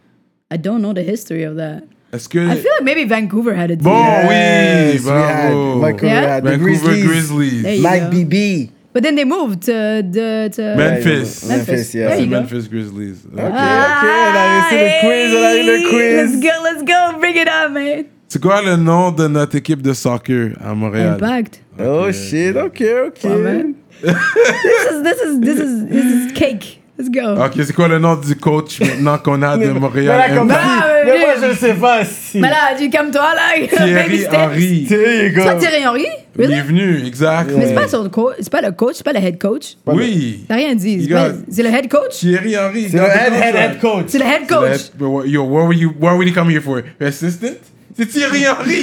S5: I don't know the history of that.
S3: Est-ce que.
S5: I feel like maybe Vancouver had a team.
S3: Bon,
S4: Yes,
S3: Ah oui,
S4: we
S3: bravo.
S4: had Vancouver,
S5: Yeah?
S4: had the
S3: Vancouver
S4: Grizzlies.
S3: Grizzlies.
S5: There you
S4: Mike
S5: go.
S4: BB.
S5: But then they moved to the to
S3: Memphis.
S4: Yeah, Memphis,
S5: There
S3: C'est
S5: you
S4: yeah.
S5: go.
S3: Memphis Grizzlies.
S4: Ok, ok, on a réussi le quiz, on a eu le
S5: Ah, Let's
S4: quiz.
S5: go, let's go, bring it on, man.
S3: C'est quoi le nom de notre équipe de soccer à Montréal?
S5: Impact.
S4: Oh shit, ok, ok.
S5: man. This is this is this is this is cake. Let's go.
S3: Ok, c'est quoi le nom du coach maintenant qu'on a de
S4: Mais
S3: Montréal?
S4: là, comme
S3: Impact?
S5: Ah,
S4: si-
S5: mais
S4: mais moi,
S5: oui.
S4: je sais pas si.
S5: Mais là, tu calmes toi là. baby
S3: Thierry
S5: steps.
S3: Henry.
S4: There you go.
S5: Toi, Thierry Henry?
S3: Il
S5: Really?
S3: est venu, exact.
S5: Mais c'est pas son coach, c'est pas le coach, c'est pas le head coach.
S3: Oui.
S5: T'as rien dit. c'est
S3: You
S5: pas-
S3: got-
S5: C'est le head coach.
S3: Thierry Henry.
S4: C'est le head, head, head coach.
S5: C'est le head
S3: Le
S5: coach.
S3: head- but what- Yo, what were you, what were you coming here for? Assistant? C'est Thierry Henry.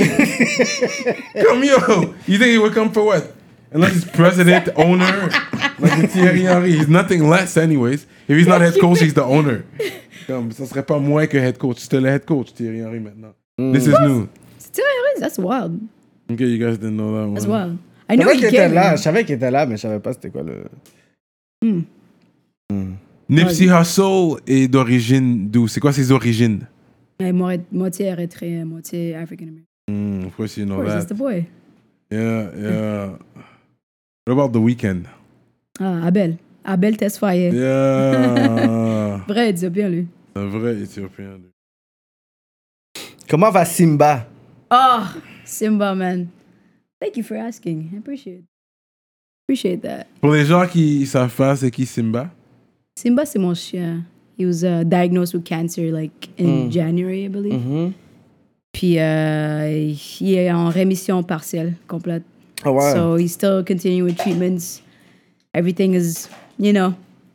S3: come yo. You think he would come for what? Unless he's president, owner. Like it's Thierry Henry. He's nothing less anyways. If he's not head coach, he's the owner. Comme, ça serait pas moins que head coach. C'était le head coach, Thierry Henry maintenant. This is new.
S5: C'est Thierry Henry. That's wild.
S3: Okay, you guys didn't know that one.
S5: That's wild. I
S4: Je
S5: know
S4: savais
S5: he
S4: qu'il était
S5: gave
S4: là,
S5: him.
S4: je savais qu'il était là, mais je savais pas c'était quoi le.
S5: Hmm.
S3: Nipsey Hussle est d'origine d'où? C'est quoi ses origines?
S5: Mais moi, moitié érythréen, moitié African American.
S3: Hmm, of course you know
S5: Of course,
S3: that.
S5: it's the boy.
S3: Yeah, yeah. What about The Weeknd?
S5: Ah, Abel. Abel Tesfaye.
S3: Yeah.
S5: Vrai, il dit bien lui.
S3: Un vrai Éthiopien. lui.
S4: Comment va Simba?
S5: Oh, Simba, man. Thank you for asking. I appreciate appreciate that.
S3: Pour les gens qui savent pas, c'est qui Simba?
S5: Simba, c'est mon chien. He was uh, diagnosed with cancer like in January, I believe.
S4: Mm-hmm.
S5: Puis euh, il est en rémission partielle complète.
S4: Ah ouais.
S5: So he's still continuing with treatments. Everything is, you know,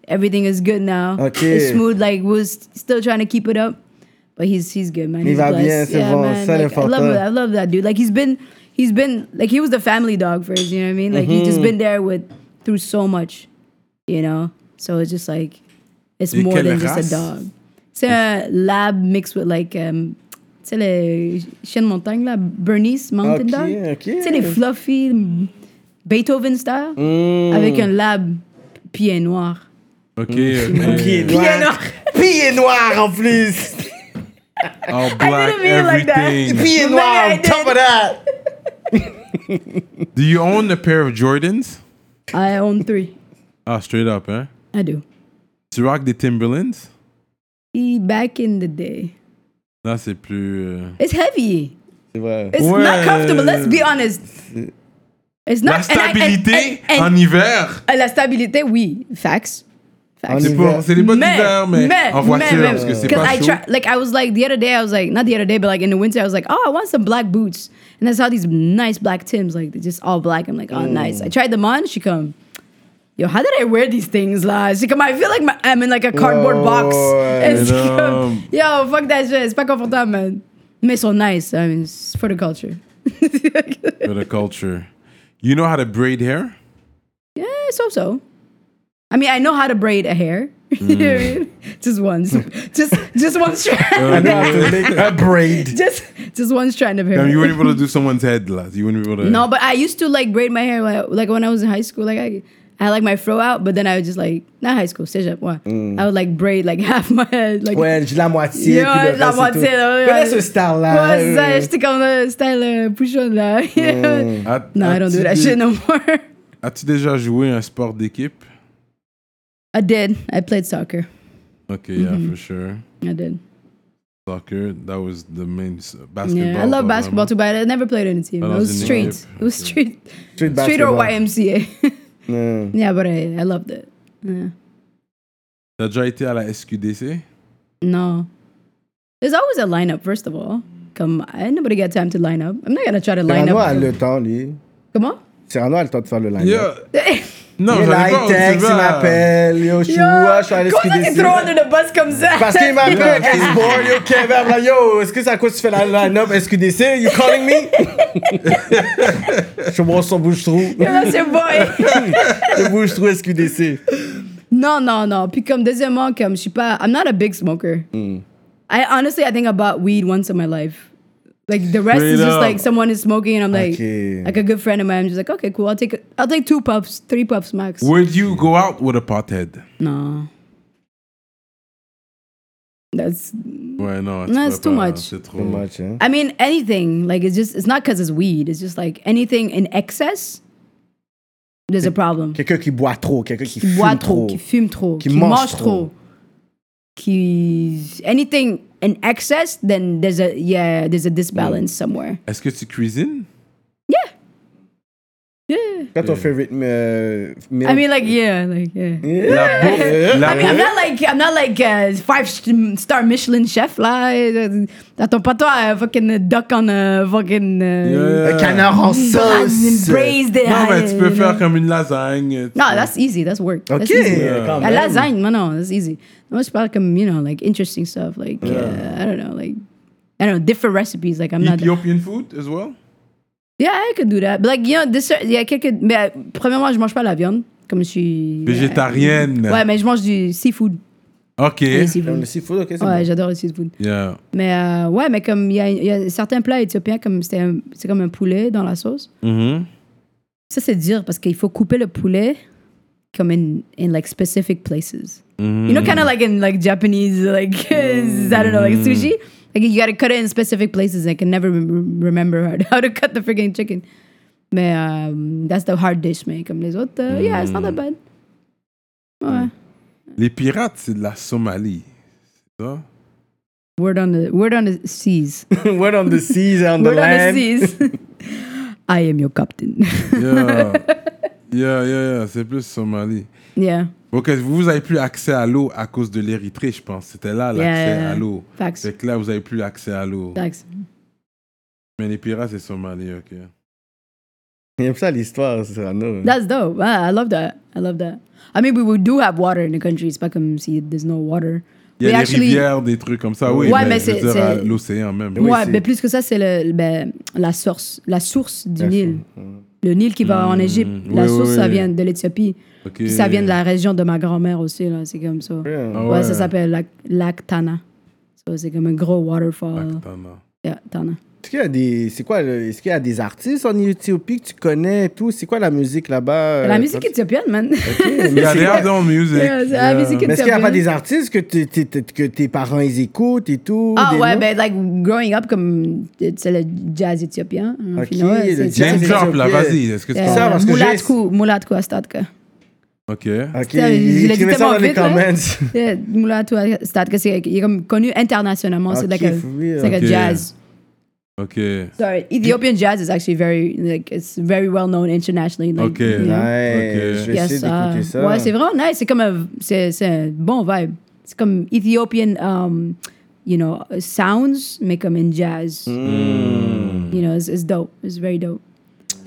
S5: everything is good now.
S4: Ok.
S5: It's smooth. Like we're s- still trying to keep it up, but he's he's good, man.
S4: Il
S5: he's
S4: va bien,
S5: blessed.
S4: c'est bon, ça,
S5: like, I
S4: l'important.
S5: love I love that dude. Like he's been he's been like he was the family dog first. You know what I mean? Like he's just been there with through so much, you know. So it's just like it's
S3: Et
S5: more
S3: quelle
S5: than just
S3: race?
S5: a dog. C'est un lab mixed with like um, tu sais les chiens de montagne là, Bernese Mountain
S4: Ok,
S5: Dog.
S4: ok.
S5: Tu sais les fluffy mm, Beethoven style
S3: Mm.
S4: Mm.
S5: avec un lab pied noir.
S3: Mm. Ok. euh,
S4: Pied
S3: okay.
S4: noir.
S5: Euh, noir.
S4: Pied noir en plus.
S3: All black,
S5: didn't mean it like that.
S3: everything.
S4: Pied
S5: Maybe
S4: noir
S5: I
S4: on top
S5: did.
S4: of that.
S3: Do you own a pair of Jordans?
S5: I own three.
S3: Ah, straight up, hein?
S5: I do.
S3: Tu rock des Timberlands?
S5: E- Back in the day,
S3: Là, c'est plus... euh,
S5: it's heavy.
S4: C'est vrai.
S5: It's
S3: Ouais.
S5: not comfortable. Let's be honest. It's not
S3: La
S5: and I- and-
S3: stabilité
S5: and- and-
S3: en hiver.
S5: la stabilité, oui, facts. Facts.
S3: C'est pas, c'est des bonnes hivers, mais, en voiture,
S5: mais-
S3: parce que c'est
S5: 'cause
S3: pas
S5: I
S3: chaud.
S5: try- like I was like the other day, I was like not the other day, but like in the winter, I was like, oh, I want some black boots, and I saw these nice black Tims, like they're just all black. I'm like, oh, nice. I
S3: Mm.
S5: tried them on. She come, yo, how did I wear these things, la? She come, I feel like my, I'm in like a cardboard box.
S3: Oh,
S4: Ouais,
S5: And she
S3: non.
S5: come, yo, fuck that shit. It's pas confortable, man. Mais so nice. I mean, it's for the culture.
S3: For the culture. You know how to braid hair?
S5: Yeah, Eh, so so. I mean, I know how to braid a hair. You know what I
S3: Mm.
S5: mean? just one, just just one
S4: I
S5: strand,
S4: know how to make a braid.
S5: just just one strand of hair.
S3: Damn, you wouldn't be able to do someone's head, là. You wouldn't be able to...
S5: no, but I used to like braid my hair like, like when I was in high school. Like I, I had, like my fro out, but then I would just like not high school, stage up. What?
S3: Mm.
S5: I would like braid like half my head, like
S4: Ouais, j'ai la moitié.
S5: Yeah,
S4: puis le
S5: la
S4: reste, c'est
S5: moitié,
S4: tout.
S5: là, ouais,
S4: Connais
S5: ouais.
S4: ce Euh, style-là.
S5: Ouais, c'est ça, j'étais comme le style euh, bouchon là.
S3: At-
S5: no, I don't do
S3: as-tu
S5: that
S3: dé-
S5: shit no more.
S3: As-tu déjà joué un sport d'équipe?
S5: I did. I played soccer.
S3: Ok, yeah,
S5: Mhm.
S3: for sure.
S5: I did.
S3: Soccer, that was the main s- basketball.
S5: Yeah, I love
S3: pas
S5: basketball too,
S3: vraiment.
S5: but I never played on a team.
S3: Oh,
S5: It
S3: that
S5: was
S3: was in
S5: street.
S3: Europe.
S5: It was
S3: Okay.
S5: street,
S4: Street
S5: street or
S4: basketball.
S5: YMCA.
S4: Mm.
S5: yeah, but I, I loved it. Yeah.
S3: T'as déjà été à la SQDC?
S5: No, there's always a lineup. First of all, come, on, nobody got time to line up. I'm not gonna try to line
S4: Cyrano a
S5: up.
S4: le temps, lui.
S5: Come on.
S4: Cyrano a le temps de faire le line-up.
S3: Yeah. Non,
S4: Il est
S3: j'allais
S4: là,
S3: pas où
S4: il
S3: tu
S4: texte, il
S3: vas.
S4: m'appelle. Yo, je suis où? Ah, Je suis à
S5: Comment ça t'es
S4: l'SQDC.
S5: thrown under the bus comme ça?
S4: Parce qu'il m'appelle, Chris Boy, yo, Kevin, là, yo, est-ce que c'est à quoi tu fais la line-up SQDC? You calling me? je brosse son bouche-trou.
S5: That's your boy.
S4: Le bouche-trou SQDC.
S5: non, non, non. Puis comme deuxièmement, comme je suis pas, I'm not a big smoker.
S4: Hmm.
S5: I honestly, I think I bought weed once in my life. Like the rest
S3: Straight
S5: is just
S3: up.
S5: like someone is smoking, and I'm like,
S4: Okay.
S5: like a good friend of mine. I'm just like, okay, cool. I'll take, a, I'll take two puffs, three puffs max.
S3: Would you go out with a pothead?
S5: No. That's
S3: Ouais, non. tu
S5: Non,
S3: peux
S5: c'est too
S3: pas,
S5: much.
S3: C'est trop.
S4: Too much, hein?
S5: I mean anything. Like it's just it's not cuz it's weed. It's just like anything in excess there's a problem.
S4: Quelqu'un qui boit trop, quelqu'un qui,
S5: Qui
S4: fume
S5: boit trop, qui fume trop,
S4: qui mange trop.
S5: Qui anything in excess then there's a yeah, there's a disbalance somewhere.
S3: Est-ce que tu cuisines?
S5: Yeah.
S4: Quand ton favorite euh, meal?
S5: I mean like yeah, like yeah.
S3: La bouffe, la
S5: I mean, I'm
S3: bouffe-
S5: not like I'm not like a five st- star Michelin chef là. Attends pas toi un fucking duck on a fucking. Uh,
S3: Yeah.
S4: Un canard en sauce.
S5: Braised it.
S3: Non, mais tu peux faire comme une lasagne. tu
S5: No,
S3: peux-
S5: that's easy. That's work.
S4: Ok,
S5: That's easy.
S4: quand
S5: La
S4: même.
S5: lasagne, no, no, that's easy. Moi, je parle comme, you know, like interesting stuff, like uh, I don't know, like I don't know, different recipes. Like I'm not.
S3: Ethiopian food as well?
S5: Yeah, I could do that. But like, you know, dessert, il y a quelques. Mais euh, premièrement, je mange pas la viande, comme je suis. euh,
S3: Végétarienne.
S5: Ouais, mais je mange du seafood.
S3: Ok.
S5: Du
S4: Comme
S5: seafood.
S4: le seafood, ok, c'est
S5: Ouais,
S4: bon.
S5: j'adore le seafood.
S3: Yeah.
S5: Mais euh, ouais, mais comme il y a, il y a certains plats éthiopiens, comme c'était un- c'est comme un poulet dans la sauce.
S3: Mhm.
S5: Ça, c'est dur parce qu'il faut couper le poulet comme in, in like specific places. You know, kind of like in like Japanese, like, I don't know,
S4: Mm.
S5: like sushi. Like you gotta cut it in specific places. I can never rem- remember how to, how to cut the freaking chicken. Mais euh, that's the hard dish, mais comme les autres, euh, yeah, it's not
S4: Mm.
S5: that bad. Ouais.
S3: Les pirates, c'est de la Somalie. C'est ça?
S5: Word on the, word on the seas.
S4: Word on the seas and on the
S5: word on the
S4: land.
S5: seas. I am your captain.
S3: Yeah. yeah, yeah, yeah. C'est plus Somalie.
S5: yeah.
S3: Ok, vous n'avez plus accès à l'eau à cause de l'Érythrée, je pense. C'était là l'accès
S5: Yeah.
S3: à l'eau.
S5: Facts.
S3: C'est que là, vous n'avez plus accès à l'eau.
S5: Facts.
S3: Mais les pirates, c'est Somalie, ok.
S4: J'aime ça l'histoire, Cyrano.
S5: That's dope. Ah, I love that. I love that. I mean, we, we do have water in the country. It's not comme si there's no water.
S3: Il y
S5: We
S3: a des
S5: actually-
S3: rivières, des trucs comme ça, oui.
S5: Ouais, mais
S3: je
S5: c'est-
S3: veux dire, à
S5: c'est-
S3: l'océan même.
S5: Ouais,
S4: c'est-
S5: mais plus que ça, c'est le, ben, la, source, la source du
S4: La
S5: Nil. Le Nil qui va en Égypte. La
S3: Mm. oui,
S5: source,
S3: oui,
S5: ça
S3: oui.
S5: vient de l'Éthiopie.
S3: Ok.
S5: Puis ça vient de la région de ma grand-mère aussi. là. C'est comme ça.
S3: Ah
S4: Yeah.
S5: Ouais, ça s'appelle lac, lac Tana. So, c'est comme un gros
S3: Ah,
S5: waterfall.
S3: Lactana.
S5: Yeah, Tana.
S4: Est-ce qu'il y a des, c'est quoi, le- est-ce qu'il y a des artistes en Éthiopie que tu connais et tout? C'est quoi la musique là-bas?
S5: la
S4: euh,
S5: musique
S4: toi,
S5: éthiopienne, man.
S4: tu- Mais
S3: Il y a
S4: c'est-
S3: l'air dans music.
S5: Yeah, c'est la musique
S4: Mais est-ce qu'il n'y a
S5: éthiopienne.
S4: pas des artistes que, t'es- t'es- t'es- que tes parents ils écoutent et tout?
S5: Ah
S4: des
S5: ouais,
S4: noms?
S5: ben, like, growing up, comme, c'est le jazz éthiopien. hein,
S4: Ok,
S5: puis, ouais,
S4: Ah, le
S5: c'est-
S3: Name
S4: jazz
S5: c'est-
S3: drop, là,
S4: Ok.
S3: vas-y. Est-ce que tu
S5: Euh,
S4: ça, parce que j'ai-
S5: Mulatku, Mulatku Astadka.
S3: Ok.
S4: Ok,
S5: Ça, je l'ai dit
S4: écrivez ça
S5: tellement
S4: dans les
S5: vite, là.
S4: comments.
S5: Yeah, Mulatku Astadka, c'est il est comme connu internationalement. c'est like
S4: Ok,
S5: a,
S4: for real.
S5: c'est like
S3: Ok.
S5: a jazz.
S3: Ok.
S5: Sorry, Ethiopian jazz is actually very, like, it's very well known internationally. Like,
S3: Ok.
S5: you know.
S4: Ouais,
S3: Ok.
S4: je vais essayer
S5: Yes, ah,
S4: d'écouter ça.
S5: Ouais, c'est vraiment nice. C'est comme un, c'est, c'est un bon vibe. C'est comme Ethiopian, um, you know, sounds, mais comme in jazz. You know, it's, it's dope. It's very dope.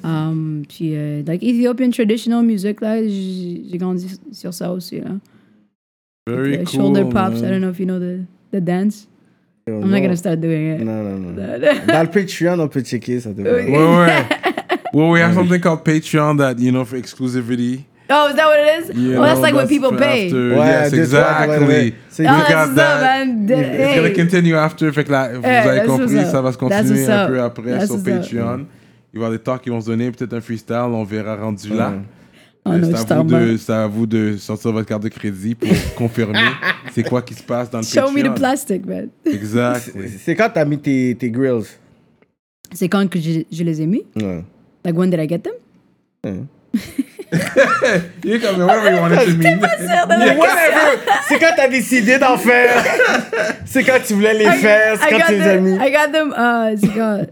S5: Um, puis, euh, like, Ethiopian traditional music, là, j- j'ai grandi sur ça aussi, là.
S3: Very
S5: Like,
S3: cool.
S5: shoulder pops, I
S3: man.
S5: don't know if you know the, the dance.
S4: Oh,
S5: I'm not
S4: non.
S5: gonna start doing it.
S4: Non, non, non. Dans le Patreon, on peut checker ça. devrait.
S5: Oui.
S3: Ouais, ouais. Well, we have something called Patreon that, you know, for exclusivity.
S5: Oh, is that what it is?
S3: You
S5: well, that's
S3: know,
S5: like what people
S3: for
S5: pay.
S3: after-
S4: Ouais,
S3: yes,
S4: deux, trois, ouais, ouais.
S3: exactly.
S4: C'est-
S3: We
S5: Oh,
S4: You
S5: that's
S3: got
S5: what's up,
S3: that.
S5: man. The-
S3: It's gonna
S5: hey.
S3: continue after. Fait que là, vous
S5: Yeah,
S3: avez
S5: that's
S3: compris,
S5: what's up.
S3: ça va se continuer
S5: That's what's
S3: un
S5: up.
S3: peu après
S5: That's
S3: sur
S5: what's up.
S3: Patreon. Il va y avoir des talks qui vont se donner, peut-être un freestyle, on verra rendu là.
S5: Oh,
S3: Euh,
S5: no,
S3: c'est, à vous
S5: Starbucks.
S3: de, c'est à vous de sortir votre carte de crédit pour confirmer c'est quoi qui se passe dans le
S5: Show me
S3: Patreon.
S5: the plastic, man.
S3: Exact.
S4: C'est- C'est quand t'as mis tes, tes grills?
S5: C'est quand que je, je les ai mis?
S4: Ouais.
S5: Like, when did I get them?
S3: You can be whatever you want it to mean.
S4: Whatever! C'est quand t'as décidé d'en faire. C'est quand tu voulais les faire. C'est
S5: I
S4: quand
S5: got
S4: tu les as mis.
S5: them. I got them. Uh, c'est quand-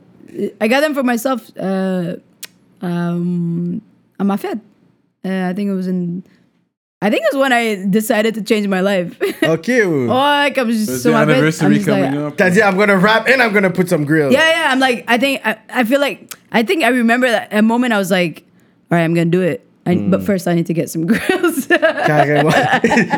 S5: I got them for myself. Uh, um, à ma fête. Uh, I think it was in. I think it was when I decided to change my life.
S4: Ok, ouais.
S5: ouais, comme je
S3: There's
S5: sur
S3: the
S5: ma fête. I'm
S3: anniversary
S5: just
S3: coming
S5: like,
S3: up.
S4: T'as dit, I'm gonna rap and I'm gonna put some grills.
S5: yeah, yeah. I'm like, I think I, I feel like I think I remember that a moment. I was like, all right, I'm gonna do it. I,
S4: Mm.
S5: But first, I need to get some grills. yeah,
S4: Carrément.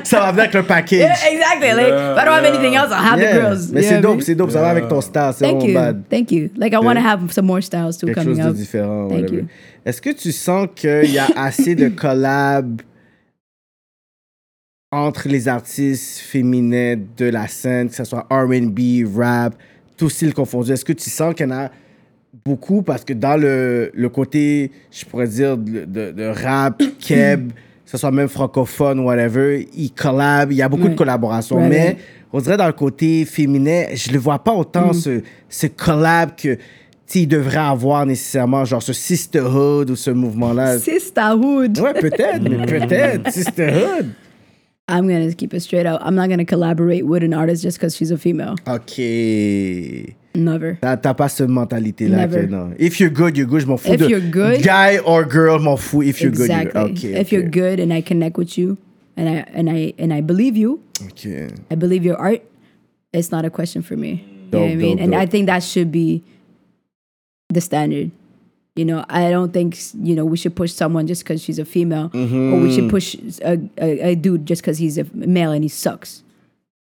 S4: ça va venir avec le package.
S5: exactly. Like, if I don't have
S3: Yeah,
S5: anything else, I'll have
S4: Yeah.
S5: the grills.
S4: Mais
S5: You know what
S4: c'est
S5: I
S4: dope,
S5: mean?
S4: c'est dope. Ça va avec ton style. C'est
S5: Thank
S4: vraiment
S5: you.
S4: bad.
S5: Thank you. Like I want to have some more styles too
S4: Quelque
S5: coming
S4: chose de
S5: up.
S4: différent.
S5: Thank
S4: whatever.
S5: you.
S4: Est-ce que tu sens qu'il y a assez de collabs entre les artistes féminins de la scène, que ce soit RB, rap, tout style confondu? Est-ce que tu sens qu'il y en a beaucoup? Parce que dans le, le côté, je pourrais dire, de, de- de rap, keb, que ce soit même francophone, whatever, ils collabent, il y a beaucoup de
S5: Ouais.
S4: collaborations.
S5: Ouais,
S4: mais
S5: ouais.
S4: on dirait dans le côté féminin, je le vois pas autant
S5: Mm.
S4: ce, ce collab que tu sais, il devrait avoir nécessairement, genre ce sisterhood ou ce mouvement-là.
S5: Sisterhood.
S4: Ouais, peut-être,
S5: Mm.
S4: mais peut-être, sisterhood.
S5: I'm gonna keep it straight out. I'm not gonna collaborate with an artist just because she's a female.
S4: OK.
S5: Never.
S4: T'as t'as pas cette mentalité-là.
S5: Never.
S4: que non. If you're good, you're good, je m'en fous.
S5: If
S4: de
S5: you're good-
S4: Guy or girl, je m'en fous. If you're
S5: exactly.
S4: good, you're good. OK,
S5: if you're good and I connect with you, and I and I and I believe you,
S4: OK.
S5: I believe your art. It's not a question for me. You know what I
S4: Dope,
S5: mean?
S4: dope,
S5: And I
S4: dope.
S5: think that should be the standard. You know, I don't think you know we should push someone just because she's a female, or we
S4: Mm-hmm.
S5: should push a, a, a dude just because he's a male and he sucks.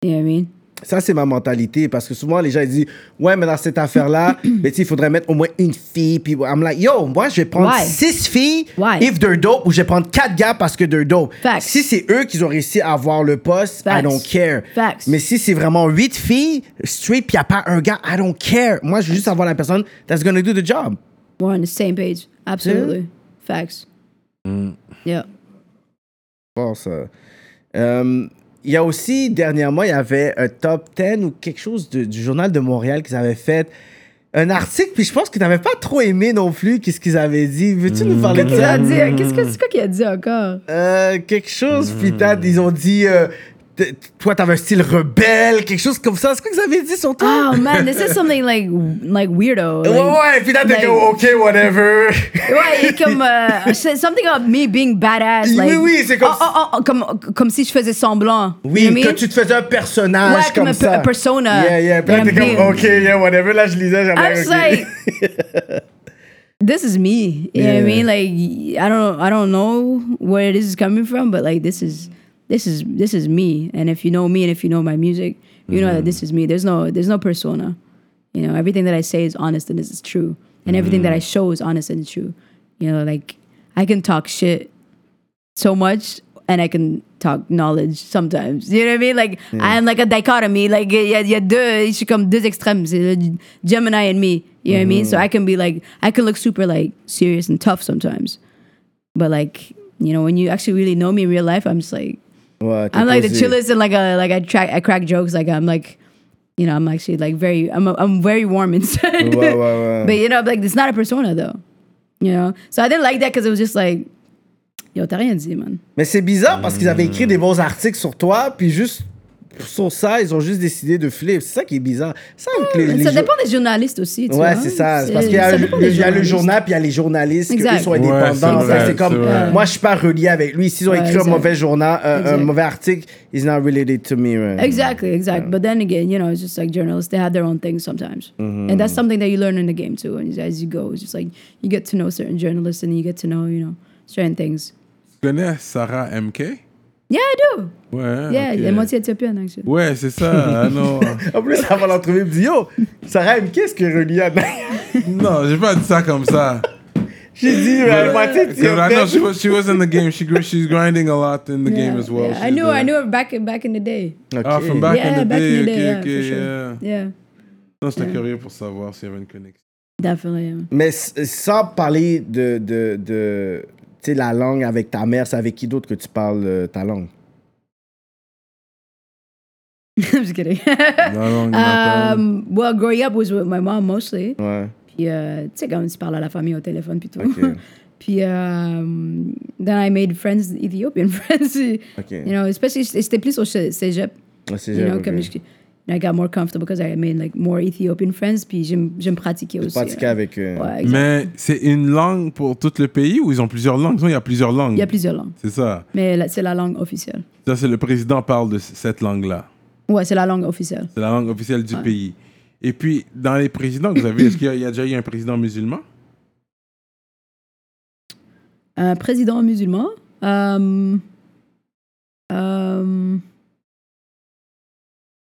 S5: You know what I mean?
S4: Ça, c'est ma mentalité parce que souvent, les gens ils disent Ouais, mais dans cette affaire-là, mais tu sais, il faudrait mettre au moins une fille. Puis I'm like, Yo, moi, je vais prendre
S5: Why?
S4: six filles
S5: Why?
S4: if they're dope ou je vais prendre quatre gars parce que they're dope.
S5: Facts.
S4: Si c'est eux qui ont réussi à avoir le poste, I
S5: Facts.
S4: don't care.
S5: Facts.
S4: Mais si c'est vraiment huit filles straight puis il n'y a pas un gars, I don't care. Moi, je veux juste avoir la personne that's gonna do the job.
S5: We're on the same page. Absolutely. Facts.
S4: Mm.
S5: Yeah.
S4: Bon, ça. Euh, il y a aussi, dernièrement, il y avait un top 10 ou quelque chose de- du Journal de Montréal qu'ils avaient fait. Un article, puis je pense que tu n'avais pas trop aimé non plus qu'est-ce qu'ils avaient dit. Veux-tu nous parler de
S5: Qu'est-ce qu'il
S4: ça?
S5: a dit? Qu'est-ce que c'est quoi qu'il a dit encore? Hmm.
S4: Euh, quelque chose, puis t'as- ils ont dit euh, t- toi, t'avais un style rebelle, quelque chose comme ça. C'est quoi que vous avez dit sur toi?
S5: Oh man, this is something like like weirdo.
S4: ouais,
S5: like-
S4: ouais, puis là, t'es
S5: like-
S4: comme, OK, whatever.
S5: Ouais, et comme euh, c'est something about me being badass.
S4: Oui,
S5: Like,
S4: oui, c'est comme
S5: Oh, oh, oh, oh, comme comme si je faisais semblant.
S4: Oui,
S5: You know what I
S4: que
S5: mean?
S4: tu te faisais un personnage
S5: Ouais,
S4: comme
S5: comme un pe-
S4: ça.
S5: un persona.
S4: Yeah, yeah. Puis là,
S5: Yeah,
S4: t'es
S5: big.
S4: comme, OK, yeah, whatever. Là, je lisais,
S5: I
S4: j'avais
S5: was
S4: OK.
S5: like, this is me. You know what I mean? Like, I don't, I don't know where this is coming from, but like, this is, this is, this is me. And if you know me, and if you know my music, you know that this is me. There's no, there's no persona. You know, everything that I say is honest and this is true, and everything that I show is honest and true. You know, like I can talk shit so much. And I can talk knowledge sometimes. You know what I mean? Like I'm like a dichotomy. Like il y, a- il y a deux, je suis comme deux extrêmes. C'est le Gemini and me. You know what I mean? So I can be like, I can look super like serious and tough sometimes, but like you know, when you actually really know me in real life, I'm just like
S4: Ouais, t'es
S5: I'm like the
S4: posé.
S5: chillest and like a like I track I crack jokes. Like I'm like, you know, I'm actually like very I'm a, I'm very warm inside.
S4: Ouais, ouais, ouais.
S5: But you know, like it's not a persona though. You know, so I didn't like that because it was just like, yo, t'as rien dit, man.
S4: Mais c'est bizarre parce qu'ils avaient
S5: Hmm.
S4: écrit des bons articles sur toi, puis juste sur ça, ils ont juste décidé de filer. C'est ça qui est bizarre. Ça, que les- les
S5: Ah, ça
S4: jo-
S5: dépend des journalistes aussi. Tu
S4: Ouais,
S5: vois.
S4: c'est ça. C'est parce qu'il y a,
S5: ça dépend des
S4: il y a le
S5: journalistes.
S4: journal, puis il y a les journalistes, qui eux
S5: Exact.
S4: sont
S5: Ouais,
S4: indépendants.
S5: c'est
S4: Fait que
S5: vrai,
S4: c'est comme,
S3: c'est vrai.
S4: moi, je suis pas relié avec lui. S'ils ont
S5: Ouais,
S4: écrit un
S5: exact.
S4: mauvais journal, euh, un
S5: Exact.
S4: mauvais article, it's not related to me. right?
S5: Exactly, exactly. But then again, you know, it's just like journalists, they have their own things sometimes.
S4: Mm-hmm.
S5: And that's something that you learn in the game too. And as you go, it's just like you get to know certain journalists and you get to know, you know, certain things.
S3: Tu connais Sarah MK?
S5: Yeah, I do.
S4: Ah,
S3: Ouais.
S5: Yeah,
S3: ok.
S5: elle est moitié éthiopienne, actually.
S3: Ouais, c'est ça. ah non.
S4: En plus, avant l'entrevue, il me dit Yo, Sarah M. Qu'est-ce qui est relié à
S3: non, j'ai pas dit ça comme ça.
S4: J'ai dit,
S3: But,
S4: mais moi, tu sais,
S3: Cause
S4: tu
S3: I know she
S4: sais,
S3: was, she was in the game. She gr- she's grinding a lot in the game as well.
S5: I
S3: She's
S5: knew,
S3: doing-
S5: I knew her back back in the day.
S3: Ah,
S4: Ok.
S3: from back in
S5: Yeah,
S3: the
S5: back
S3: day.
S5: in the day,
S3: ok,
S5: yeah,
S3: ok,
S5: for sure.
S3: yeah.
S5: Yeah,
S3: Non, j'étais curieux pour savoir s'il y avait une connexion.
S5: definitely. yeah.
S4: Mais s- sans parler de, de, de tu sais, la langue avec ta mère, c'est avec qui d'autre que tu parles euh, ta langue
S5: I'm just kidding.
S3: La langue maternelle.
S5: um, well, growing up was with my mom mostly.
S4: Ouais.
S5: Puis, euh, tu sais, quand tu parles à la famille au téléphone, puis tout.
S4: Ok.
S5: puis, um, then I made friends, Ethiopian friends.
S4: Ok.
S5: You know, especially, c'était plus au cé- cégep.
S4: Ah, c'est
S5: You know,
S4: génial,
S5: comme
S4: ok.
S5: je- and I got more comfortable because I made like more Ethiopian friends, puis j'aime j'aime pratiquer aussi.
S4: Pratiquer
S5: hein.
S4: avec euh, eux.
S5: Ouais, exact.
S3: Mais c'est une langue pour tout le pays ou ils ont plusieurs langues Sinon, Il y a plusieurs langues.
S5: Il y a plusieurs langues,
S3: C'est ça.
S5: mais la- c'est la langue officielle.
S3: Ça, c'est le président parle de c- cette langue-là.
S5: Ouais, c'est la langue officielle.
S3: C'est la langue officielle du pays. Et puis, dans les présidents que vous avez, est-ce qu'il y, a- il y a déjà eu un président musulman
S5: Un président musulman. euh, euh,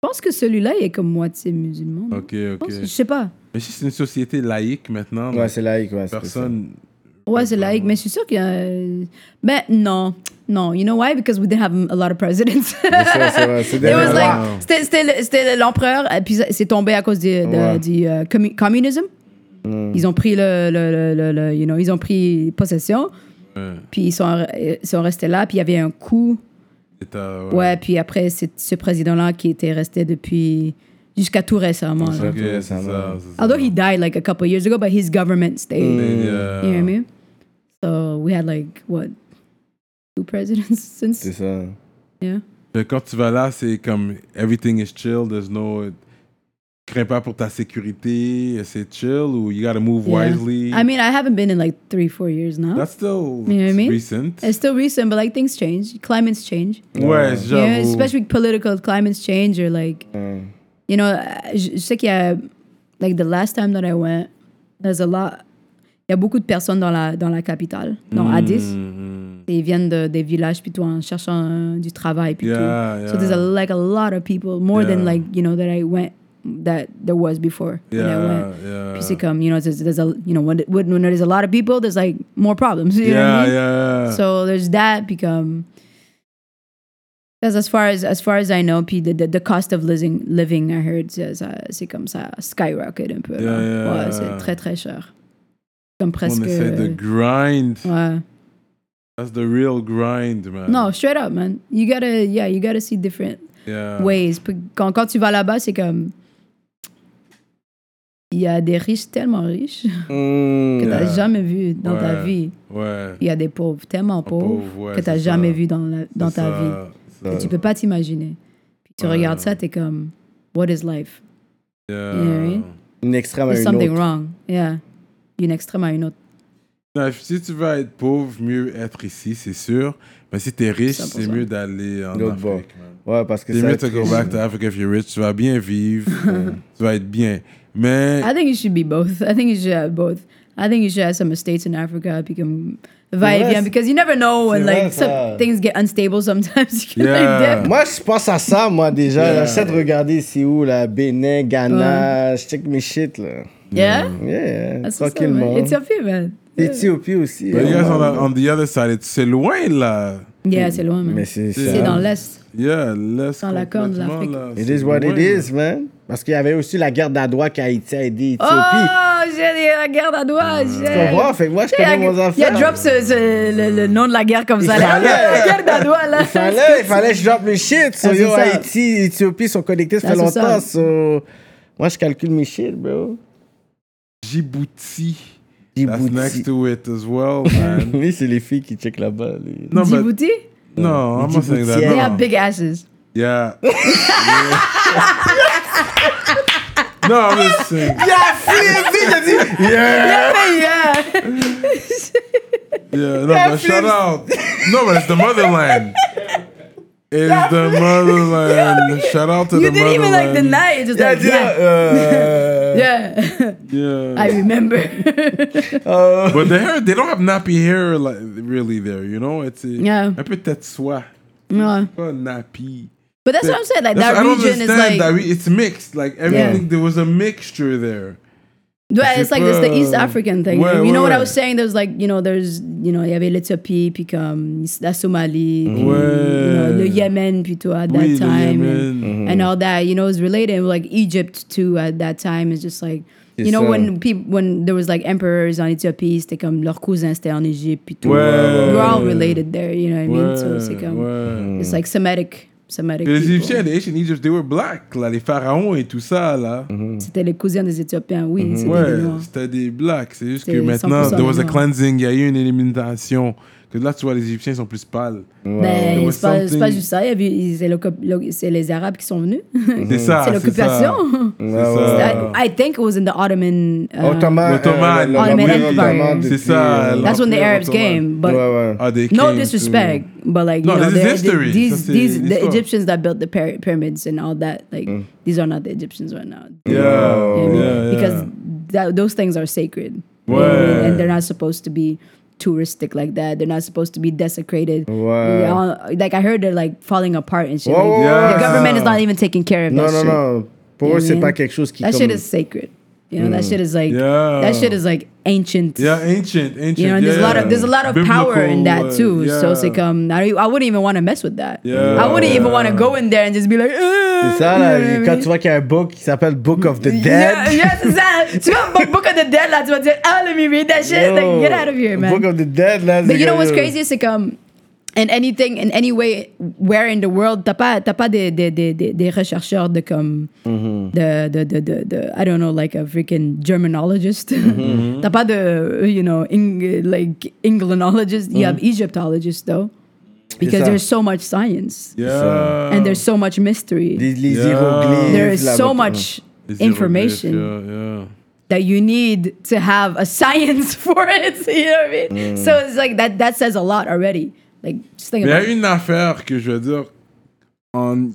S5: je pense que celui-là, il est comme moitié musulman. non?
S3: Ok,
S5: Mm. Je
S3: ok.
S5: pense- Je sais pas.
S3: Mais si c'est une société laïque maintenant,
S4: Ouais, c'est laïque, ouais. c'est
S3: personne.
S5: Ouais, c'est laïque, mais je suis sûre qu'il y a. Mais non, non. You know why? Because we didn't have a lot of presidents.
S4: ça. C'est ça, c'est vrai. C'est des
S5: It was
S4: rois.
S5: like, c'était- c'était le- c'était l'empereur, et puis ça- c'est tombé à cause du, de-
S4: Ouais.
S5: du euh, commu- communisme. Ils ont pris le, le, le, le- le- you know, ils ont pris possession,
S3: euh,
S5: puis ils sont, euh, ils sont restés là, puis il y avait un coup.
S3: C'est, euh,
S5: Ouais, puis après, c'est ce président-là qui était resté depuis jusqu'à tout récemment. là.
S3: Ok, c'est ça. c'est ça.
S5: Although he died like a couple of years ago, but his government stayed.
S3: Et, euh,
S5: You know what I mean? So we had like, what, two presidents since?
S4: C'est ça.
S5: Yeah.
S3: Fait que quand tu vas là, c'est comme everything is chill, there's no. Crains pas pour ta sécurité, c'est chill ou you gotta move
S5: Yeah.
S3: wisely.
S5: I mean, I haven't been in like three, four years now.
S3: That's still
S5: You know what I mean?
S3: recent.
S5: It's still recent, but like things change. Climates change.
S3: Ouais,
S5: You know,
S3: j'avoue.
S5: especially political climates change or like,
S3: Mm.
S5: you know, I- je je sais qu'il y a, like the last time that I went, there's a lot, il y a beaucoup de personnes dans la, dans la capitale, dans
S3: Mm.
S5: Addis.
S3: Mm-hmm.
S5: Et Ils viennent de, des villages plutôt en cherchant euh, du travail plutôt.
S3: Yeah, yeah.
S5: So there's a, like a lot of people, more than
S3: Yeah.
S5: like, you know, that I went, that there was before when I went.
S3: yeah, yeah.
S5: Puis c'est comme, you know, there's, there's a, you know, when, when, when there's a lot of people, there's like more problems. You know what
S3: yeah,
S5: I mean?
S3: yeah.
S5: So there's that become. That's as far as as far as I know. P the, the, the cost of living living I heard c'est ça- c'est comme ça skyrocket un peu. là.
S3: Yeah, yeah,
S5: ouais,
S3: yeah.
S5: c'est très très cher. Comme
S3: On
S5: presque.
S3: essaie de grind.
S5: ouais.
S3: That's the real grind, man.
S5: Non, straight up man. You gotta yeah, you gotta see different
S3: Yeah.
S5: ways. Puis Quand quand tu vas là-bas, c'est comme. Il y a des riches tellement riches que
S4: Mm.
S5: t'as
S3: Yeah.
S5: jamais vu dans ta
S3: Ouais.
S5: vie.
S3: Ouais.
S5: Il y a des pauvres tellement pauvres
S3: pauvres, ouais,
S5: que t'as
S3: c'est
S5: jamais
S3: ça.
S5: vu dans la- dans
S3: C'est
S5: ta
S3: ça,
S5: vie.
S3: c'est
S5: que tu peux pas t'imaginer. Puis tu regardes ça, t'es comme, what is life?
S3: Yeah.
S5: You know what I mean?
S4: Une extrême à
S5: There's
S4: Ah, une
S5: something
S4: autre.
S5: wrong. Yeah. D'une extrême à une autre.
S3: Non, Ben, si tu veux être pauvre, mieux être ici, c'est sûr. Mais si t'es riche,
S5: 100%.
S3: c'est mieux d'aller en
S4: L'autre
S3: Afrique.
S4: bord.
S3: man.
S4: Ouais, parce que
S3: C'est mieux to
S4: ça.
S3: go back to Africa if you're rich. Tu vas bien vivre, tu vas être bien. Mais
S4: Ah,
S5: I think you should be both. I think you should have both. I think you should have some estates in Africa, puis comme va-et-vient,
S4: c'est-
S5: because you never know when
S4: c'est vrai,
S5: like
S4: ça.
S5: some things get unstable sometimes. You can
S3: Yeah.
S5: like dip.
S4: Moi, je pense à ça, moi, déjà. J'essaie de regarder c'est où, là, Bénin, Ghana. Je check mes shit, là.
S5: Yeah?
S3: Mm.
S4: Yeah,
S5: That's what's up,
S4: tranquillement.
S5: man. It's your feet, man.
S4: Éthiopie aussi.
S3: but you guys
S4: hein,
S3: on,
S4: man.
S3: the- on the other side, it's- c'est loin là.
S5: Yeah, c'est loin, man.
S4: Mm. Mais c'est ça.
S5: C'est dans l'Est.
S3: Yeah, laisse
S5: Dans la corne de
S3: complètement,
S5: l'Afrique.
S3: là.
S4: It
S3: C'est
S4: is what
S3: loin,
S4: it is, man. Parce qu'il y avait aussi la guerre d'Adwa qui a été aidée
S5: Oh,
S4: Éthiopie.
S5: j'ai des- la guerre d'Adwa.
S4: Ah. Tu comprends? Fait que moi, je connais mon affaire.
S5: Il a drop ce- ce- le, le nom de la guerre comme ça. là.
S4: fallait.
S5: La guerre d'Adwa, là.
S4: Il fallait, il fallait que je drop mes shit. So,
S5: Ah, c'est
S4: yo,
S5: ça.
S4: Haïti, Éthiopie sont connectés, ça
S5: Ah,
S4: fait
S5: c'est ça.
S4: longtemps. So, moi, je calcule mes shit, bro.
S3: Djibouti. That's next
S4: Djibouti.
S3: to it as well, man.
S4: Lui, c'est les filles qui check là-bas. lui.
S3: non, mais
S5: Djibouti?
S3: non, I'm not saying that.
S4: Djiboutien.
S5: They
S3: non.
S5: have big asses.
S3: Yeah. no, I'm just saying.
S4: Ah.
S5: Yeah.
S3: Yeah, no, but shout out. No, but it's the motherland. It's the motherland. Shout out to
S5: You
S3: the motherland.
S5: didn't even like deny it. Just
S4: Yeah,
S5: like, yeah.
S3: euh,
S4: yeah,
S5: Yeah. I
S3: Yeah.
S5: remember.
S4: euh,
S3: But the hair, they don't have nappy hair like really there. You know, it's a,
S5: Yeah.
S3: un peu tête soie,
S5: no.
S3: pas oh, nappy.
S5: But that's what I'm saying. Like
S3: That's- I
S5: that
S3: don't
S5: region is
S3: understand
S5: like,
S3: that. We, it's mixed. Like everything, there was a mixture there.
S5: Well,
S3: Je
S5: it's
S3: sais
S5: like this the
S3: pas.
S5: East African thing.
S3: Ouais,
S5: you
S3: ouais,
S5: know what I
S3: ouais.
S5: was saying? There's like, you know, there's, you know, il y avait l'Éthiopie, puis comme la Somalie, puis,
S3: Mm. Ouais.
S5: you know, le Yémen, puis tout, at that
S3: Oui, le
S5: time. and-
S3: Yémen.
S5: and, all that, you know, is related. Like Egypt too at that time is just like, you
S4: C'est
S5: know,
S4: ça.
S5: when people, when there was like emperors en Éthiopie, c'était comme leurs cousins, c'était en Égypte, puis tout.
S3: Ouais.
S5: We're all related there, you know what I mean? So
S3: Ouais,
S5: c'est comme,
S3: ouais.
S5: it's like Semitic, Semitic.
S3: Puis les
S5: people.
S3: Égyptiens, les Ancient Egypt, they were black, là, les pharaons et tout ça, là.
S5: C'était les cousins des Éthiopiens, oui, c'était des
S3: Mm-hmm. Ouais,
S5: Noirs.
S3: c'était des blacks. C'est juste que
S5: C'était
S3: maintenant,
S5: 100%
S3: there was a
S5: des Noirs.
S3: cleansing, il y a eu une élimination. Que là, tu vois, les Égyptiens sont plus pâles. There
S5: Ben,
S3: was
S5: c'est pas, c'est pas
S3: something-
S5: juste ça. Il y avait- ils- c'est l'occup- l'oc- c'est les Arabes qui sont venus.
S3: Ah, C'est ça,
S5: c'est
S3: ça.
S5: l'occupation.
S3: C'est
S4: Ouais, ouais.
S3: ça.
S5: I, I think it was in the Ottoman. uh,
S4: Ottoman.
S3: Ottoman.
S4: euh, le- le-
S5: Ottoman
S4: le-
S5: Empire.
S4: l'Ottoman
S3: C'est
S4: depuis,
S3: ça,
S4: euh,
S3: l'Empire
S5: That's when the Arabs
S3: Ottoman.
S5: came. But
S4: Ouais, ouais.
S3: Ah, they
S5: no
S3: came to-
S5: disrespect, but like
S3: No,
S5: you know,
S3: this is
S5: the- the-
S3: history. Ça,
S5: these
S3: c'est
S5: these the
S3: l'histoire.
S5: Egyptians that built the pyra- pyramids and all that, like
S3: Mm.
S5: these are not the Egyptians right now.
S3: Yeah, yeah, yeah.
S5: Because that, those things are sacred. You know what I mean?
S3: Ouais.
S5: And they're not supposed to be touristic like that. They're not supposed to be desecrated.
S4: Ouais.
S5: They all- like I heard they're like falling apart and shit.
S4: Ouais,
S5: Like,
S4: ouais,
S5: The
S4: ouais.
S5: government is not even taking care of
S4: Non,
S5: that
S4: non,
S5: shit.
S4: non. Pour
S5: Yeah,
S4: eux, c'est
S5: man.
S4: pas quelque chose qui.
S5: That
S4: comme-
S5: shit is sacred. You know, that shit is like
S3: Mm. Yeah.
S5: that shit is like ancient.
S3: Yeah, ancient, ancient.
S5: You know, and there's a lot
S3: yeah.
S5: of there's a lot of power in
S3: Biblical,
S5: that too.
S3: uh, yeah.
S5: So it's like um, I, don't- I wouldn't even want to mess with that.
S3: Yeah.
S5: I wouldn't even want to go in there and just be like.
S4: C'est ça, là. Quand tu vois qu'il y a un book qui s'appelle Book of the
S5: Yeah,
S4: Dead.
S5: yeah, c'est ça. tu vas au Book of the Dead là, tu vas dire ah let me read that shit.
S4: Yo,
S5: Like, get out of here, man.
S4: Book of the Dead, là.
S5: But
S4: c'est
S5: you know
S4: comme-
S5: what's crazy? C'est comme, in anything, in any way, where in the world, t'as pas, t'as pas des, des, des, des, des chercheurs de comme,
S4: Mm-hmm.
S5: de, de, de, de, de- I don't know, like a freaking Germanologist.
S4: Mm-hmm.
S5: t'as pas de, you know, Eng, like Englandologist. You have Egyptologists, though. Because
S4: Mm-hmm. ça.
S5: there's so much science.
S3: Yeah.
S5: And there's so much mystery.
S4: Les, les
S3: Yeah.
S4: hiéroglyphes.
S5: there is
S4: là,
S5: so
S4: votre-
S5: much
S3: It's the
S5: information
S3: relief, Yeah, yeah.
S5: that you need to have a science for it. You know what I mean? So it's like that that says a lot already. Like just think
S3: Mais
S5: about
S3: il y a une affaire que je veux dire. en-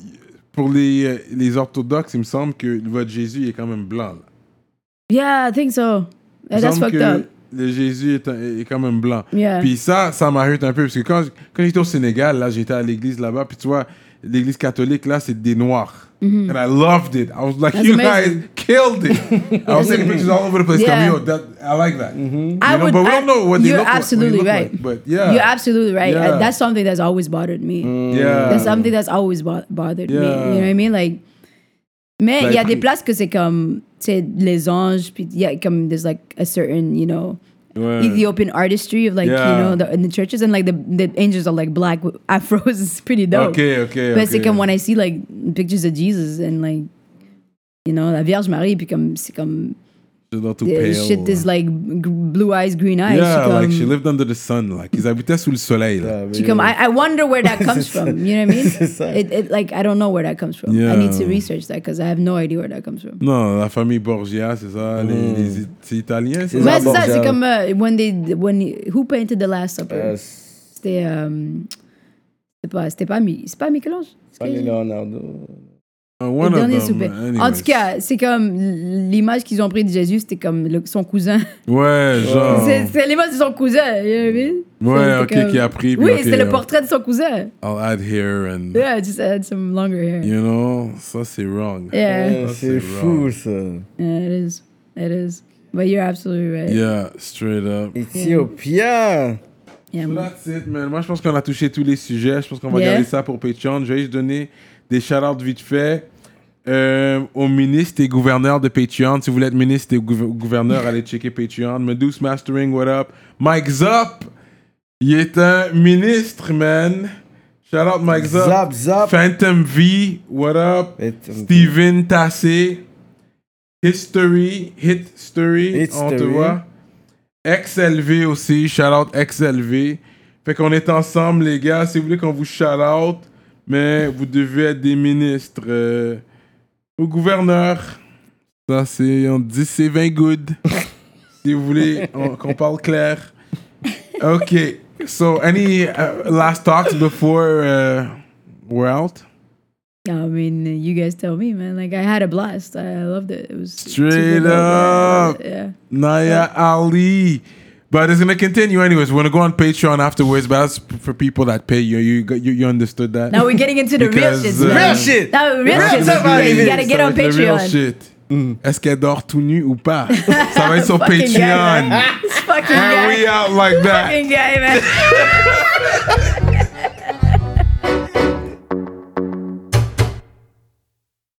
S3: pour les, euh, les orthodoxes, il me semble que votre Jésus il est quand même blanc. là.
S5: it. Yeah, I think so.
S3: Il me
S5: Yeah, that's
S3: semble
S5: fucked
S3: que
S5: up.
S3: Le Jésus est, un- est quand même blanc.
S5: Yeah.
S3: Puis ça, ça m'arrête un peu. Parce que quand, quand j'étais au Sénégal, là, j'étais à l'église là-bas. Puis tu vois, l'église catholique, là, c'est des noirs. And I loved it. I was like,
S5: Mm-hmm. That's
S3: you
S5: amazing.
S3: guys killed it. I was taking pictures all over the place.
S5: Yeah.
S3: Comme, yo, that, I like that. You
S5: I
S3: know,
S5: would-
S3: but we
S5: I-
S3: don't know what they
S5: you're
S3: look like- what they
S5: absolutely
S3: look
S5: right.
S3: like. But yeah.
S5: You're absolutely right.
S3: Yeah.
S5: Uh, that's something that's always bothered me.
S3: Yeah.
S5: That's something that's always bo- bothered me. You
S3: Yeah.
S5: know what I mean? Like, mais il y a
S3: Like-
S5: des places que c'est comme, tu sais, les anges, puis il y a comme, there's like a certain, you know,
S3: Ouais.
S5: Ethiopian artistry of like,
S3: Yeah.
S5: you know, the, in the churches, and like the, the angels are like black with afros. It's pretty dope.
S3: Okay, okay,
S5: But
S3: okay.
S5: c'est comme when I see like pictures of Jesus and like, you know, la Vierge Marie, puis comme c'est comme
S3: She's not too
S5: The
S3: pale.
S5: shit is like g- blue eyes, green eyes. Je suis
S3: yeah, like
S5: comme-
S3: she lived under the sun. Like ils habitaient sous le soleil. Là.
S5: Je suis comme, I, I wonder where that comes from. You know what I mean?
S4: C'est ça.
S5: It, it, like, I don't know where that comes from.
S3: Yeah.
S5: I need to research that because I have no idea where that comes from.
S3: Non, la famille Borgia, c'est ça. Les, les I- c'est italien, c'est
S4: C'est
S3: ça.
S5: Mais c'est ça,
S4: Borgia.
S5: c'est comme, euh, when they, when, who painted the last supper?
S4: Euh, c'est
S5: C'était, euh, c'était pas, c'était pas, Mi- c'est pas Michel-Ange? C'est
S4: pas
S5: que-
S4: Leonardo.
S3: Uh,
S5: le
S3: One of
S5: dernier
S3: them.
S5: souper. En
S3: anyways.
S5: tout cas, c'est comme l'image qu'ils ont prise de Jésus, c'était comme le- son cousin.
S3: Ouais, genre.
S5: C'est c'est l'image de son cousin, you know what I mean?
S3: Ouais,
S5: C'est
S3: ok,
S5: comme-
S3: qui a pris. puis
S5: Oui,
S3: ok,
S5: c'était le
S3: euh,
S5: portrait de son cousin.
S3: I'll add here and.
S5: Yeah, just add some longer hair.
S3: You know, ça c'est wrong.
S5: Yeah.
S4: Euh,
S3: Ça,
S4: C'est
S3: c'est
S4: fou,
S3: wrong.
S4: ça.
S5: Yeah, it is. It is. But you're absolutely right.
S3: Yeah, straight up.
S4: Éthiopien.
S5: Yeah,
S3: So
S5: man.
S3: That's it, man. Moi, je pense qu'on a touché tous les sujets. Je pense qu'on va
S5: Yeah.
S3: garder ça pour Patreon. Je vais juste donner des shout-outs vite fait euh, aux ministres et gouverneurs de Patreon. Si vous voulez être ministre et gouv- gouverneur, allez checker Patreon. Medusa Mastering, what up? Mike Zop, il est un ministre, man. Shout-out Mike Zop.
S4: Zap, zap.
S3: Phantom V, what up?
S4: Phantom V.
S3: Steven Tassé. History, Hit Story, on te
S4: History.
S3: voit. XLV aussi, shout out XLV. Fait qu'on est ensemble, les gars. Si vous voulez qu'on vous shout out, mais vous devez être des ministres euh, ou gouverneurs. Ça, c'est, on dit c'est 20 good. si vous voulez on- qu'on parle clair. OK. So, any uh, last talks before uh, we're out?
S5: I mean, you guys tell me, man. Like I had a blast. I loved it. It was
S3: Straight
S5: super dope.
S3: up.
S5: Yeah.
S3: Naya Ali. But it's gonna continue anyways. We're gonna go on Patreon afterwards, but that's p- for people that pay you. You you, you understood that.
S5: Now we're getting into the
S3: Because,
S5: real shit.
S3: uh,
S5: man.
S4: Real shit.
S5: Now real
S4: Real
S5: shit.
S4: shit, man.
S5: You gotta get
S3: Ça
S5: on
S3: va être le real
S5: Patreon. Mm.
S3: shit. Est-ce qu'elle dort tout nu ou pas? Ça va être sur
S5: Fucking guy,
S3: Patreon.
S5: man. This fucking
S3: And we
S5: guy.
S3: out like that.
S5: Fucking guy, man.